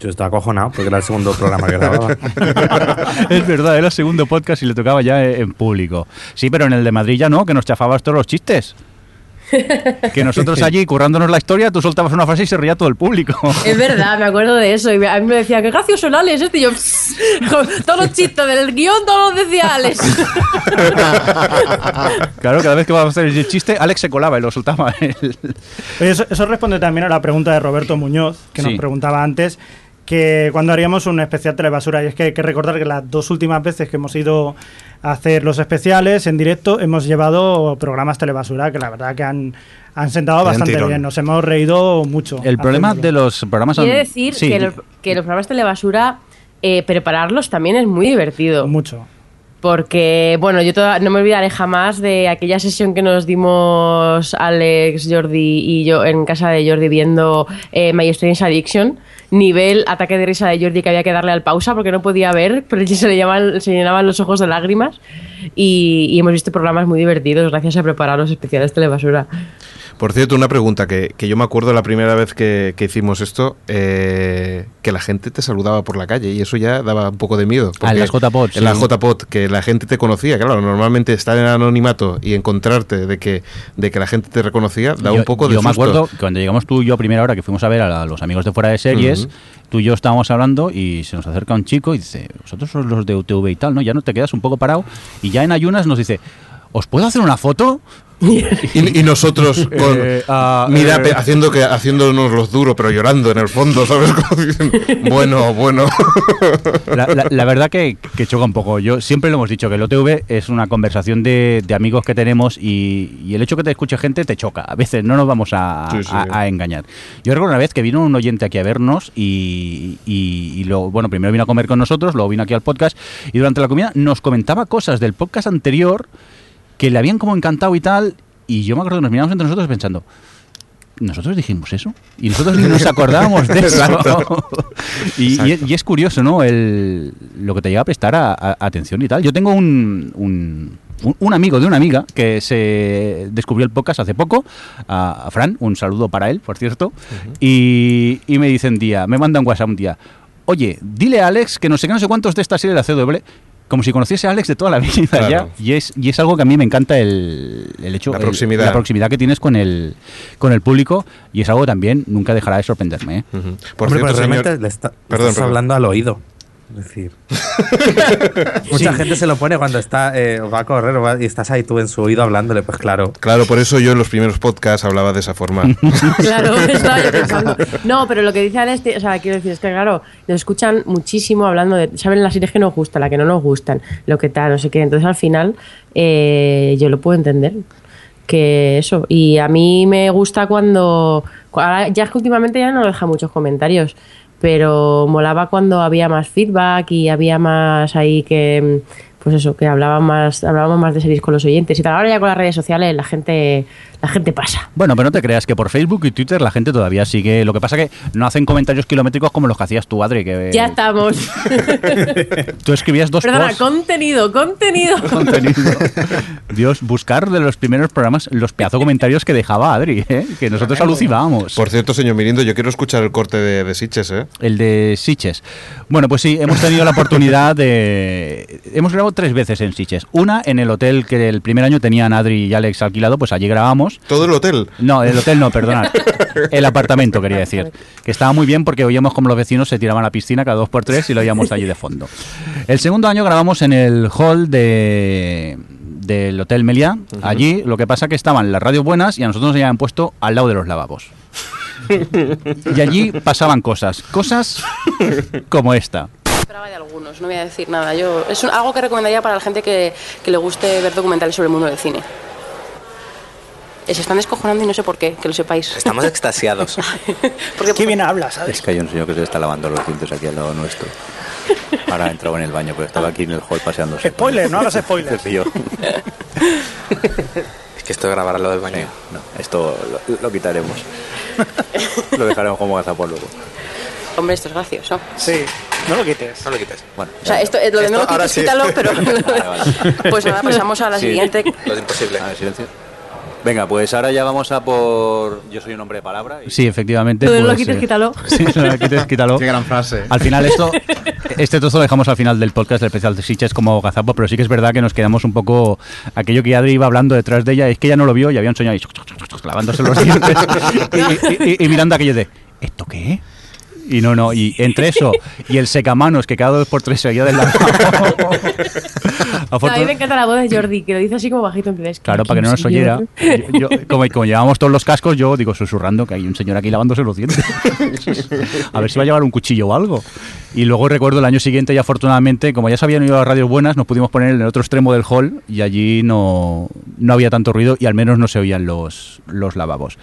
[SPEAKER 6] Yo estaba acojonado porque era el segundo programa que grababa.
[SPEAKER 3] es verdad, era el segundo podcast y le tocaba ya eh, en público. Sí, pero en el de Madrid ya no, que nos chafabas todos los chistes. Que nosotros allí currándonos la historia, tú soltabas una frase y se reía todo el público.
[SPEAKER 4] Es verdad, me acuerdo de eso. Y me- a mí me decía, qué gracioso el Alex este. Y yo, "Pss", con todos los chistes del guión, todos los decía Alex.
[SPEAKER 3] Claro, cada vez que vamos a hacer el chiste, Alex se colaba y lo soltaba. él.
[SPEAKER 5] Oye, Eso, eso responde también a la pregunta de Roberto Muñoz, que
[SPEAKER 3] Sí.
[SPEAKER 5] nos preguntaba antes, que cuando haríamos un especial Telebasura. Y es que hay que recordar que las dos últimas veces que hemos ido a hacer los especiales en directo, hemos llevado programas Telebasura, que la verdad que han, han sentado
[SPEAKER 3] Tienen
[SPEAKER 5] bastante
[SPEAKER 3] tirón.
[SPEAKER 5] bien. Nos hemos reído mucho.
[SPEAKER 3] El problema
[SPEAKER 5] haciéndolo.
[SPEAKER 3] de los programas...
[SPEAKER 4] Quiere decir
[SPEAKER 3] Sí.
[SPEAKER 4] que, los, que los programas telebasura, eh, prepararlos también es muy divertido.
[SPEAKER 5] Mucho.
[SPEAKER 4] Porque, bueno, yo toda- no me olvidaré jamás de aquella sesión que nos dimos Alex, Jordi y yo en casa de Jordi viendo eh, My Strange Addiction. Nivel ataque de risa de Jordi que había que darle al pausa porque no podía ver, pero se le llaman- se llenaban los ojos de lágrimas. Y, y hemos visto programas muy divertidos gracias a preparar los especiales telebasura.
[SPEAKER 7] Por cierto, una pregunta que, que yo me acuerdo la primera vez que, que hicimos esto, eh, que la gente te saludaba por la calle y eso ya daba un poco de miedo.
[SPEAKER 3] Ah, en las JPod,
[SPEAKER 7] En las
[SPEAKER 3] sí.
[SPEAKER 7] JPod, que la gente te conocía, claro, normalmente estar en anonimato y encontrarte de que, de que la gente te reconocía da
[SPEAKER 3] Yo-
[SPEAKER 7] un poco de
[SPEAKER 3] Yo me
[SPEAKER 7] susto.
[SPEAKER 3] acuerdo que cuando llegamos tú y yo a primera hora que fuimos a ver a, la- los amigos de fuera de series,
[SPEAKER 7] Ujú.
[SPEAKER 3] tú y yo estábamos hablando y se nos acerca un chico y dice, vosotros sois los de UTV y tal, ¿no? Ya no te quedas un poco parado y ya en ayunas nos dice, ¿os puedo hacer una foto?
[SPEAKER 7] Y, y nosotros con-
[SPEAKER 3] Eh, ah,
[SPEAKER 7] mira,
[SPEAKER 3] eh.
[SPEAKER 7] pe- haciendo que, haciéndonos los duros, pero llorando en el fondo, ¿sabes? Como diciendo, bueno, bueno.
[SPEAKER 3] La, la- la verdad que, que choca un poco. Yo siempre lo hemos dicho, que el OTV es una conversación de, de amigos que tenemos y, y el hecho que te escuche gente te choca. A veces no nos vamos a,
[SPEAKER 7] Sí, sí.
[SPEAKER 3] a- a engañar. Yo recuerdo una vez que vino un oyente aquí a vernos y, y- y lo, bueno, primero vino a comer con nosotros, luego vino aquí al podcast y durante la comida nos comentaba cosas del podcast anterior que le habían como encantado y tal. Y yo me acuerdo que nos miramos entre nosotros pensando, ¿nosotros dijimos eso? Y nosotros ni nos acordábamos de eso.
[SPEAKER 7] Exacto.
[SPEAKER 3] Y, y-
[SPEAKER 7] Exacto.
[SPEAKER 3] y es curioso, ¿no? El, lo que te llega a prestar a- a- atención y tal. Yo tengo un, un, un- un amigo de una amiga que se descubrió el podcast hace poco, a, a Fran, un saludo para él, por cierto, y, y me dice un día, me manda un WhatsApp un día, oye, dile a Alex que no sé qué, no sé cuántos de esta serie de la CW, como si conociese a Alex de toda la vida
[SPEAKER 7] Claro.
[SPEAKER 3] ya. Y es, y es algo que a mí me encanta el, el hecho,
[SPEAKER 7] La
[SPEAKER 3] el-
[SPEAKER 7] proximidad.
[SPEAKER 3] Eh, la proximidad que tienes con el, con el público, y es algo que también nunca dejará de sorprenderme. ¿eh?
[SPEAKER 7] Por
[SPEAKER 6] Hombre,
[SPEAKER 7] cierto,
[SPEAKER 6] pero realmente
[SPEAKER 7] señor-
[SPEAKER 6] le, está- le
[SPEAKER 7] Perdón,
[SPEAKER 6] estás
[SPEAKER 7] perdón.
[SPEAKER 6] hablando al oído. Es decir, mucha gente se lo pone cuando está eh, va a correr o va- y estás ahí tú en su oído hablándole, pues claro.
[SPEAKER 7] Claro, por eso yo en los primeros podcasts hablaba de esa forma.
[SPEAKER 4] Claro, estaba yo pensando. No, pero lo que dice Alex, o sea, quiero decir, es que claro, nos escuchan muchísimo hablando de. Saben las series que nos gustan, las que no nos gustan, lo que tal, no sé qué. Entonces al final, eh, yo lo puedo entender. Que eso. Y a mí me gusta cuando. ahora ya es que últimamente ya no nos deja muchos comentarios. Pero molaba cuando había más feedback y había más ahí que. Pues eso, que hablaban más, hablábamos más de series con los oyentes y tal. Ahora ya con las redes sociales la gente, la gente pasa.
[SPEAKER 3] Bueno, pero no te creas que por Facebook y Twitter la gente todavía sigue. Lo que pasa que no hacen comentarios kilométricos como los que hacías tú, Adri, que
[SPEAKER 4] Ya estamos.
[SPEAKER 3] tú escribías dos
[SPEAKER 4] Perdona,
[SPEAKER 3] posts.
[SPEAKER 4] contenido, contenido.
[SPEAKER 3] Dios, buscar de los primeros programas los pedazo de comentarios que dejaba Adri, ¿eh? que nosotros alucinábamos.
[SPEAKER 7] Por cierto, señor Mirindo, yo quiero escuchar el corte de, de Sitges, ¿eh?
[SPEAKER 3] El de Siches. Bueno, pues sí, hemos tenido la oportunidad de... Hemos grabado tres veces en Siches. Una en el hotel que el primer año tenían Adri y Alex alquilado, pues allí grabamos.
[SPEAKER 7] ¿Todo el hotel?
[SPEAKER 3] No, el hotel no, perdonad. El apartamento, quería decir. Que estaba muy bien porque oíamos como los vecinos se tiraban a la piscina cada dos por tres y lo oíamos allí de fondo. El segundo año grabamos en el hall de del Hotel Meliá. Allí lo que pasa que estaban las radios buenas y a nosotros nos habían puesto al lado de los lavabos. Y allí pasaban cosas. Cosas como esta.
[SPEAKER 16] esperaba de algunos, no voy a decir nada. Yo es un- algo que recomendaría para la gente que, que le guste ver documentales sobre el mundo del cine. Eh, Se están descojonando y no sé por qué, que lo sepáis.
[SPEAKER 26] Estamos extasiados.
[SPEAKER 16] Porque
[SPEAKER 5] Qué bien hablas, ¿sabes?
[SPEAKER 26] Es que hay un señor que se está lavando los dientes aquí al lado nuestro. Ahora entraba en el baño, pero estaba aquí en el hall paseándose.
[SPEAKER 5] Spoiler, no hagas spoilers.
[SPEAKER 26] Cepillo.
[SPEAKER 27] Es que esto de grabar lo del baño.
[SPEAKER 26] No, esto lo, lo quitaremos. lo dejaremos como gazapón luego.
[SPEAKER 16] Hombre, esto es gracioso.
[SPEAKER 5] Sí, no lo quites.
[SPEAKER 27] No lo quites.
[SPEAKER 26] Bueno,
[SPEAKER 16] O sea, esto, eh, lo de nuevo quites, quítalo, pero... Pues nada, pasamos a la siguiente.
[SPEAKER 27] Lo es imposible.
[SPEAKER 26] A ver, silencio. Venga, pues ahora ya vamos a por. Yo soy un hombre de palabra. y-
[SPEAKER 3] Sí, efectivamente.
[SPEAKER 4] Tú no lo
[SPEAKER 3] pues,
[SPEAKER 4] quites,
[SPEAKER 3] eh,
[SPEAKER 4] quítalo.
[SPEAKER 3] Sí, no lo quites, quítalo.
[SPEAKER 9] Qué gran frase.
[SPEAKER 3] Al final esto, este trozo lo dejamos al final del podcast del especial de Siches como gazapo, pero sí que es verdad que nos quedamos un poco aquello que Adri iba hablando detrás de ella, es que ella no lo vio y había un sueño ahí lavándose los dientes y, y- y- y mirando aquello de ¿esto qué? Y no, no, y entre eso y el secamanos que cada dos por tres seguía del lado.
[SPEAKER 4] No, a mí me encanta la voz de Jordi, que lo dice así como bajito en inglés.
[SPEAKER 3] Claro, para que no nos oyera. Yo- yo- como, como llevamos todos los cascos, yo digo susurrando que hay un señor aquí lavándose los dientes. A ver si va a llevar un cuchillo o algo. Y luego recuerdo el año siguiente y afortunadamente, como ya se habían ido las radios buenas, nos pudimos poner en el otro extremo del hall y allí no, no había tanto ruido y al menos no se oían los, los lavabos.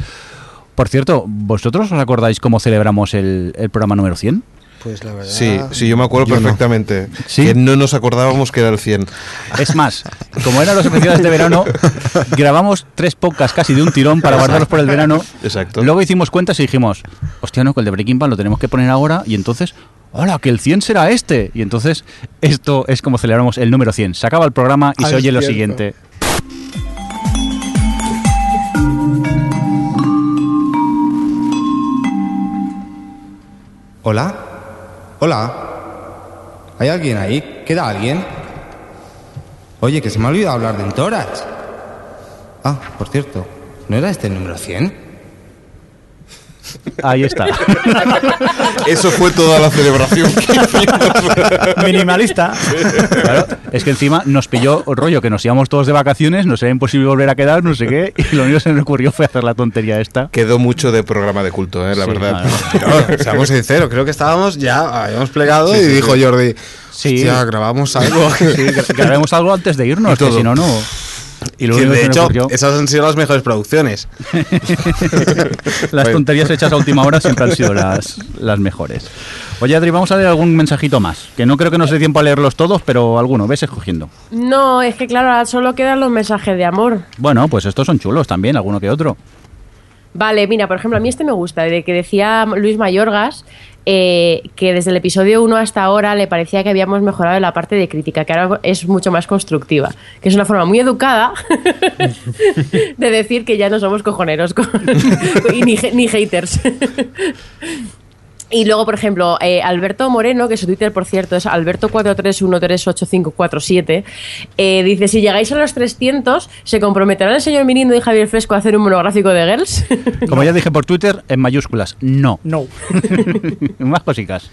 [SPEAKER 3] Por cierto, ¿vosotros os acordáis cómo celebramos el, el programa número 100?
[SPEAKER 9] Pues la verdad.
[SPEAKER 7] Sí, sí, yo me acuerdo
[SPEAKER 3] Yo no.
[SPEAKER 7] perfectamente. Que no nos acordábamos que era el 100.
[SPEAKER 3] Es más, como eran los especiales de verano, grabamos tres podcasts casi de un tirón para guardarlos por el verano.
[SPEAKER 7] Exacto.
[SPEAKER 3] Luego hicimos cuentas y dijimos, hostia, no, que el de Breaking Bad lo tenemos que poner ahora y entonces, hola, que el 100 será este. Y entonces, esto es como celebramos el número 100. Se acaba el programa y
[SPEAKER 27] Ah,
[SPEAKER 3] se
[SPEAKER 27] es
[SPEAKER 3] oye lo
[SPEAKER 27] cierto.
[SPEAKER 3] siguiente.
[SPEAKER 23] ¿Hola? ¿Hola? ¿Hay alguien ahí? ¿Queda alguien? Oye, que se me ha olvidado hablar de Entourage. Ah, por cierto, ¿no era este el número 100?
[SPEAKER 3] Ahí está.
[SPEAKER 7] Eso fue toda la celebración.
[SPEAKER 5] Minimalista.
[SPEAKER 3] Claro, es que encima nos pilló rollo que nos íbamos todos de vacaciones, nos era imposible volver a quedar, no sé qué, y lo único que se nos ocurrió fue hacer la tontería esta.
[SPEAKER 7] Quedó mucho de programa de culto, eh, la
[SPEAKER 3] Sí,
[SPEAKER 7] verdad.
[SPEAKER 9] Claro, seamos sinceros, creo que estábamos ya, habíamos plegado
[SPEAKER 7] Sí,
[SPEAKER 9] y
[SPEAKER 7] sí,
[SPEAKER 9] dijo
[SPEAKER 7] sí.
[SPEAKER 9] Jordi, sí. grabamos algo.
[SPEAKER 3] Sí, gra- grabemos algo antes de
[SPEAKER 9] Y
[SPEAKER 3] irnos, que
[SPEAKER 9] todo.
[SPEAKER 3] si no, no. Y lo
[SPEAKER 9] Que,
[SPEAKER 3] único que
[SPEAKER 9] de
[SPEAKER 3] se nos
[SPEAKER 9] hecho,
[SPEAKER 3] ocurrió-
[SPEAKER 9] esas han sido las mejores producciones.
[SPEAKER 3] Las tonterías hechas a última hora siempre han sido las, las mejores. Oye, Adri, vamos a leer algún mensajito más. Que no creo que nos dé tiempo a leerlos todos, pero alguno, ves escogiendo.
[SPEAKER 4] No, es que claro, ahora solo quedan los mensajes de amor.
[SPEAKER 3] Bueno, pues estos son chulos también, alguno que otro.
[SPEAKER 4] Vale, mira, por ejemplo, a mí este me gusta, de que decía Luis Mayorgas eh, que desde el episodio 1 hasta ahora le parecía que habíamos mejorado en la parte de crítica, que ahora es mucho más constructiva, que es una forma muy educada de decir que ya no somos cojoneros con- y ni, ge- ni haters. Y luego, por ejemplo, eh, Alberto Moreno, que su Twitter, por cierto, es alberto431385547, eh, dice, si llegáis a los 300, ¿se comprometerán el señor Mirindo y Javier Fresco a hacer un monográfico de Girls?
[SPEAKER 3] Como ya dije por Twitter, en mayúsculas, no.
[SPEAKER 5] No.
[SPEAKER 3] Más cositas.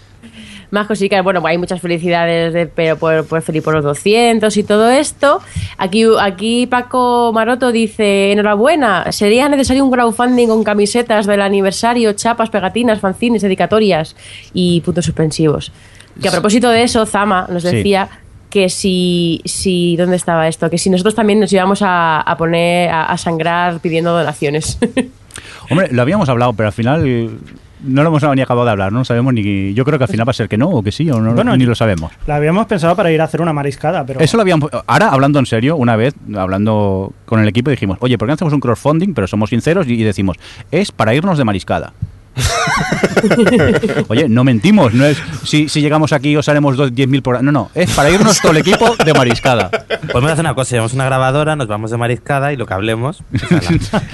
[SPEAKER 4] Más cositas, bueno, pues hay muchas felicidades de, pero por, por Felipe por los 200 y todo esto. Aquí, aquí Paco Maroto dice, enhorabuena, sería necesario un crowdfunding con camisetas del aniversario, chapas, pegatinas, fanzines, dedicatorias y puntos suspensivos. Que a propósito de eso, Zama nos
[SPEAKER 28] Sí.
[SPEAKER 4] decía que si, si, ¿dónde estaba esto? Que si nosotros también nos íbamos a, a poner a, a sangrar pidiendo donaciones.
[SPEAKER 3] Hombre, lo habíamos hablado, pero al final eh, no lo hemos ni acabado de hablar, no sabemos ni. Yo creo que al final va a ser que no, o que sí, o no,
[SPEAKER 5] Bueno,
[SPEAKER 3] ni lo sabemos.
[SPEAKER 5] La habíamos pensado para ir a hacer una mariscada, pero.
[SPEAKER 3] Eso lo habíamos. Ahora, hablando en serio, una vez, hablando con el equipo, dijimos, oye, ¿por qué no hacemos un crowdfunding? Pero somos sinceros y y decimos, es para irnos de mariscada. oye, no mentimos, no es si, si llegamos aquí os haremos dos- 10.000 por. No, no, es para irnos todo el equipo de mariscada.
[SPEAKER 6] Podemos Pues hacer una cosa, llevamos una grabadora, nos vamos de mariscada y lo que hablemos.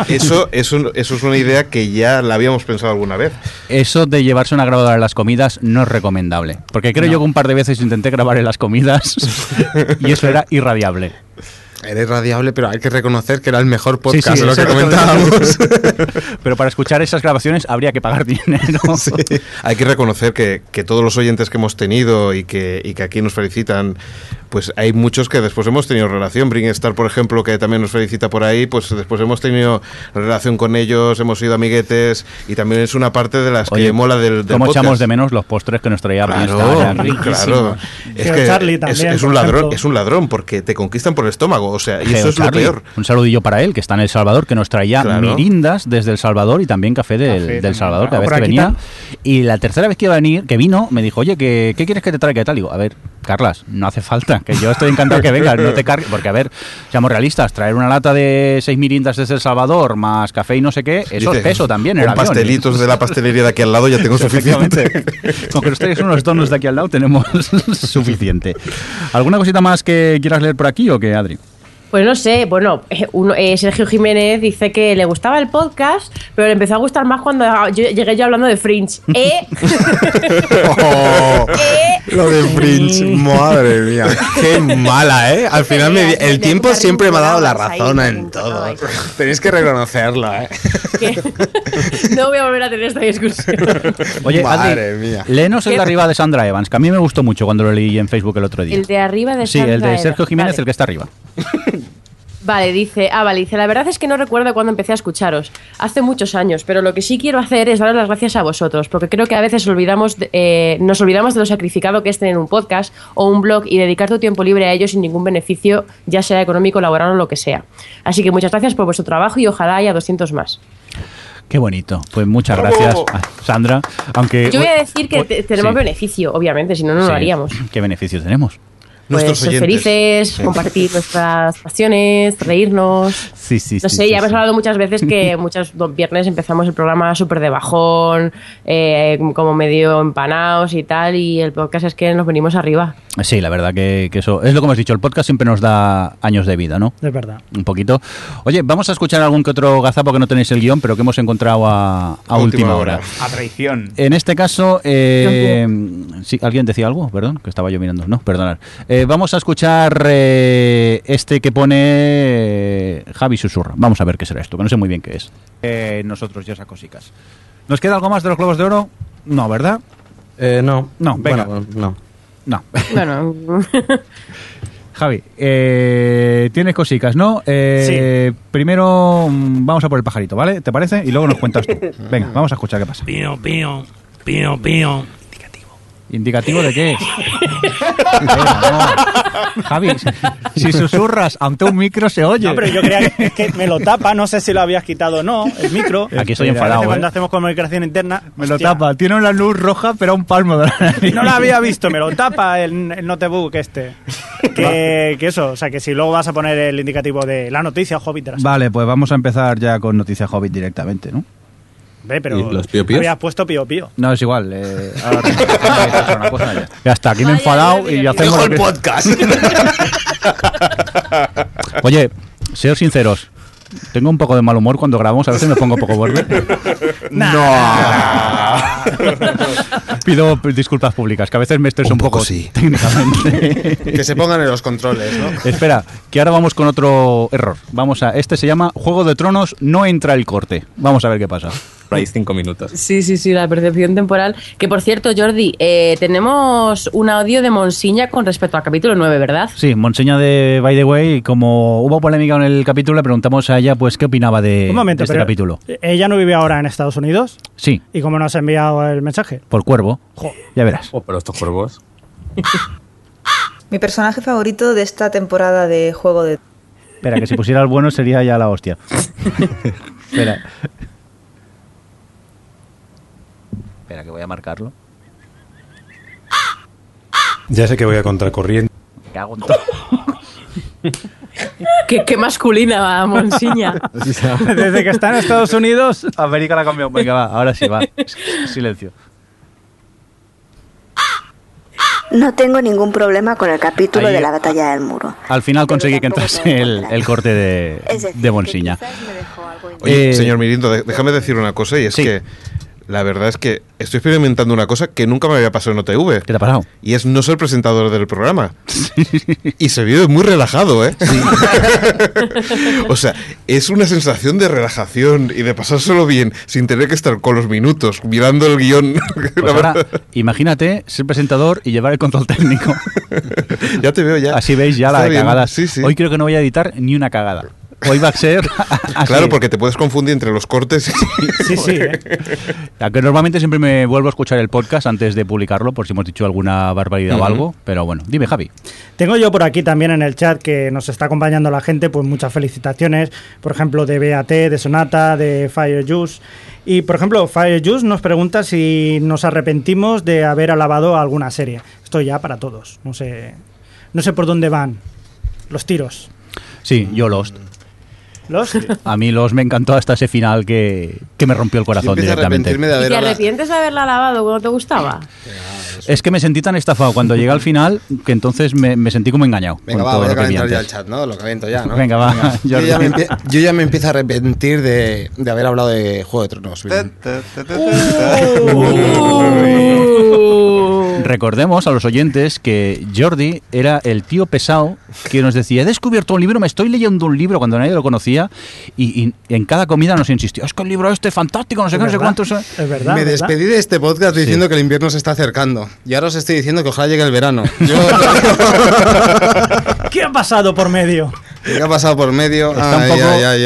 [SPEAKER 7] Eso, eso, eso es una idea que ya la habíamos pensado alguna vez.
[SPEAKER 3] Eso de llevarse una grabadora a las comidas no es recomendable. Porque creo
[SPEAKER 7] No.
[SPEAKER 3] yo que un par de veces intenté grabar en las comidas y eso era irradiable.
[SPEAKER 9] Era irradiable, pero hay que reconocer que era el mejor
[SPEAKER 3] Sí, sí,
[SPEAKER 9] podcast, lo
[SPEAKER 3] eso es
[SPEAKER 9] que
[SPEAKER 3] lo que-
[SPEAKER 9] comentábamos.
[SPEAKER 3] Pero para escuchar esas grabaciones habría que pagar dinero.
[SPEAKER 7] Hay que reconocer que, que todos los oyentes que hemos tenido y que, y que aquí nos felicitan pues hay muchos que después hemos tenido relación. Bringstar, por ejemplo, que también nos felicita por ahí, pues después hemos tenido relación con ellos, hemos sido amiguetes y también es una parte de las
[SPEAKER 3] Oye,
[SPEAKER 7] que mola del, del
[SPEAKER 3] ¿Cómo
[SPEAKER 7] podcast.
[SPEAKER 3] echamos de menos los postres que nos traía
[SPEAKER 7] Claro,
[SPEAKER 3] Brinstar? Eran
[SPEAKER 7] claro.
[SPEAKER 3] riquísimos.
[SPEAKER 7] Es, que es, es un ladrón, es un ladrón porque te conquistan por el estómago, o sea, y eso es lo
[SPEAKER 3] Geocharlie,
[SPEAKER 7] peor.
[SPEAKER 3] Un saludillo para él, que está en El Salvador, que nos traía
[SPEAKER 7] Claro.
[SPEAKER 3] mirindas desde El Salvador y también café del, del
[SPEAKER 7] también,
[SPEAKER 3] Salvador
[SPEAKER 7] claro.
[SPEAKER 3] cada vez
[SPEAKER 7] Por
[SPEAKER 3] que
[SPEAKER 7] aquí
[SPEAKER 3] venía. Y la tercera vez que iba a venir, que vino, me dijo, oye, ¿qué, qué quieres que te traiga y tal? Digo, a ver, Carlas, no hace falta, que yo estoy encantado que vengas, no te cargues. Porque, a ver, seamos realistas, traer una lata de seis mirindas desde El Salvador más café y no sé qué, eso es
[SPEAKER 7] Dice,
[SPEAKER 3] peso también. en el
[SPEAKER 7] Con
[SPEAKER 3] avión". ¿eh?".
[SPEAKER 7] pastelitos de la pastelería de aquí al lado ya tengo suficiente.
[SPEAKER 3] Con que ustedes unos donos de aquí al lado tenemos suficiente. ¿Alguna cosita más que quieras leer por aquí o qué, Adri?
[SPEAKER 4] Pues no sé, bueno, eh, uno- eh, Sergio Jiménez dice que le gustaba el podcast, pero le empezó a gustar más cuando ah, yo- llegué yo hablando de Fringe. ¿Eh?
[SPEAKER 8] Oh.
[SPEAKER 9] Lo de Fringe, madre mía, qué mala, ¿eh? Al final me di- el tiempo siempre me ha dado la razón en todo. Tenéis que reconocerlo, ¿eh?
[SPEAKER 4] no voy a volver a tener esta discusión.
[SPEAKER 3] Oye,
[SPEAKER 9] Madre
[SPEAKER 3] Adri,
[SPEAKER 9] mía.
[SPEAKER 3] léenos
[SPEAKER 4] Eh,
[SPEAKER 3] el de arriba de Sandra Evans, que a mí me gustó mucho cuando lo leí en Facebook el otro día.
[SPEAKER 4] El de arriba de
[SPEAKER 3] sí, el
[SPEAKER 4] Sandra
[SPEAKER 3] de
[SPEAKER 4] era.
[SPEAKER 3] Sergio Jiménez,
[SPEAKER 4] Vale.
[SPEAKER 3] el que está arriba.
[SPEAKER 4] Vale, dice, ah, vale, dice, la verdad es que no recuerdo cuándo empecé a escucharos, hace muchos años, pero lo que sí quiero hacer es daros las gracias a vosotros, porque creo que a veces olvidamos de- eh, nos olvidamos de lo sacrificado que es tener un podcast o un blog y dedicar tu tiempo libre a ello sin ningún beneficio, ya sea económico, laboral o lo que sea. Así que muchas gracias por vuestro trabajo y ojalá haya 200 más.
[SPEAKER 3] Qué bonito. Pues muchas gracias, a Sandra. Aunque
[SPEAKER 4] Yo voy a decir que te- tenemos
[SPEAKER 3] Eh, sí.
[SPEAKER 4] beneficio, obviamente, si no, no
[SPEAKER 3] Sí.
[SPEAKER 4] lo haríamos.
[SPEAKER 3] ¿Qué beneficio tenemos?
[SPEAKER 4] Pues ser felices, compartir nuestras pasiones, reírnos.
[SPEAKER 3] Sí, sí,
[SPEAKER 4] No
[SPEAKER 3] sí,
[SPEAKER 4] sé,
[SPEAKER 3] sí,
[SPEAKER 4] ya hemos hablado muchas veces que muchos do- viernes empezamos el programa súper de bajón, eh, como medio empanados y tal, y el podcast es que nos venimos arriba.
[SPEAKER 3] Sí, la verdad que, que eso es lo que hemos dicho. El podcast siempre nos da años de vida, ¿no?
[SPEAKER 5] Es verdad.
[SPEAKER 3] Un poquito. Oye, vamos a escuchar algún que otro gazapo que no tenéis el guión, pero que hemos encontrado a, a última, hora.
[SPEAKER 8] A traición.
[SPEAKER 3] En este caso, eh, sí, ¿alguien decía algo? Perdón, que estaba yo mirando. No, perdonad. Eh, vamos a escuchar eh, este que pone eh, Javi Susurra. Vamos a ver qué será esto, que no sé muy bien qué es. Eh, nosotros ya esas cosicas. ¿Nos queda algo más de los globos de oro? No, ¿verdad?
[SPEAKER 6] Eh, no.
[SPEAKER 3] No, venga.
[SPEAKER 6] Bueno, no.
[SPEAKER 3] No.
[SPEAKER 4] Bueno,
[SPEAKER 3] Javi, eh, tienes cosicas, ¿no? Eh, Primero mm, vamos a por el pajarito, ¿vale? ¿Te parece? Y luego nos cuentas tú. Venga, vamos a escuchar qué pasa.
[SPEAKER 21] Pío, pío, pío, pío.
[SPEAKER 3] ¿Indicativo de qué? Venga, no. Javi, si susurras ante un micro se oye.
[SPEAKER 5] No, pero yo creía que, que me lo tapa, no sé si lo habías quitado o no, el micro.
[SPEAKER 3] Aquí estoy
[SPEAKER 5] A veces
[SPEAKER 3] enfadado, ¿eh?
[SPEAKER 5] Cuando hacemos comunicación interna,
[SPEAKER 3] Me lo
[SPEAKER 5] hostia,
[SPEAKER 3] tapa. Tiene una luz roja, pero a un palmo de la nariz.
[SPEAKER 5] No lo había visto, me lo tapa el, el notebook este. Que, que eso, o sea, que si luego vas a poner el indicativo de la noticia, Hobbit de la
[SPEAKER 3] Vale, pues vamos a empezar ya con Noticias Hobbit directamente, ¿no?
[SPEAKER 5] Ve, pero
[SPEAKER 3] ¿Y los pío-píos?
[SPEAKER 5] habías puesto pío pío.
[SPEAKER 3] No, es igual. eh, ahora tengo que hacer una cosa ya. Ah, Ya está, aquí me he enfadado y hacemos...
[SPEAKER 5] Dejo
[SPEAKER 3] lo
[SPEAKER 5] el
[SPEAKER 3] que-
[SPEAKER 5] podcast.
[SPEAKER 3] Oye, seos sinceros. Tengo un poco de mal humor cuando grabamos, a veces me pongo un poco borde. Pido disculpas públicas, que a veces me estreso un, poco, técnicamente.
[SPEAKER 9] Que se pongan en los controles, ¿no?
[SPEAKER 3] Espera, que ahora vamos con otro error. Vamos a. Este se llama Juego de Tronos, no entra el corte. Vamos a ver qué pasa.
[SPEAKER 6] Hay cinco minutos.
[SPEAKER 4] Sí, sí, sí, la percepción temporal. Que por cierto, Jordi, eh, tenemos un audio de Monsiña con respecto al capítulo 9, ¿verdad?
[SPEAKER 3] Sí, Monseña de By the Way, como hubo polémica en el capítulo, le preguntamos a ella pues qué opinaba de,
[SPEAKER 5] Un
[SPEAKER 3] de
[SPEAKER 5] momento,
[SPEAKER 3] este
[SPEAKER 5] pero eh,
[SPEAKER 3] capítulo.
[SPEAKER 5] ¿Ella no vive ahora en Estados Unidos?
[SPEAKER 3] Sí,
[SPEAKER 5] ¿Y cómo nos ha enviado el mensaje?
[SPEAKER 3] por cuervo. Ya verás.
[SPEAKER 6] Oh, pero estos cuervos.
[SPEAKER 24] Mi personaje favorito de esta temporada de Juego de...
[SPEAKER 3] Espera, que si pusiera el bueno sería ya la hostia. Espera. Espera, que voy a marcarlo.
[SPEAKER 29] Ya sé que voy a contracorriente.
[SPEAKER 3] Me cago en todo.
[SPEAKER 4] Qué, qué masculina va, Monsiña.
[SPEAKER 3] Desde que está en Estados Unidos, América la cambió. Venga, va, ahora sí, va. Silencio.
[SPEAKER 13] No tengo ningún problema con el capítulo
[SPEAKER 3] Ahí-
[SPEAKER 13] de la batalla del muro.
[SPEAKER 3] Al final conseguí que entrase el, el corte de, de Monsiña.
[SPEAKER 7] Oye,
[SPEAKER 3] Eh,
[SPEAKER 7] señor Mirindo, de- déjame decir una cosa y es que La verdad es que estoy experimentando una cosa que nunca me había pasado en OTV.
[SPEAKER 3] ¿Qué te ha pasado?
[SPEAKER 7] Y es no ser presentador del programa. y se vive muy relajado, ¿eh? o sea, es una sensación de relajación y de pasárselo bien sin tener que estar con los minutos mirando el guión.
[SPEAKER 3] Pues ahora, imagínate ser presentador y llevar el control técnico.
[SPEAKER 7] ya te veo ya.
[SPEAKER 3] Así veis ya la
[SPEAKER 7] Está
[SPEAKER 3] de
[SPEAKER 7] bien.
[SPEAKER 3] cagadas.
[SPEAKER 7] Sí, sí.
[SPEAKER 3] Hoy creo que no voy a editar ni una cagada. Hoy va a ser... así.
[SPEAKER 7] Claro, porque te puedes confundir entre los cortes.
[SPEAKER 5] Sí, sí. ¿eh?
[SPEAKER 3] Ya que normalmente siempre me vuelvo a escuchar el podcast antes de publicarlo por si hemos dicho alguna barbaridad
[SPEAKER 7] Ujú.
[SPEAKER 3] o algo. Pero bueno, dime Javi.
[SPEAKER 5] Tengo yo por aquí también en el chat que nos está acompañando la gente, pues muchas felicitaciones, por ejemplo, de BAT, de Sonata, de Fire Juice. Y por ejemplo, Fire Juice nos pregunta si nos arrepentimos de haber alabado a alguna serie. Esto ya para todos, no sé, no sé por dónde van los tiros.
[SPEAKER 3] Sí, yo Lost.
[SPEAKER 5] Los
[SPEAKER 3] A mí Lost me encantó hasta ese final que, que me rompió el corazón
[SPEAKER 9] empiezo a
[SPEAKER 3] directamente.
[SPEAKER 9] arrepentirme de
[SPEAKER 4] ¿Y te arrepientes de haberla lavado cuando te gustaba?
[SPEAKER 3] Es que me sentí tan estafado cuando llegué al final que entonces me, me sentí como engañado.
[SPEAKER 9] Venga,
[SPEAKER 3] con
[SPEAKER 9] va,
[SPEAKER 3] todo
[SPEAKER 9] voy a
[SPEAKER 3] lo que vi
[SPEAKER 9] calentar ya
[SPEAKER 3] antes.
[SPEAKER 9] el chat, ¿no? Lo caliento ya, ¿no?
[SPEAKER 3] Venga, va,
[SPEAKER 9] Yo,
[SPEAKER 3] Jordi.
[SPEAKER 9] ya me empie- yo ya me empiezo a arrepentir de, de haber hablado de Juego de Tronos. William.
[SPEAKER 3] Recordemos a los oyentes que Jordi era el tío pesado que nos decía, he descubierto un libro, me estoy leyendo un libro cuando nadie lo conocía y, y en cada comida nos insistió, es que el libro este es fantástico, no sé qué, no sé cuántos...
[SPEAKER 5] Es verdad. ¿verdad?
[SPEAKER 9] me despedí de este podcast diciendo que el invierno se está acercando. Y ahora os estoy diciendo que ojalá llegue el verano. Yo,
[SPEAKER 5] ¿Qué ha pasado por medio?
[SPEAKER 9] ¿Qué ha pasado por medio?
[SPEAKER 3] Está un
[SPEAKER 9] Ay,
[SPEAKER 3] poco
[SPEAKER 9] ay, ay,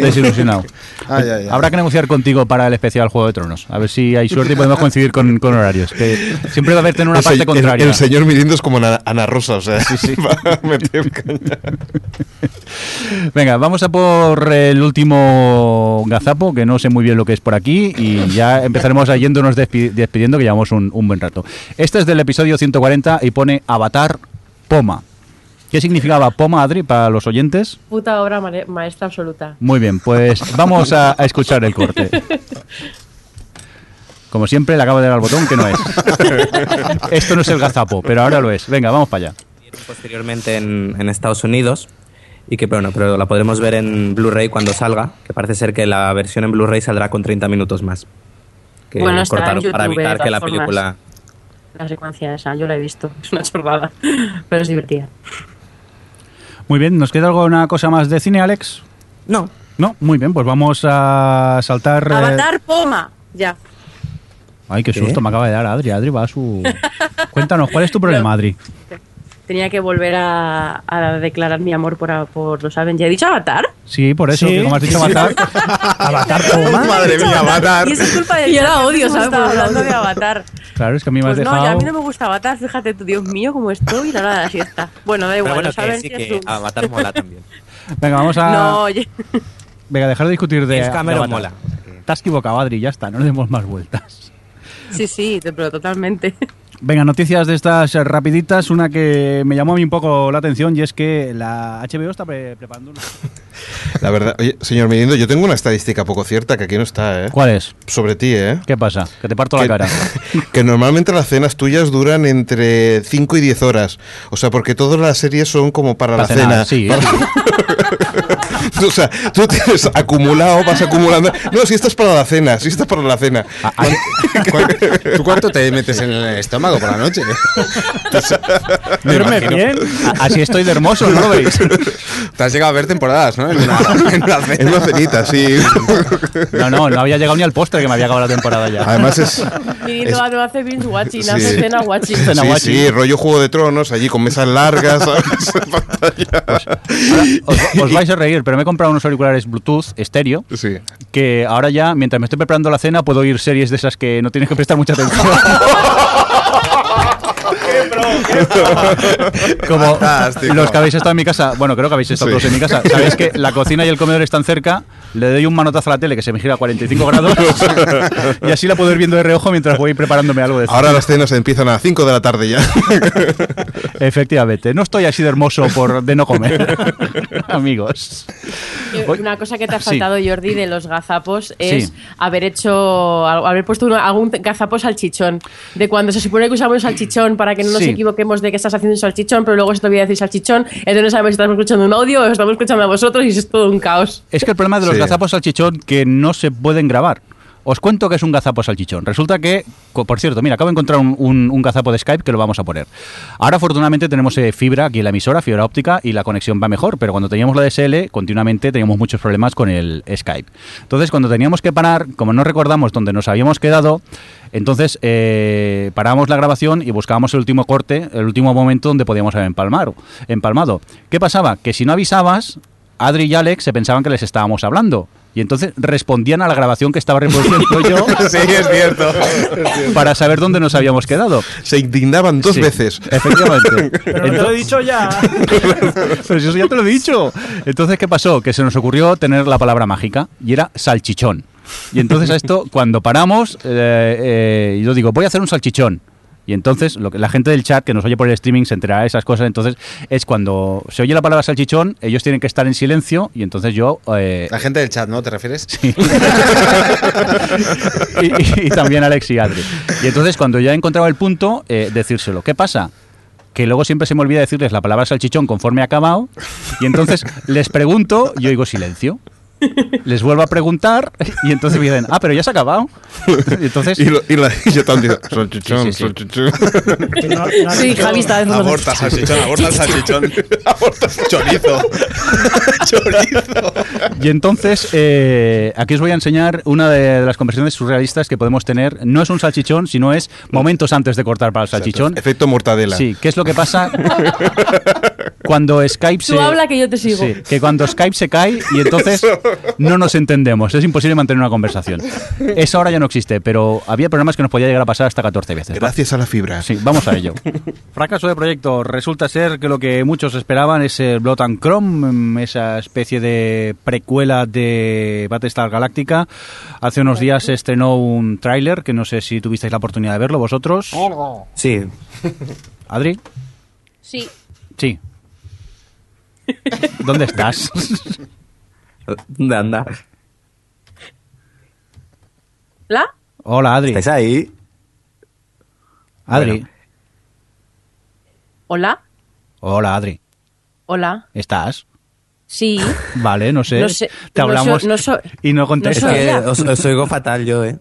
[SPEAKER 3] Desilusionado.
[SPEAKER 9] Ay, ay, ay.
[SPEAKER 3] Habrá que negociar contigo para el especial Juego de Tronos. A ver si hay suerte y podemos coincidir con, con horarios. que siempre va a haber tener una
[SPEAKER 7] El se-
[SPEAKER 3] parte
[SPEAKER 7] el-
[SPEAKER 3] contraria.
[SPEAKER 7] El, señor Mirindo es como Ana, Ana Rosa, o sea, va a meter caña.
[SPEAKER 3] Venga, vamos a por el último gazapo, que no sé muy bien lo que es por aquí, y ya empezaremos a yéndonos despi- despidiendo, que llevamos un, un buen rato. Este es del episodio 140 y pone Avatar Poma. ¿Qué significaba Poma, Adri, para los oyentes?
[SPEAKER 4] Puta obra mare- maestra absoluta.
[SPEAKER 3] Muy bien, pues vamos a, a escuchar el corte. Como siempre, le acabo de dar al botón que no es. Esto no es el gazapo, pero ahora lo es. Venga, vamos para allá.
[SPEAKER 6] posteriormente en, en Estados Unidos y que bueno, pero la podremos ver en Blu-ray cuando salga, que parece ser que la versión en Blu-ray saldrá con 30 minutos más. Que
[SPEAKER 16] Bueno, estará en
[SPEAKER 6] cortaron para
[SPEAKER 16] YouTube,
[SPEAKER 6] evitar
[SPEAKER 16] de
[SPEAKER 6] que la
[SPEAKER 16] todas formas.
[SPEAKER 6] película
[SPEAKER 16] La secuencia esa, yo la he visto, es una chorrada, pero es divertida.
[SPEAKER 3] Muy bien, ¿nos queda alguna cosa más de cine, Alex?
[SPEAKER 6] No.
[SPEAKER 3] No, muy bien, pues vamos a saltar. eh,
[SPEAKER 16] Avatar Poma, ya.
[SPEAKER 3] Ay, qué
[SPEAKER 6] ¿Qué?
[SPEAKER 3] susto me acaba de dar Adri. Adri va a su. Cuéntanos, ¿cuál es tu problema, Adri?
[SPEAKER 16] Tenía que volver a, a declarar mi amor por, a- por los Avengers. ¿He dicho Avatar?
[SPEAKER 3] Sí, por eso,
[SPEAKER 5] Sí.
[SPEAKER 3] que como has dicho matar.
[SPEAKER 5] Avatar Poma.
[SPEAKER 9] Madre mía, Avatar.
[SPEAKER 16] Y eso es culpa de
[SPEAKER 4] Yo la odio,
[SPEAKER 16] ¿sabes?
[SPEAKER 4] ¿sabes?
[SPEAKER 16] Estaba hablando de Avatar.
[SPEAKER 3] Claro, es que a mí me has
[SPEAKER 16] Pues no, ya a
[SPEAKER 3] dejado.
[SPEAKER 16] mí no me gusta Avatar, fíjate tú, Dios mío, cómo estoy la hora de la siesta. Bueno, da
[SPEAKER 6] Pero
[SPEAKER 16] igual,
[SPEAKER 6] bueno,
[SPEAKER 16] los
[SPEAKER 6] que sí
[SPEAKER 16] Avengers
[SPEAKER 6] que
[SPEAKER 16] son-
[SPEAKER 6] Avatar mola también.
[SPEAKER 3] Venga, vamos a.
[SPEAKER 16] No, oye,
[SPEAKER 3] Venga, dejar de discutir de.
[SPEAKER 6] James Cameron
[SPEAKER 3] de Avatar.
[SPEAKER 6] mola.
[SPEAKER 3] Te has equivocado, Adri, ya está, no le demos más vueltas.
[SPEAKER 16] sí, sí, te- pero totalmente.
[SPEAKER 3] Venga, noticias de estas eh, rapiditas. Una que me llamó a mí un poco la atención y es que la HBO está pre- preparando una.
[SPEAKER 7] La verdad, oye, señor Mirindo, yo tengo una estadística poco cierta que aquí no está, ¿eh?
[SPEAKER 3] ¿Cuál es?
[SPEAKER 7] Sobre ti, ¿eh?
[SPEAKER 3] ¿Qué pasa? Que te parto la
[SPEAKER 7] Que-
[SPEAKER 3] cara.
[SPEAKER 7] que normalmente las cenas tuyas duran entre 5 y 10 horas. O sea, porque todas las series son como para,
[SPEAKER 3] Para
[SPEAKER 7] la
[SPEAKER 3] cenar,
[SPEAKER 7] cena.
[SPEAKER 3] sí. ¿eh?
[SPEAKER 7] Para- o sea, tú tienes acumulado, vas acumulando. No, si estás para la cena, si estás para la cena.
[SPEAKER 3] Ah,
[SPEAKER 9] ¿Cuán- ¿Tú cuánto te metes en el estómago por la noche?
[SPEAKER 3] Me
[SPEAKER 5] Duerme
[SPEAKER 3] imagino.
[SPEAKER 5] bien.
[SPEAKER 3] A- Así estoy de hermoso, ¿no lo veis?
[SPEAKER 9] Te has llegado a ver temporadas, ¿no? En una, en una
[SPEAKER 7] Es
[SPEAKER 9] cena.
[SPEAKER 7] una cenita, sí.
[SPEAKER 3] No, no, no había llegado ni al postre que me había acabado la temporada ya.
[SPEAKER 7] Además es...
[SPEAKER 4] Y
[SPEAKER 7] es-
[SPEAKER 4] no, no hace binge watching,
[SPEAKER 7] Sí.
[SPEAKER 4] hace cena watching.
[SPEAKER 7] Sí,
[SPEAKER 3] Cenaguachi.
[SPEAKER 7] sí, rollo Juego de Tronos, allí con mesas largas, ¿sabes? En pantalla.
[SPEAKER 3] Os, os vais a reír, pero me he comprado unos auriculares Bluetooth estéreo
[SPEAKER 7] Sí.
[SPEAKER 3] que ahora ya, mientras me estoy preparando la cena, puedo oír series de esas que no tienes que prestar mucha atención. Como
[SPEAKER 9] Fantástico.
[SPEAKER 3] los que habéis estado en mi casa, bueno, creo que habéis estado
[SPEAKER 7] Sí.
[SPEAKER 3] todos en mi casa. Sabéis que la cocina y el comedor están cerca, le doy un manotazo a la tele que se me gira a 45 grados y así la puedo ir viendo de reojo mientras voy preparándome algo de cena.
[SPEAKER 7] Ahora las cenas empiezan a las 5 de la tarde ya.
[SPEAKER 3] Efectivamente, no estoy así de hermoso por de no comer, amigos.
[SPEAKER 4] Yo-
[SPEAKER 3] Oye,
[SPEAKER 4] Eh, Una cosa que te ha
[SPEAKER 3] sí.
[SPEAKER 4] faltado, Jordi, de los gazapos es
[SPEAKER 3] Sí.
[SPEAKER 4] haber hecho, al- haber puesto uno- algún gazapo salchichón. De cuando se supone que usamos el salchichón para que no nos
[SPEAKER 3] Sí.
[SPEAKER 4] equivoquemos de que estás haciendo un salchichón, pero luego se te olvida decir salchichón, entonces no sabes si estamos escuchando un audio o estamos escuchando a vosotros y eso es todo un caos.
[SPEAKER 3] Es que el problema de los
[SPEAKER 7] Sí.
[SPEAKER 3] gazapos salchichón que no se pueden grabar. Os cuento que es un gazapo salchichón. Resulta que, co- por cierto, mira, acabo de encontrar un, un- un gazapo de Skype que lo vamos a poner. Ahora, afortunadamente, tenemos eh, fibra aquí en la emisora, fibra óptica, y la conexión va mejor, pero cuando teníamos la DSL, continuamente teníamos muchos problemas con el Skype. Entonces, cuando teníamos que parar, como no recordamos dónde nos habíamos quedado, entonces eh, parábamos la grabación y buscábamos el último corte, el último momento donde podíamos haber empalmado. empalmado. ¿Qué pasaba? Que si no avisabas, Adri y Alex se pensaban que les estábamos hablando. Y entonces respondían a la grabación que estaba reproduciendo yo
[SPEAKER 7] Sí, es cierto.
[SPEAKER 3] para saber dónde nos habíamos quedado.
[SPEAKER 7] Se indignaban dos
[SPEAKER 3] Sí,
[SPEAKER 7] veces.
[SPEAKER 3] Efectivamente.
[SPEAKER 5] Pero no te lo he dicho ya.
[SPEAKER 3] Pero si eso ya te lo he dicho. Entonces, ¿qué pasó? Que se nos ocurrió tener la palabra mágica y era salchichón. Y entonces a esto, cuando paramos, eh, eh, yo digo, voy a hacer un salchichón. Y entonces lo que, la gente del chat que nos oye por el streaming se enterará de esas cosas. Entonces es cuando se oye la palabra salchichón, ellos tienen que estar en silencio y entonces yo... eh,
[SPEAKER 9] La gente del chat, ¿no? ¿Te refieres?
[SPEAKER 3] Sí. y, y- y también Alex y Adri. Y entonces cuando ya encontraba el punto, eh, decírselo. ¿Qué pasa? Que luego siempre se me olvida decirles la palabra salchichón conforme he acabado. Y entonces les pregunto, yo digo silencio. Les vuelvo a preguntar y entonces me dicen, ah, pero ya se ha acabado. Y entonces...
[SPEAKER 7] Y, lo- y la- y yo también digo, salchichón,
[SPEAKER 3] Sí, sí, sí.
[SPEAKER 7] salchichón.
[SPEAKER 4] Sí, Javi está dentro de los-
[SPEAKER 27] Aborta, salchichón, aborta, el salchichón. Aborta, chorizo.
[SPEAKER 3] Y entonces, eh, aquí os voy a enseñar una de, de las conversaciones surrealistas que podemos tener. No es un salchichón, sino es momentos antes de cortar para el salchichón.
[SPEAKER 7] Efecto mortadela.
[SPEAKER 3] Sí, ¿qué es lo que pasa cuando Skype se...
[SPEAKER 4] Tú habla que yo te sigo.
[SPEAKER 3] Sí, que cuando Skype se cae y entonces no nos entendemos. Es imposible mantener una conversación. Eso ahora ya no existe, pero había programas que nos podía llegar a pasar hasta 14 veces.
[SPEAKER 7] Gracias a la fibra.
[SPEAKER 3] Sí, vamos a ello. Fracaso de proyecto. Resulta ser que lo que muchos esperaban es el Blood and Chrome, mm, esa especie de precuela de Battlestar Galáctica. Hace unos días se estrenó un tráiler que no sé si tuvisteis la oportunidad de verlo vosotros.
[SPEAKER 6] Sí.
[SPEAKER 3] ¿Adri?
[SPEAKER 16] Sí.
[SPEAKER 3] Sí. ¿Dónde estás?
[SPEAKER 6] ¿Dónde andas?
[SPEAKER 4] ¿La?
[SPEAKER 3] Hola, Adri.
[SPEAKER 6] ¿Estáis ahí?
[SPEAKER 3] Adri.
[SPEAKER 4] ¿Hola?
[SPEAKER 3] Hola, Adri.
[SPEAKER 4] ¿Hola?
[SPEAKER 3] ¿Estás?
[SPEAKER 4] Sí.
[SPEAKER 3] Vale, no sé.
[SPEAKER 4] No sé,
[SPEAKER 3] Te
[SPEAKER 4] no
[SPEAKER 3] hablamos
[SPEAKER 4] so- no so-
[SPEAKER 3] y no contestas.
[SPEAKER 4] no soy
[SPEAKER 6] Eh,
[SPEAKER 4] ya.
[SPEAKER 6] os, os oigo fatal yo, ¿eh?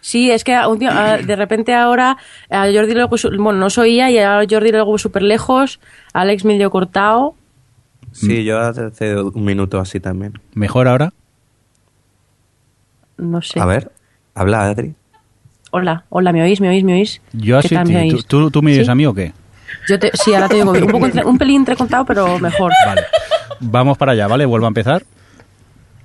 [SPEAKER 4] Sí, es que un día- ah, de repente ahora a Jordi luego bueno, no soy ella y a Jordi luego súper lejos, Alex medio cortado.
[SPEAKER 6] Sí, yo hace un minuto así también.
[SPEAKER 3] ¿Mejor ahora?
[SPEAKER 4] No sé.
[SPEAKER 3] Ah.
[SPEAKER 6] A ver, habla Adri.
[SPEAKER 4] Hola, hola, ¿me oís? ¿Me oís? ¿Me oís?
[SPEAKER 3] Yo
[SPEAKER 4] ¿Qué
[SPEAKER 3] así,
[SPEAKER 4] tal me
[SPEAKER 3] ¿tú,
[SPEAKER 4] oís?
[SPEAKER 3] tú, tú me oyes
[SPEAKER 4] ¿Sí?
[SPEAKER 3] a mí o qué?
[SPEAKER 4] Yo te- sí, ahora te digo un, poco entre- un pelín entrecontado, pero mejor.
[SPEAKER 3] Vale. Vamos para allá, ¿vale? Vuelvo a empezar.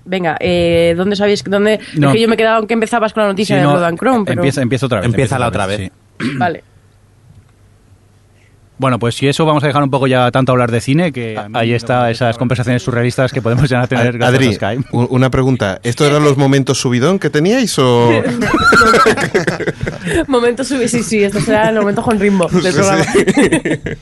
[SPEAKER 4] Venga, eh, ¿dónde sabéis? ¿Dónde?
[SPEAKER 3] No.
[SPEAKER 4] Es que yo me quedaba aunque empezabas con la noticia
[SPEAKER 3] Si
[SPEAKER 4] de
[SPEAKER 3] no,
[SPEAKER 4] Blood and Chrome, pero...
[SPEAKER 3] empieza, empieza otra vez.
[SPEAKER 6] Empieza la otra
[SPEAKER 3] sí.
[SPEAKER 4] Vale.
[SPEAKER 3] Bueno, pues si eso vamos a dejar un poco ya tanto hablar de cine, que
[SPEAKER 6] Ah,
[SPEAKER 3] ahí está esas conversaciones surrealistas que podemos ya tener gracias a
[SPEAKER 7] Adri,
[SPEAKER 3] Skype.
[SPEAKER 7] u- una pregunta. ¿Estos eran los momentos subidón que teníais o...?
[SPEAKER 4] Momento subí, sí, sí, esto será el momento con ritmo del programa.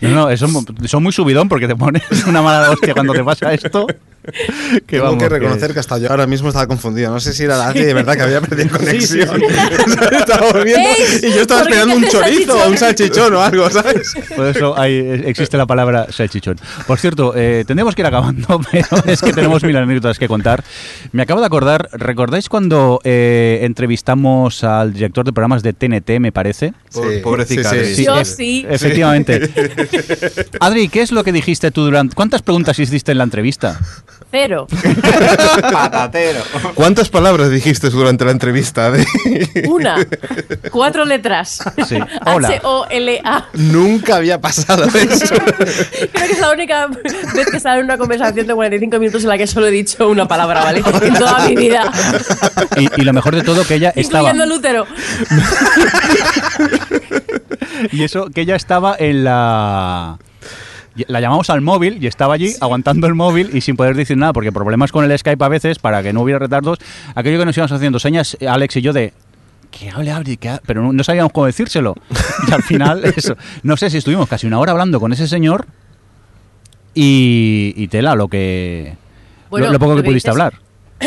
[SPEAKER 3] No, no, eso mo- son muy subidón porque te pones una mala hostia cuando te pasa esto. Que
[SPEAKER 9] Tengo
[SPEAKER 3] vamos,
[SPEAKER 9] que reconocer que... hasta yo ahora mismo estaba confundido. No sé si era la Adri de verdad que había perdido conexión. estaba volviendo
[SPEAKER 4] ¿Veis?
[SPEAKER 9] y yo estaba
[SPEAKER 4] ¿Por qué
[SPEAKER 9] esperando un
[SPEAKER 4] haces
[SPEAKER 9] chorizo o un
[SPEAKER 4] salchichón?
[SPEAKER 9] salchichón o algo, ¿sabes?
[SPEAKER 3] Por eso hay- existe la palabra salchichón. Por cierto, eh, tendremos que ir acabando, pero es que tenemos mil anécdotas que contar. Me acabo de acordar, ¿recordáis cuando eh, entrevistamos al director de programas de TNT, me parece?
[SPEAKER 7] Pobre- Pobrecita. Adri.
[SPEAKER 4] sí. Yo
[SPEAKER 3] ef-
[SPEAKER 4] sí.
[SPEAKER 3] Efectivamente. Adri, ¿qué es lo que dijiste tú durante... ¿Cuántas preguntas hiciste en la entrevista?
[SPEAKER 4] Cero.
[SPEAKER 27] Patatero.
[SPEAKER 7] ¿Cuántas palabras dijiste durante la entrevista? Adri?
[SPEAKER 4] Una. Cuatro letras.
[SPEAKER 3] Sí. Hola.
[SPEAKER 4] H-O-L-A.
[SPEAKER 9] Nunca había pasado eso.
[SPEAKER 4] Creo que es la única vez que sale en una conversación de 45 minutos en la que solo he dicho una palabra, ¿vale? En toda mi vida.
[SPEAKER 3] Y, y lo mejor de todo que ella estaba...
[SPEAKER 4] Incluyendo el útero.
[SPEAKER 3] Y eso, que ella estaba en la... La llamamos al móvil y estaba allí aguantando el móvil y sin poder decir nada, porque problemas con el Skype a veces, para que no hubiera retardos, aquello que nos íbamos haciendo señas, eh, Alex y yo, de que hable, hable, que hable", pero no, no sabíamos cómo decírselo. Y al final, eso, no sé si estuvimos casi una hora hablando con ese señor y, y tela, lo que... lo-
[SPEAKER 4] Bueno,
[SPEAKER 3] lo poco
[SPEAKER 4] lo
[SPEAKER 3] que
[SPEAKER 4] que
[SPEAKER 3] pudiste
[SPEAKER 4] dices-
[SPEAKER 3] hablar.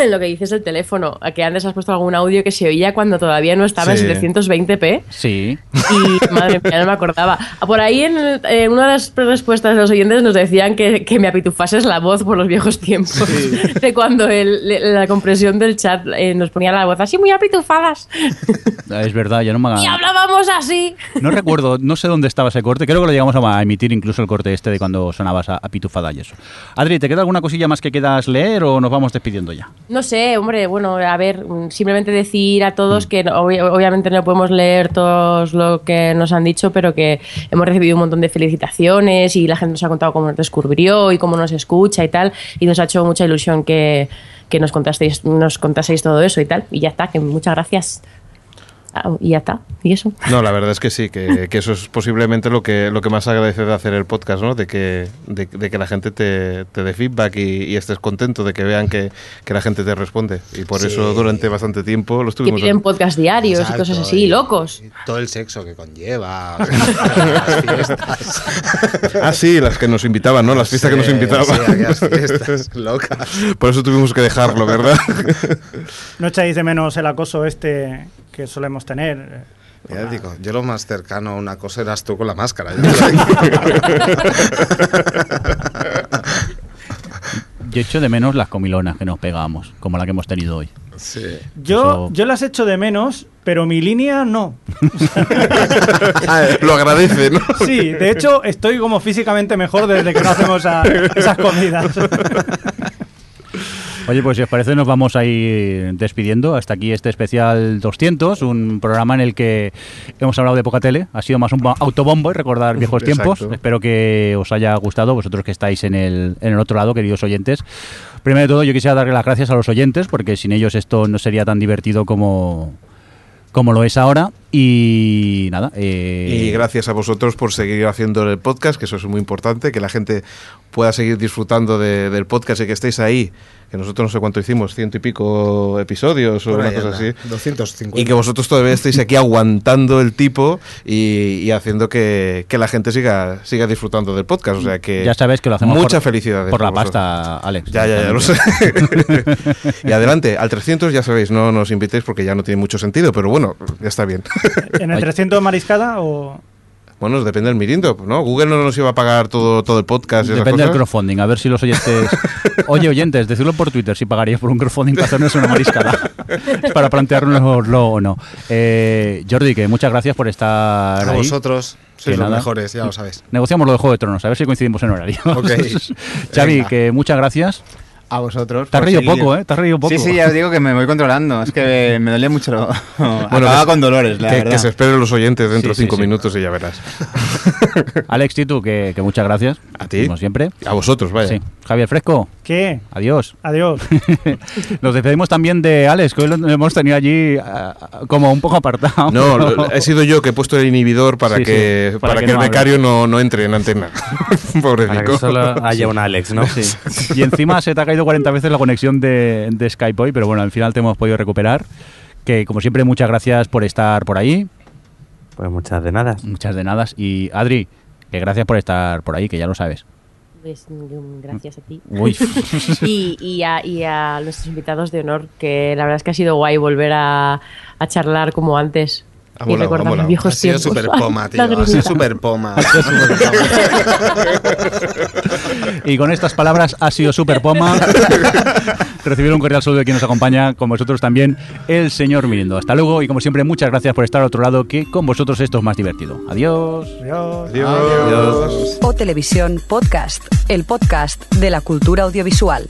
[SPEAKER 4] lo que dices del teléfono, a que antes has puesto algún audio que se oía cuando todavía no estaba
[SPEAKER 3] Sí.
[SPEAKER 4] en 720p.
[SPEAKER 3] Sí.
[SPEAKER 4] Y madre mía, no me acordaba. Ah, Por ahí en el- eh, una de las respuestas de los oyentes nos decían que, que me apitufases la voz por los viejos tiempos. De cuando el- le- la compresión del chat eh, nos ponía la voz así muy apitufadas.
[SPEAKER 3] Ah, Es verdad, ya no me
[SPEAKER 4] Y hablábamos así.
[SPEAKER 3] No recuerdo, no sé dónde estaba ese corte. Creo que lo llegamos a emitir incluso el corte este de cuando sonabas a, a pitufada y eso. Adri, ¿te queda alguna cosilla más que quedas leer o nos vamos despidiendo ya?
[SPEAKER 4] No sé, hombre, bueno, a ver, mm, simplemente decir a
[SPEAKER 9] Mm.
[SPEAKER 4] todos que no- obvi- obviamente no podemos leer todos lo que nos han dicho, pero que hemos recibido un montón de felicitaciones y la gente nos ha contado cómo nos descubrió y cómo nos escucha y tal, y nos ha hecho mucha ilusión que, que nos, contasteis, nos contaseis todo eso y tal, y ya está, que muchas gracias. Ah, Y ya está, y eso.
[SPEAKER 7] No, la verdad es que sí, que, que eso es posiblemente lo que, lo que más agradece de hacer el podcast, ¿no? De que, de, de que la gente te, te dé feedback y, y estés contento, de que vean que, que la gente te responde. Y por
[SPEAKER 9] Sí.
[SPEAKER 7] eso durante bastante tiempo lo
[SPEAKER 4] Que
[SPEAKER 7] estuvimos...
[SPEAKER 4] piden podcast diarios
[SPEAKER 9] Exacto,
[SPEAKER 4] y cosas así,
[SPEAKER 9] y-
[SPEAKER 4] locos.
[SPEAKER 9] Todo el sexo que conlleva. las fiestas.
[SPEAKER 7] Ah, sí, las que nos invitaban, ¿no? Las fiestas que nos
[SPEAKER 9] Sí,
[SPEAKER 7] invitaban.
[SPEAKER 9] sí, aquellas fiestas locas.
[SPEAKER 7] Por eso tuvimos que dejarlo, ¿verdad?
[SPEAKER 5] No echáis de menos el acoso este que solemos tener.
[SPEAKER 9] Ya digo, yo lo más cercano a una cosa eras tú con la máscara.
[SPEAKER 3] Yo echo de menos las comilonas que nos pegábamos, como la que hemos tenido hoy.
[SPEAKER 9] Sí.
[SPEAKER 5] Yo, yo las echo de menos, pero mi línea no.
[SPEAKER 7] lo agradece, ¿no?
[SPEAKER 5] Sí, de hecho estoy como físicamente mejor desde que no hacemos a- esas comidas.
[SPEAKER 3] Oye, pues si os parece nos vamos a ir despidiendo. Hasta aquí este especial 200, un programa en el que hemos hablado de poca tele. Ha sido más un ba- autobombo y recordar viejos
[SPEAKER 30] Exacto.
[SPEAKER 3] tiempos. Espero que os haya gustado, vosotros que estáis en el, en el otro lado, queridos oyentes. Primero de todo, yo quisiera darle las gracias a los oyentes, porque sin ellos esto no sería tan divertido como, como lo es ahora. Y nada. eh,
[SPEAKER 7] Y gracias a vosotros por seguir haciendo el podcast, que eso es muy importante, que la gente pueda seguir disfrutando de- del podcast y que estéis ahí, que nosotros no sé cuánto hicimos, ciento y pico episodios o
[SPEAKER 9] Por
[SPEAKER 7] una
[SPEAKER 9] ahí
[SPEAKER 7] cosa
[SPEAKER 9] anda,
[SPEAKER 7] así.
[SPEAKER 9] 250.
[SPEAKER 7] Y que vosotros todavía estéis aquí aguantando el tipo y, y haciendo que, que la gente siga, siga disfrutando del podcast. O sea que
[SPEAKER 3] Ya sabes que lo hacemos
[SPEAKER 7] Muchas
[SPEAKER 3] por-
[SPEAKER 7] felicidades.
[SPEAKER 3] por la
[SPEAKER 7] vosotros.
[SPEAKER 3] pasta, Alex.
[SPEAKER 7] Ya, ya, ya lo sé. y adelante, al 300 ya sabéis, no nos invitéis porque ya no tiene mucho sentido, pero bueno, ya está bien.
[SPEAKER 5] ¿En el 300 de mariscada o...?
[SPEAKER 7] Bueno, depende del mirindo, ¿no? Google no nos iba a pagar todo, todo el podcast. y esas
[SPEAKER 3] Depende del
[SPEAKER 7] cosas.
[SPEAKER 3] crowdfunding, a ver si los oyentes. Oye, oyentes, decirlo por Twitter si pagaríais por un crowdfunding para hacernos una mariscada. para planteárnoslo o no. Eh, Jordi, que muchas gracias por estar.
[SPEAKER 9] A
[SPEAKER 3] ahí.
[SPEAKER 9] vosotros, sois
[SPEAKER 3] Que
[SPEAKER 9] los
[SPEAKER 3] nada.
[SPEAKER 9] mejores, ya lo sabéis.
[SPEAKER 3] Negociamos lo de Juego de Tronos, a ver si coincidimos en horario. Pues,
[SPEAKER 9] Ok.
[SPEAKER 3] Xavi,
[SPEAKER 9] Venga.
[SPEAKER 3] que muchas gracias.
[SPEAKER 8] A vosotros.
[SPEAKER 3] Te has
[SPEAKER 8] por
[SPEAKER 3] reído
[SPEAKER 8] seguir.
[SPEAKER 3] poco, ¿eh? Te has reído poco.
[SPEAKER 8] Sí, sí, ya os digo que me voy controlando. Es que me dolía mucho. Lo... Acababa
[SPEAKER 7] que-
[SPEAKER 8] con dolores, la
[SPEAKER 7] que,
[SPEAKER 8] verdad.
[SPEAKER 7] que se esperen los oyentes dentro de
[SPEAKER 8] Sí, sí,
[SPEAKER 7] cinco
[SPEAKER 8] sí.
[SPEAKER 7] minutos y ya verás.
[SPEAKER 3] Alex, y tú, que, que muchas gracias. A ti. Como siempre.
[SPEAKER 7] A vosotros, vaya.
[SPEAKER 3] Sí. Javier Fresco,
[SPEAKER 5] ¿Qué?
[SPEAKER 3] adiós.
[SPEAKER 5] Adiós.
[SPEAKER 3] Nos despedimos también de Alex, que hoy lo hemos tenido allí ah, ah, como un poco apartado.
[SPEAKER 7] No, lo- he sido yo que he puesto el inhibidor para
[SPEAKER 3] Sí,
[SPEAKER 7] que,
[SPEAKER 3] sí,
[SPEAKER 7] para que, el
[SPEAKER 3] no hable.
[SPEAKER 7] becario no, no entre en antena. Pobre
[SPEAKER 31] Para que solo haya un Alex, ¿no?
[SPEAKER 3] Sí. Y encima se te ha caído 40 veces la conexión de, de Skype hoy, pero bueno, al final te hemos podido recuperar. Que como siempre, muchas gracias por estar por ahí.
[SPEAKER 31] Pues muchas de nada.
[SPEAKER 3] Muchas de nada. Y Adri, que gracias por estar por ahí, que ya lo sabes.
[SPEAKER 4] Pues, mm, gracias a ti.
[SPEAKER 3] Uy.
[SPEAKER 4] y, y a, y a nuestros invitados de honor, que la verdad es que ha sido guay volver a, a charlar como antes.
[SPEAKER 9] Ha
[SPEAKER 4] y
[SPEAKER 9] molado,
[SPEAKER 4] recordar
[SPEAKER 9] Ah, ha
[SPEAKER 4] los
[SPEAKER 9] molado.
[SPEAKER 4] viejos
[SPEAKER 9] Ha sido
[SPEAKER 4] tiempos.
[SPEAKER 9] súper poma, tío. Ha
[SPEAKER 4] Lagrimita.
[SPEAKER 9] sido súper poma.
[SPEAKER 3] Y con estas palabras ha sido super poma. Recibir un cordial saludo de quien nos acompaña, con vosotros también, el señor Mirindo. Hasta luego y como siempre, muchas gracias por estar al otro lado, que con vosotros esto es más divertido. Adiós.
[SPEAKER 5] Adiós.
[SPEAKER 24] O Televisión Podcast, el podcast de la cultura audiovisual.